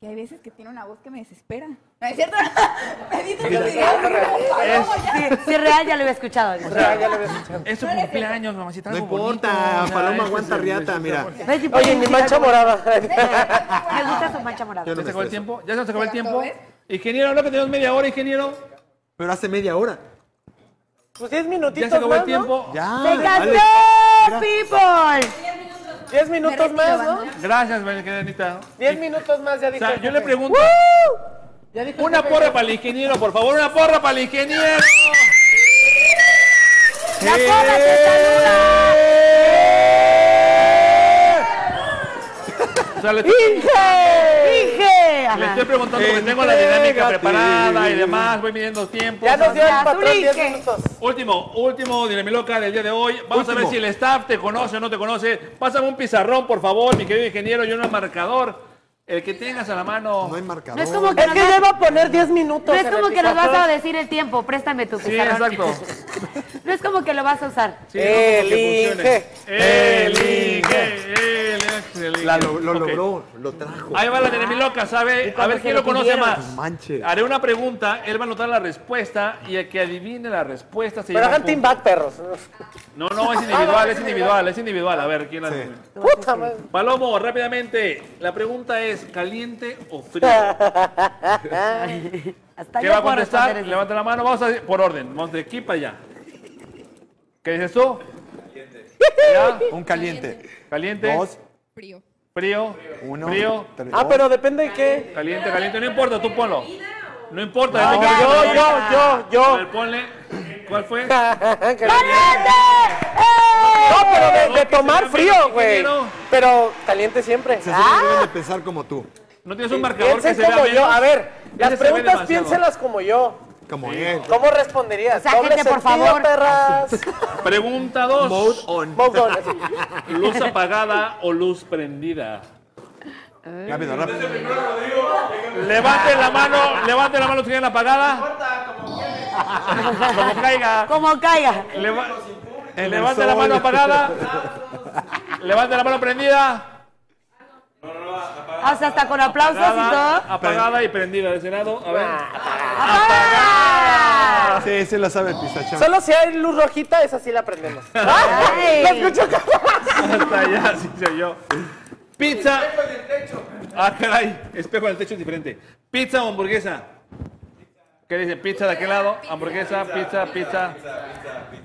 Speaker 5: Y hay veces que tiene una voz que me desespera. ¿No es cierto? me dice que
Speaker 6: Mira,
Speaker 5: me diga,
Speaker 6: mira,
Speaker 5: "Palomo, ya".
Speaker 3: Sí, sí, real, ya lo había escuchado.
Speaker 6: ya lo había escuchado.
Speaker 1: Es tu cumpleaños, mamacita.
Speaker 2: No
Speaker 1: algo
Speaker 2: importa,
Speaker 1: bonito.
Speaker 2: Paloma
Speaker 1: Ay,
Speaker 2: aguanta
Speaker 1: sí, sí,
Speaker 2: riata,
Speaker 1: sí,
Speaker 2: mira.
Speaker 3: ¿Ves si
Speaker 6: Oye,
Speaker 3: puedes
Speaker 6: mi
Speaker 3: imitar
Speaker 6: mancha
Speaker 3: como-
Speaker 6: morada.
Speaker 3: Me gusta su mancha morada.
Speaker 2: Yo
Speaker 1: ¿Ya
Speaker 2: no
Speaker 1: se
Speaker 2: me
Speaker 1: acabó el
Speaker 2: estreso.
Speaker 1: tiempo? ¿Ya se nos acabó el tiempo?
Speaker 5: ¿Ves?
Speaker 1: Ingeniero, no que tenemos media hora, ingeniero.
Speaker 2: Pero hace media hora.
Speaker 6: Pues 10
Speaker 1: ¿Ya
Speaker 6: minutitos
Speaker 1: se acabó
Speaker 6: más,
Speaker 1: el tiempo?
Speaker 2: Ya.
Speaker 3: ¡Se
Speaker 2: dale.
Speaker 3: casó, people!
Speaker 6: ¿no? 10 minutos
Speaker 5: retiro,
Speaker 6: más, ¿no?
Speaker 5: banda.
Speaker 1: Gracias, ingenierita.
Speaker 6: 10 minutos más, ya
Speaker 1: O
Speaker 6: dijo.
Speaker 1: sea,
Speaker 6: el
Speaker 1: yo le
Speaker 6: jefe.
Speaker 1: pregunto,
Speaker 6: Ya dijo el
Speaker 1: una
Speaker 6: jefe.
Speaker 1: porra para el ingeniero, por favor, una porra para el ingeniero.
Speaker 3: ¡La porra se saluda!
Speaker 1: O sea, le,
Speaker 3: ¡Inge!
Speaker 1: le
Speaker 3: Ajá.
Speaker 1: estoy preguntando porque tengo la dinámica
Speaker 2: Entrégate.
Speaker 1: preparada y demás, voy midiendo tiempo.
Speaker 6: Ya nos dio el
Speaker 3: Ya, tú
Speaker 6: patrón 10
Speaker 3: dije.
Speaker 6: minutos.
Speaker 1: Último, último Dinamiloca del día de hoy. Vamos a ver
Speaker 2: Último.
Speaker 1: si el staff te conoce o no te conoce. Pásame un pizarrón, por favor, mi querido ingeniero, y un marcador. El que tengas a la mano.
Speaker 2: No hay
Speaker 3: No es como
Speaker 2: marcador.
Speaker 3: que
Speaker 6: Es
Speaker 3: nos
Speaker 6: que ya
Speaker 3: vas,
Speaker 6: iba a poner 10 minutos.
Speaker 3: no es
Speaker 6: en
Speaker 3: como
Speaker 6: el
Speaker 3: que nos vas a
Speaker 6: pizarrón.
Speaker 3: decir el tiempo, préstame tu
Speaker 1: Sí,
Speaker 3: pizarrón.
Speaker 1: exacto.
Speaker 3: No es como que lo vas a usar.
Speaker 1: Sí, no,
Speaker 6: Elige.
Speaker 1: que funcione. Elige. Elige.
Speaker 2: La lo, lo
Speaker 1: Ok.
Speaker 2: logró, lo trajo.
Speaker 1: Ahí va la Dinamiloca, ¿sabe? A
Speaker 6: cuando
Speaker 1: ver
Speaker 6: se
Speaker 1: quién
Speaker 6: lo
Speaker 1: lo conoce
Speaker 6: pidieron.
Speaker 1: más.
Speaker 2: No manches.
Speaker 1: Haré una pregunta, él va a anotar la respuesta y el que adivine la respuesta se
Speaker 6: Pero
Speaker 1: lleva.
Speaker 6: hagan
Speaker 1: un
Speaker 6: team
Speaker 1: punto.
Speaker 6: back, perros.
Speaker 1: No, Ah, no, es individual, es individual, es individual. A ver, ¿quién la adivina?
Speaker 6: Puta madre.
Speaker 1: Palomo, rápidamente, la pregunta es, ¿caliente o frío?
Speaker 3: Hasta
Speaker 1: ¿Qué
Speaker 3: yo
Speaker 1: va a
Speaker 3: puedo
Speaker 1: contestar?
Speaker 3: responder eso.
Speaker 1: Levanta la mano, vamos a, por orden, vamos de aquí para allá. ¿Qué dices tú? Caliente.
Speaker 2: Un caliente.
Speaker 1: ¿Caliente?
Speaker 2: Dos,
Speaker 5: Frío.
Speaker 1: ¿Frío?
Speaker 2: uno,
Speaker 1: ¿Frío?
Speaker 2: tres.
Speaker 6: Ah, pero depende de qué.
Speaker 1: Caliente, caliente, no importa, tú ponlo. No importa,
Speaker 3: No,
Speaker 1: depende
Speaker 3: ya,
Speaker 1: de-
Speaker 6: Yo,
Speaker 3: ya,
Speaker 6: yo, yo,
Speaker 1: A
Speaker 6: yo.
Speaker 1: ver, ponle, ¿cuál fue?
Speaker 6: Que-
Speaker 3: ¡Caliente! ¡Eh!
Speaker 6: No, pero de, de tomar
Speaker 1: Porque se
Speaker 6: frío,
Speaker 1: llama
Speaker 6: güey.
Speaker 1: ingeniero.
Speaker 6: Pero caliente siempre.
Speaker 7: Ah.
Speaker 2: Se
Speaker 3: Ah,
Speaker 2: deben de pensar como tú.
Speaker 1: ¿No tienes un marcador que
Speaker 6: Piensen
Speaker 1: se vea
Speaker 6: Eh, como yo.
Speaker 1: menos?
Speaker 6: A ver,
Speaker 1: Ese se
Speaker 6: las
Speaker 1: ve
Speaker 6: preguntas
Speaker 1: demasiado.
Speaker 6: piénselas como yo.
Speaker 2: Como él.
Speaker 6: ¿Cómo responderías?
Speaker 3: pues, O sea, gente, por favor.
Speaker 6: perras.
Speaker 1: Pregunta 2.
Speaker 6: Move on, así.
Speaker 1: ¿Luz apagada o luz prendida?
Speaker 2: Rápido, rápido.
Speaker 1: Levante la mano, levante la mano si tiene la apagada. Como caiga.
Speaker 3: Como caiga.
Speaker 1: Leva- eh,
Speaker 2: el
Speaker 1: levante la
Speaker 2: sol.
Speaker 1: mano apagada. Levante la mano prendida.
Speaker 3: O sea, hasta con aplausos y
Speaker 1: Apagada,
Speaker 3: todo.
Speaker 1: apagada y prendida de ese lado. A ver.
Speaker 3: ¡Apagada!
Speaker 2: Sí, sí la sabe el pistachón.
Speaker 6: Solo si hay luz rojita, esa sí la aprendemos.
Speaker 3: Ay.
Speaker 6: La escucho como-
Speaker 1: Hasta allá, sí soy yo. Pizza. Espejo en el techo. Ah, caray. Espejo en el techo es diferente. Pizza o hamburguesa. ¿Qué dice? Pizza de aquel lado. Hamburguesa, pizza, pizza.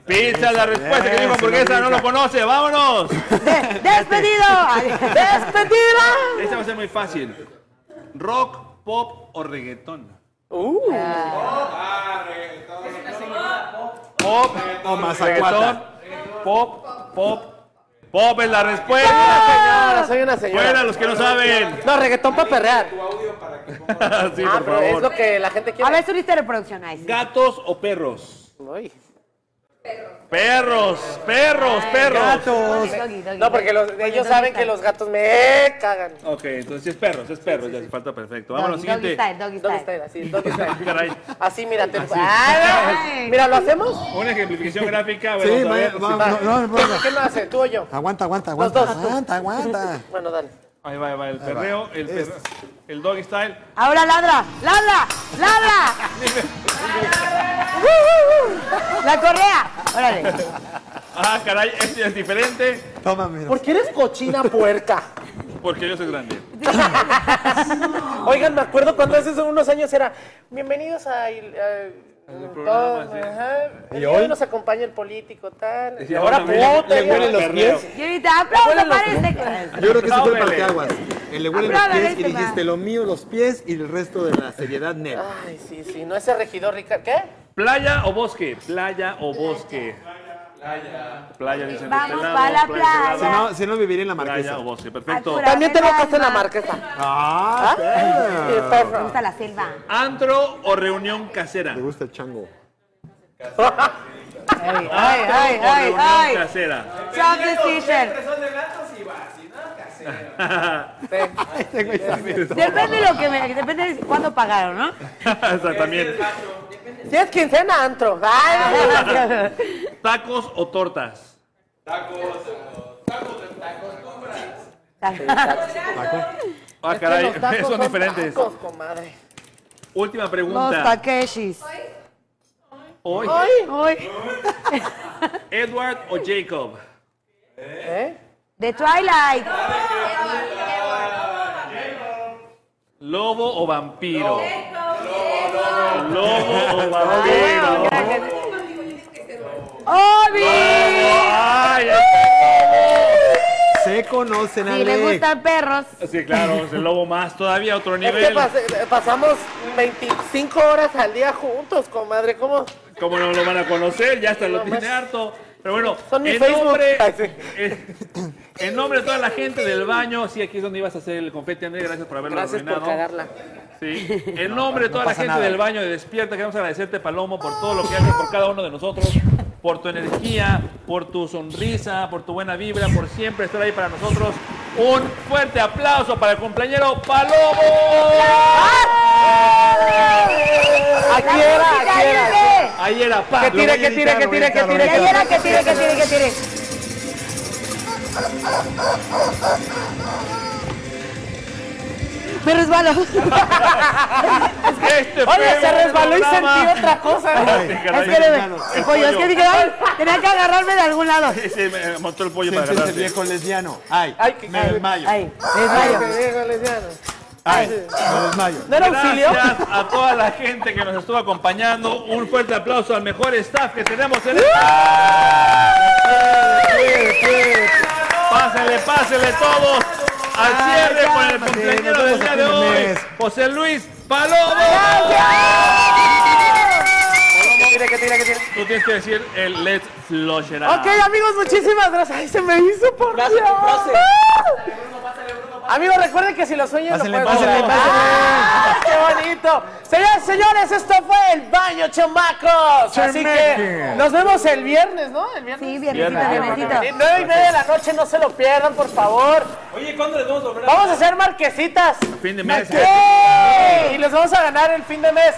Speaker 1: Pizza es la respuesta que
Speaker 2: Bien,
Speaker 1: dijo hamburguesa, no
Speaker 2: señorita.
Speaker 1: lo conoce. ¡Vámonos!
Speaker 3: De- ¡Despedido! Ay, ¡Despedido!
Speaker 1: Esta va a ser muy fácil. Rock, pop o reggaetón. Pop.
Speaker 2: O
Speaker 1: Reggaetón.
Speaker 2: mazacuata.
Speaker 1: Pop, pop. Pop es la respuesta.
Speaker 6: Señora, soy una señora.
Speaker 1: Fuera los que no saben.
Speaker 6: No, reggaetón para perrear.
Speaker 1: sí,
Speaker 6: Ah,
Speaker 1: por
Speaker 6: pero es lo
Speaker 1: favor.
Speaker 6: que la gente
Speaker 3: A
Speaker 6: quiere.
Speaker 3: ver, subiste reproducción. Ay, sí.
Speaker 1: ¿Gatos o perros?
Speaker 6: Uy.
Speaker 1: Perros, perros, perros.
Speaker 2: Gatos.
Speaker 3: Doggy, doggy,
Speaker 6: No, porque los-
Speaker 3: doggy.
Speaker 6: ellos saben que los gatos me cagan.
Speaker 1: Ok, entonces sí es perros, es perros, ya falta perfecto. Vamos a lo
Speaker 3: Doggy, doggy
Speaker 1: siguiente.
Speaker 3: style, doggy
Speaker 6: ¿Dónde
Speaker 3: style.
Speaker 6: está? Así, ¿dónde está?
Speaker 1: Caray.
Speaker 6: Así, mira, te-
Speaker 1: Así.
Speaker 6: Ay. Mira, ¿lo hacemos?
Speaker 1: Una ejemplificación gráfica, a ver,
Speaker 2: Sí,
Speaker 1: vamos a
Speaker 2: vaya,
Speaker 1: ver.
Speaker 2: va-
Speaker 6: Va.
Speaker 2: no, no, no, no.
Speaker 6: ¿Qué no hace? ¿Tú o yo?
Speaker 2: Aguanta, aguanta,
Speaker 6: Los
Speaker 2: aguanta.
Speaker 6: dos.
Speaker 2: Aguanta, aguanta.
Speaker 6: Bueno, dale.
Speaker 1: Ahí va, ahí va, el perreo, el, perreo, el doggy style.
Speaker 3: Ahora ladra, ladra, ladra. La correa. Órale.
Speaker 1: Ah, caray, este es diferente
Speaker 2: Toma, mira.
Speaker 6: ¿Por qué eres cochina puerca?
Speaker 1: porque yo soy grande.
Speaker 6: Oigan, me acuerdo cuando hace unos años era bienvenidos a. il- a-
Speaker 1: programa,
Speaker 6: todo,
Speaker 1: sí.
Speaker 6: ajá. El
Speaker 2: ¿Y
Speaker 6: día
Speaker 2: hoy?
Speaker 6: de nos acompaña el político, tal.
Speaker 1: Sí,
Speaker 6: Y ahora
Speaker 1: también le-
Speaker 6: puta,
Speaker 1: le
Speaker 6: ya.
Speaker 1: huelen los
Speaker 6: Perreo.
Speaker 1: pies.
Speaker 3: Y ahorita aplauso para este.
Speaker 2: Yo creo que ese fue el
Speaker 1: Apláudele.
Speaker 2: parteaguas. El le huele los
Speaker 3: Apláudele,
Speaker 2: pies y
Speaker 3: este man.
Speaker 2: dijiste lo mío, los pies y el resto de la seriedad neta.
Speaker 6: Ay, sí, sí, no ese regidor, Ricardo. ¿Qué?
Speaker 1: ¿Playa o bosque? Playa o bosque. Playa. Playa, dicen de este
Speaker 3: Vamos
Speaker 1: lado,
Speaker 3: pa'
Speaker 1: de
Speaker 3: la
Speaker 1: este
Speaker 6: Ah.
Speaker 1: lado.
Speaker 2: Si no, si no viviría en la
Speaker 1: Playa
Speaker 2: marquesa.
Speaker 1: o bosque, perfecto.
Speaker 3: Altura.
Speaker 6: También te
Speaker 3: Selva,
Speaker 6: enojaste en la
Speaker 3: alma.
Speaker 6: marquesa.
Speaker 2: Ah,
Speaker 6: Sí,
Speaker 2: perro.
Speaker 3: Me
Speaker 6: perro.
Speaker 3: gusta la selva.
Speaker 1: ¿Antro o reunión casera?
Speaker 2: Me gusta el chango.
Speaker 3: Ay, ay, ay,
Speaker 1: Ay,
Speaker 3: ay, ay.
Speaker 1: casera.
Speaker 3: Chop the teacher.
Speaker 1: este
Speaker 3: Depende de lo que me. Depende de cuándo pagaron, ¿no?
Speaker 1: o sea, también.
Speaker 6: Si es quincena, antro. Ay,
Speaker 1: ¿Tacos o tortas? Ah, caray,
Speaker 6: los tacos
Speaker 1: son diferentes.
Speaker 6: Tacos, comadre.
Speaker 1: Última
Speaker 3: Los
Speaker 1: pregunta.
Speaker 3: Takeshis.
Speaker 1: Hoy,
Speaker 3: Uy.
Speaker 1: ¿Edward o Jacob?
Speaker 6: ¿Eh?
Speaker 3: De Twilight.
Speaker 1: ¿Lobo o vampiro? Lobo o vampiro.
Speaker 3: ¡Obi!
Speaker 1: Ay,
Speaker 2: Se conocen,
Speaker 3: Si le
Speaker 2: Alex.
Speaker 3: gustan perros.
Speaker 1: sí, claro, es el lobo más todavía, otro
Speaker 6: Es que
Speaker 1: nivel.
Speaker 6: pas- eh, pasamos 25 horas al día juntos, comadre. ¿Cómo?
Speaker 1: Como no lo van a conocer, ya hasta lo
Speaker 6: No,
Speaker 1: tiene
Speaker 6: más.
Speaker 1: harto. Pero bueno,
Speaker 6: Son mi
Speaker 1: en
Speaker 6: Facebook.
Speaker 1: nombre,
Speaker 6: Ay, sí.
Speaker 1: en- en nombre de toda la gente del baño, sí, aquí es donde ibas a hacer el confeti, André, gracias por haberlo
Speaker 6: Gracias por
Speaker 1: arruinado.
Speaker 6: cagarla.
Speaker 1: Sí. En nombre de toda la
Speaker 2: pasa
Speaker 1: gente
Speaker 2: nada.
Speaker 1: del baño de Despierta, queremos agradecerte, Palomo, por todo lo que haces por cada uno de nosotros, por tu energía, por tu sonrisa, por tu buena vibra, por siempre estar ahí para nosotros. Un fuerte aplauso para el compañero Palomo.
Speaker 6: ¡Ah! Aquí era, aquí era.
Speaker 1: Ahí era, pa.
Speaker 6: Que
Speaker 1: Lo voy
Speaker 6: tire,
Speaker 1: a
Speaker 6: que tire,
Speaker 1: editar,
Speaker 6: que
Speaker 1: lo voy a
Speaker 6: tire, que
Speaker 1: editar, lo voy a
Speaker 6: tire,
Speaker 3: Que
Speaker 6: que tire.
Speaker 3: tire, que tire, que tire, que tire. Me resbalo.
Speaker 1: Este
Speaker 6: Oye,
Speaker 1: fue
Speaker 6: se
Speaker 1: un
Speaker 6: resbaló y
Speaker 1: programa.
Speaker 6: sentí otra cosa.
Speaker 1: Sí,
Speaker 3: Es
Speaker 1: caray.
Speaker 3: que,
Speaker 1: El
Speaker 3: me- el pollo, es que dije, ay, tenía que agarrarme de algún lado.
Speaker 1: Sí, sí, me montó el pollo para
Speaker 2: Siéntese
Speaker 1: agarrarte.
Speaker 2: viejo lesbiano. Ay,
Speaker 6: Ay, que-
Speaker 2: me
Speaker 6: ay,
Speaker 2: desmayo.
Speaker 3: Ay, me desmayo.
Speaker 2: Ay, me desmayo.
Speaker 6: ¿No era auxilio?
Speaker 1: Gracias a toda la gente que nos estuvo acompañando. Un fuerte aplauso al mejor staff que tenemos en el. Pásale, pásale todos. Al cierre con el cumpleañero del día de hoy, José Luis Palomo.
Speaker 6: Que tire, que tire, que tire.
Speaker 1: Tus tú tienes que decir el let's flush it out.
Speaker 6: Ok, amigos, muchísimas gracias. Ay, se me hizo por
Speaker 7: Frase
Speaker 6: Dios.
Speaker 7: por frase.
Speaker 6: Amigos, recuerden que si lo sueñas,
Speaker 2: Pásenle,
Speaker 6: lo puedes
Speaker 2: pásenle,
Speaker 6: lograr. ¡Ah, ¡Qué bonito! Señoras, señores, esto fue el baño, chamacos. Así que
Speaker 2: Chamaque.
Speaker 6: nos vemos el viernes, ¿no? El viernes.
Speaker 5: Sí, viernesito,
Speaker 1: Viernes.
Speaker 5: viernesito.
Speaker 6: Nueve y media de la noche, no se lo pierdan, por favor.
Speaker 7: Oye, ¿cuándo les vamos a volver a
Speaker 6: Vamos a hacer marquesitas.
Speaker 1: Fin de mes.
Speaker 6: ¡Ey! Y les vamos a ganar el fin de mes.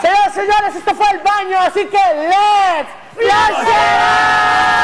Speaker 6: Señoras, señores, esto fue el baño, así que let's flash it out.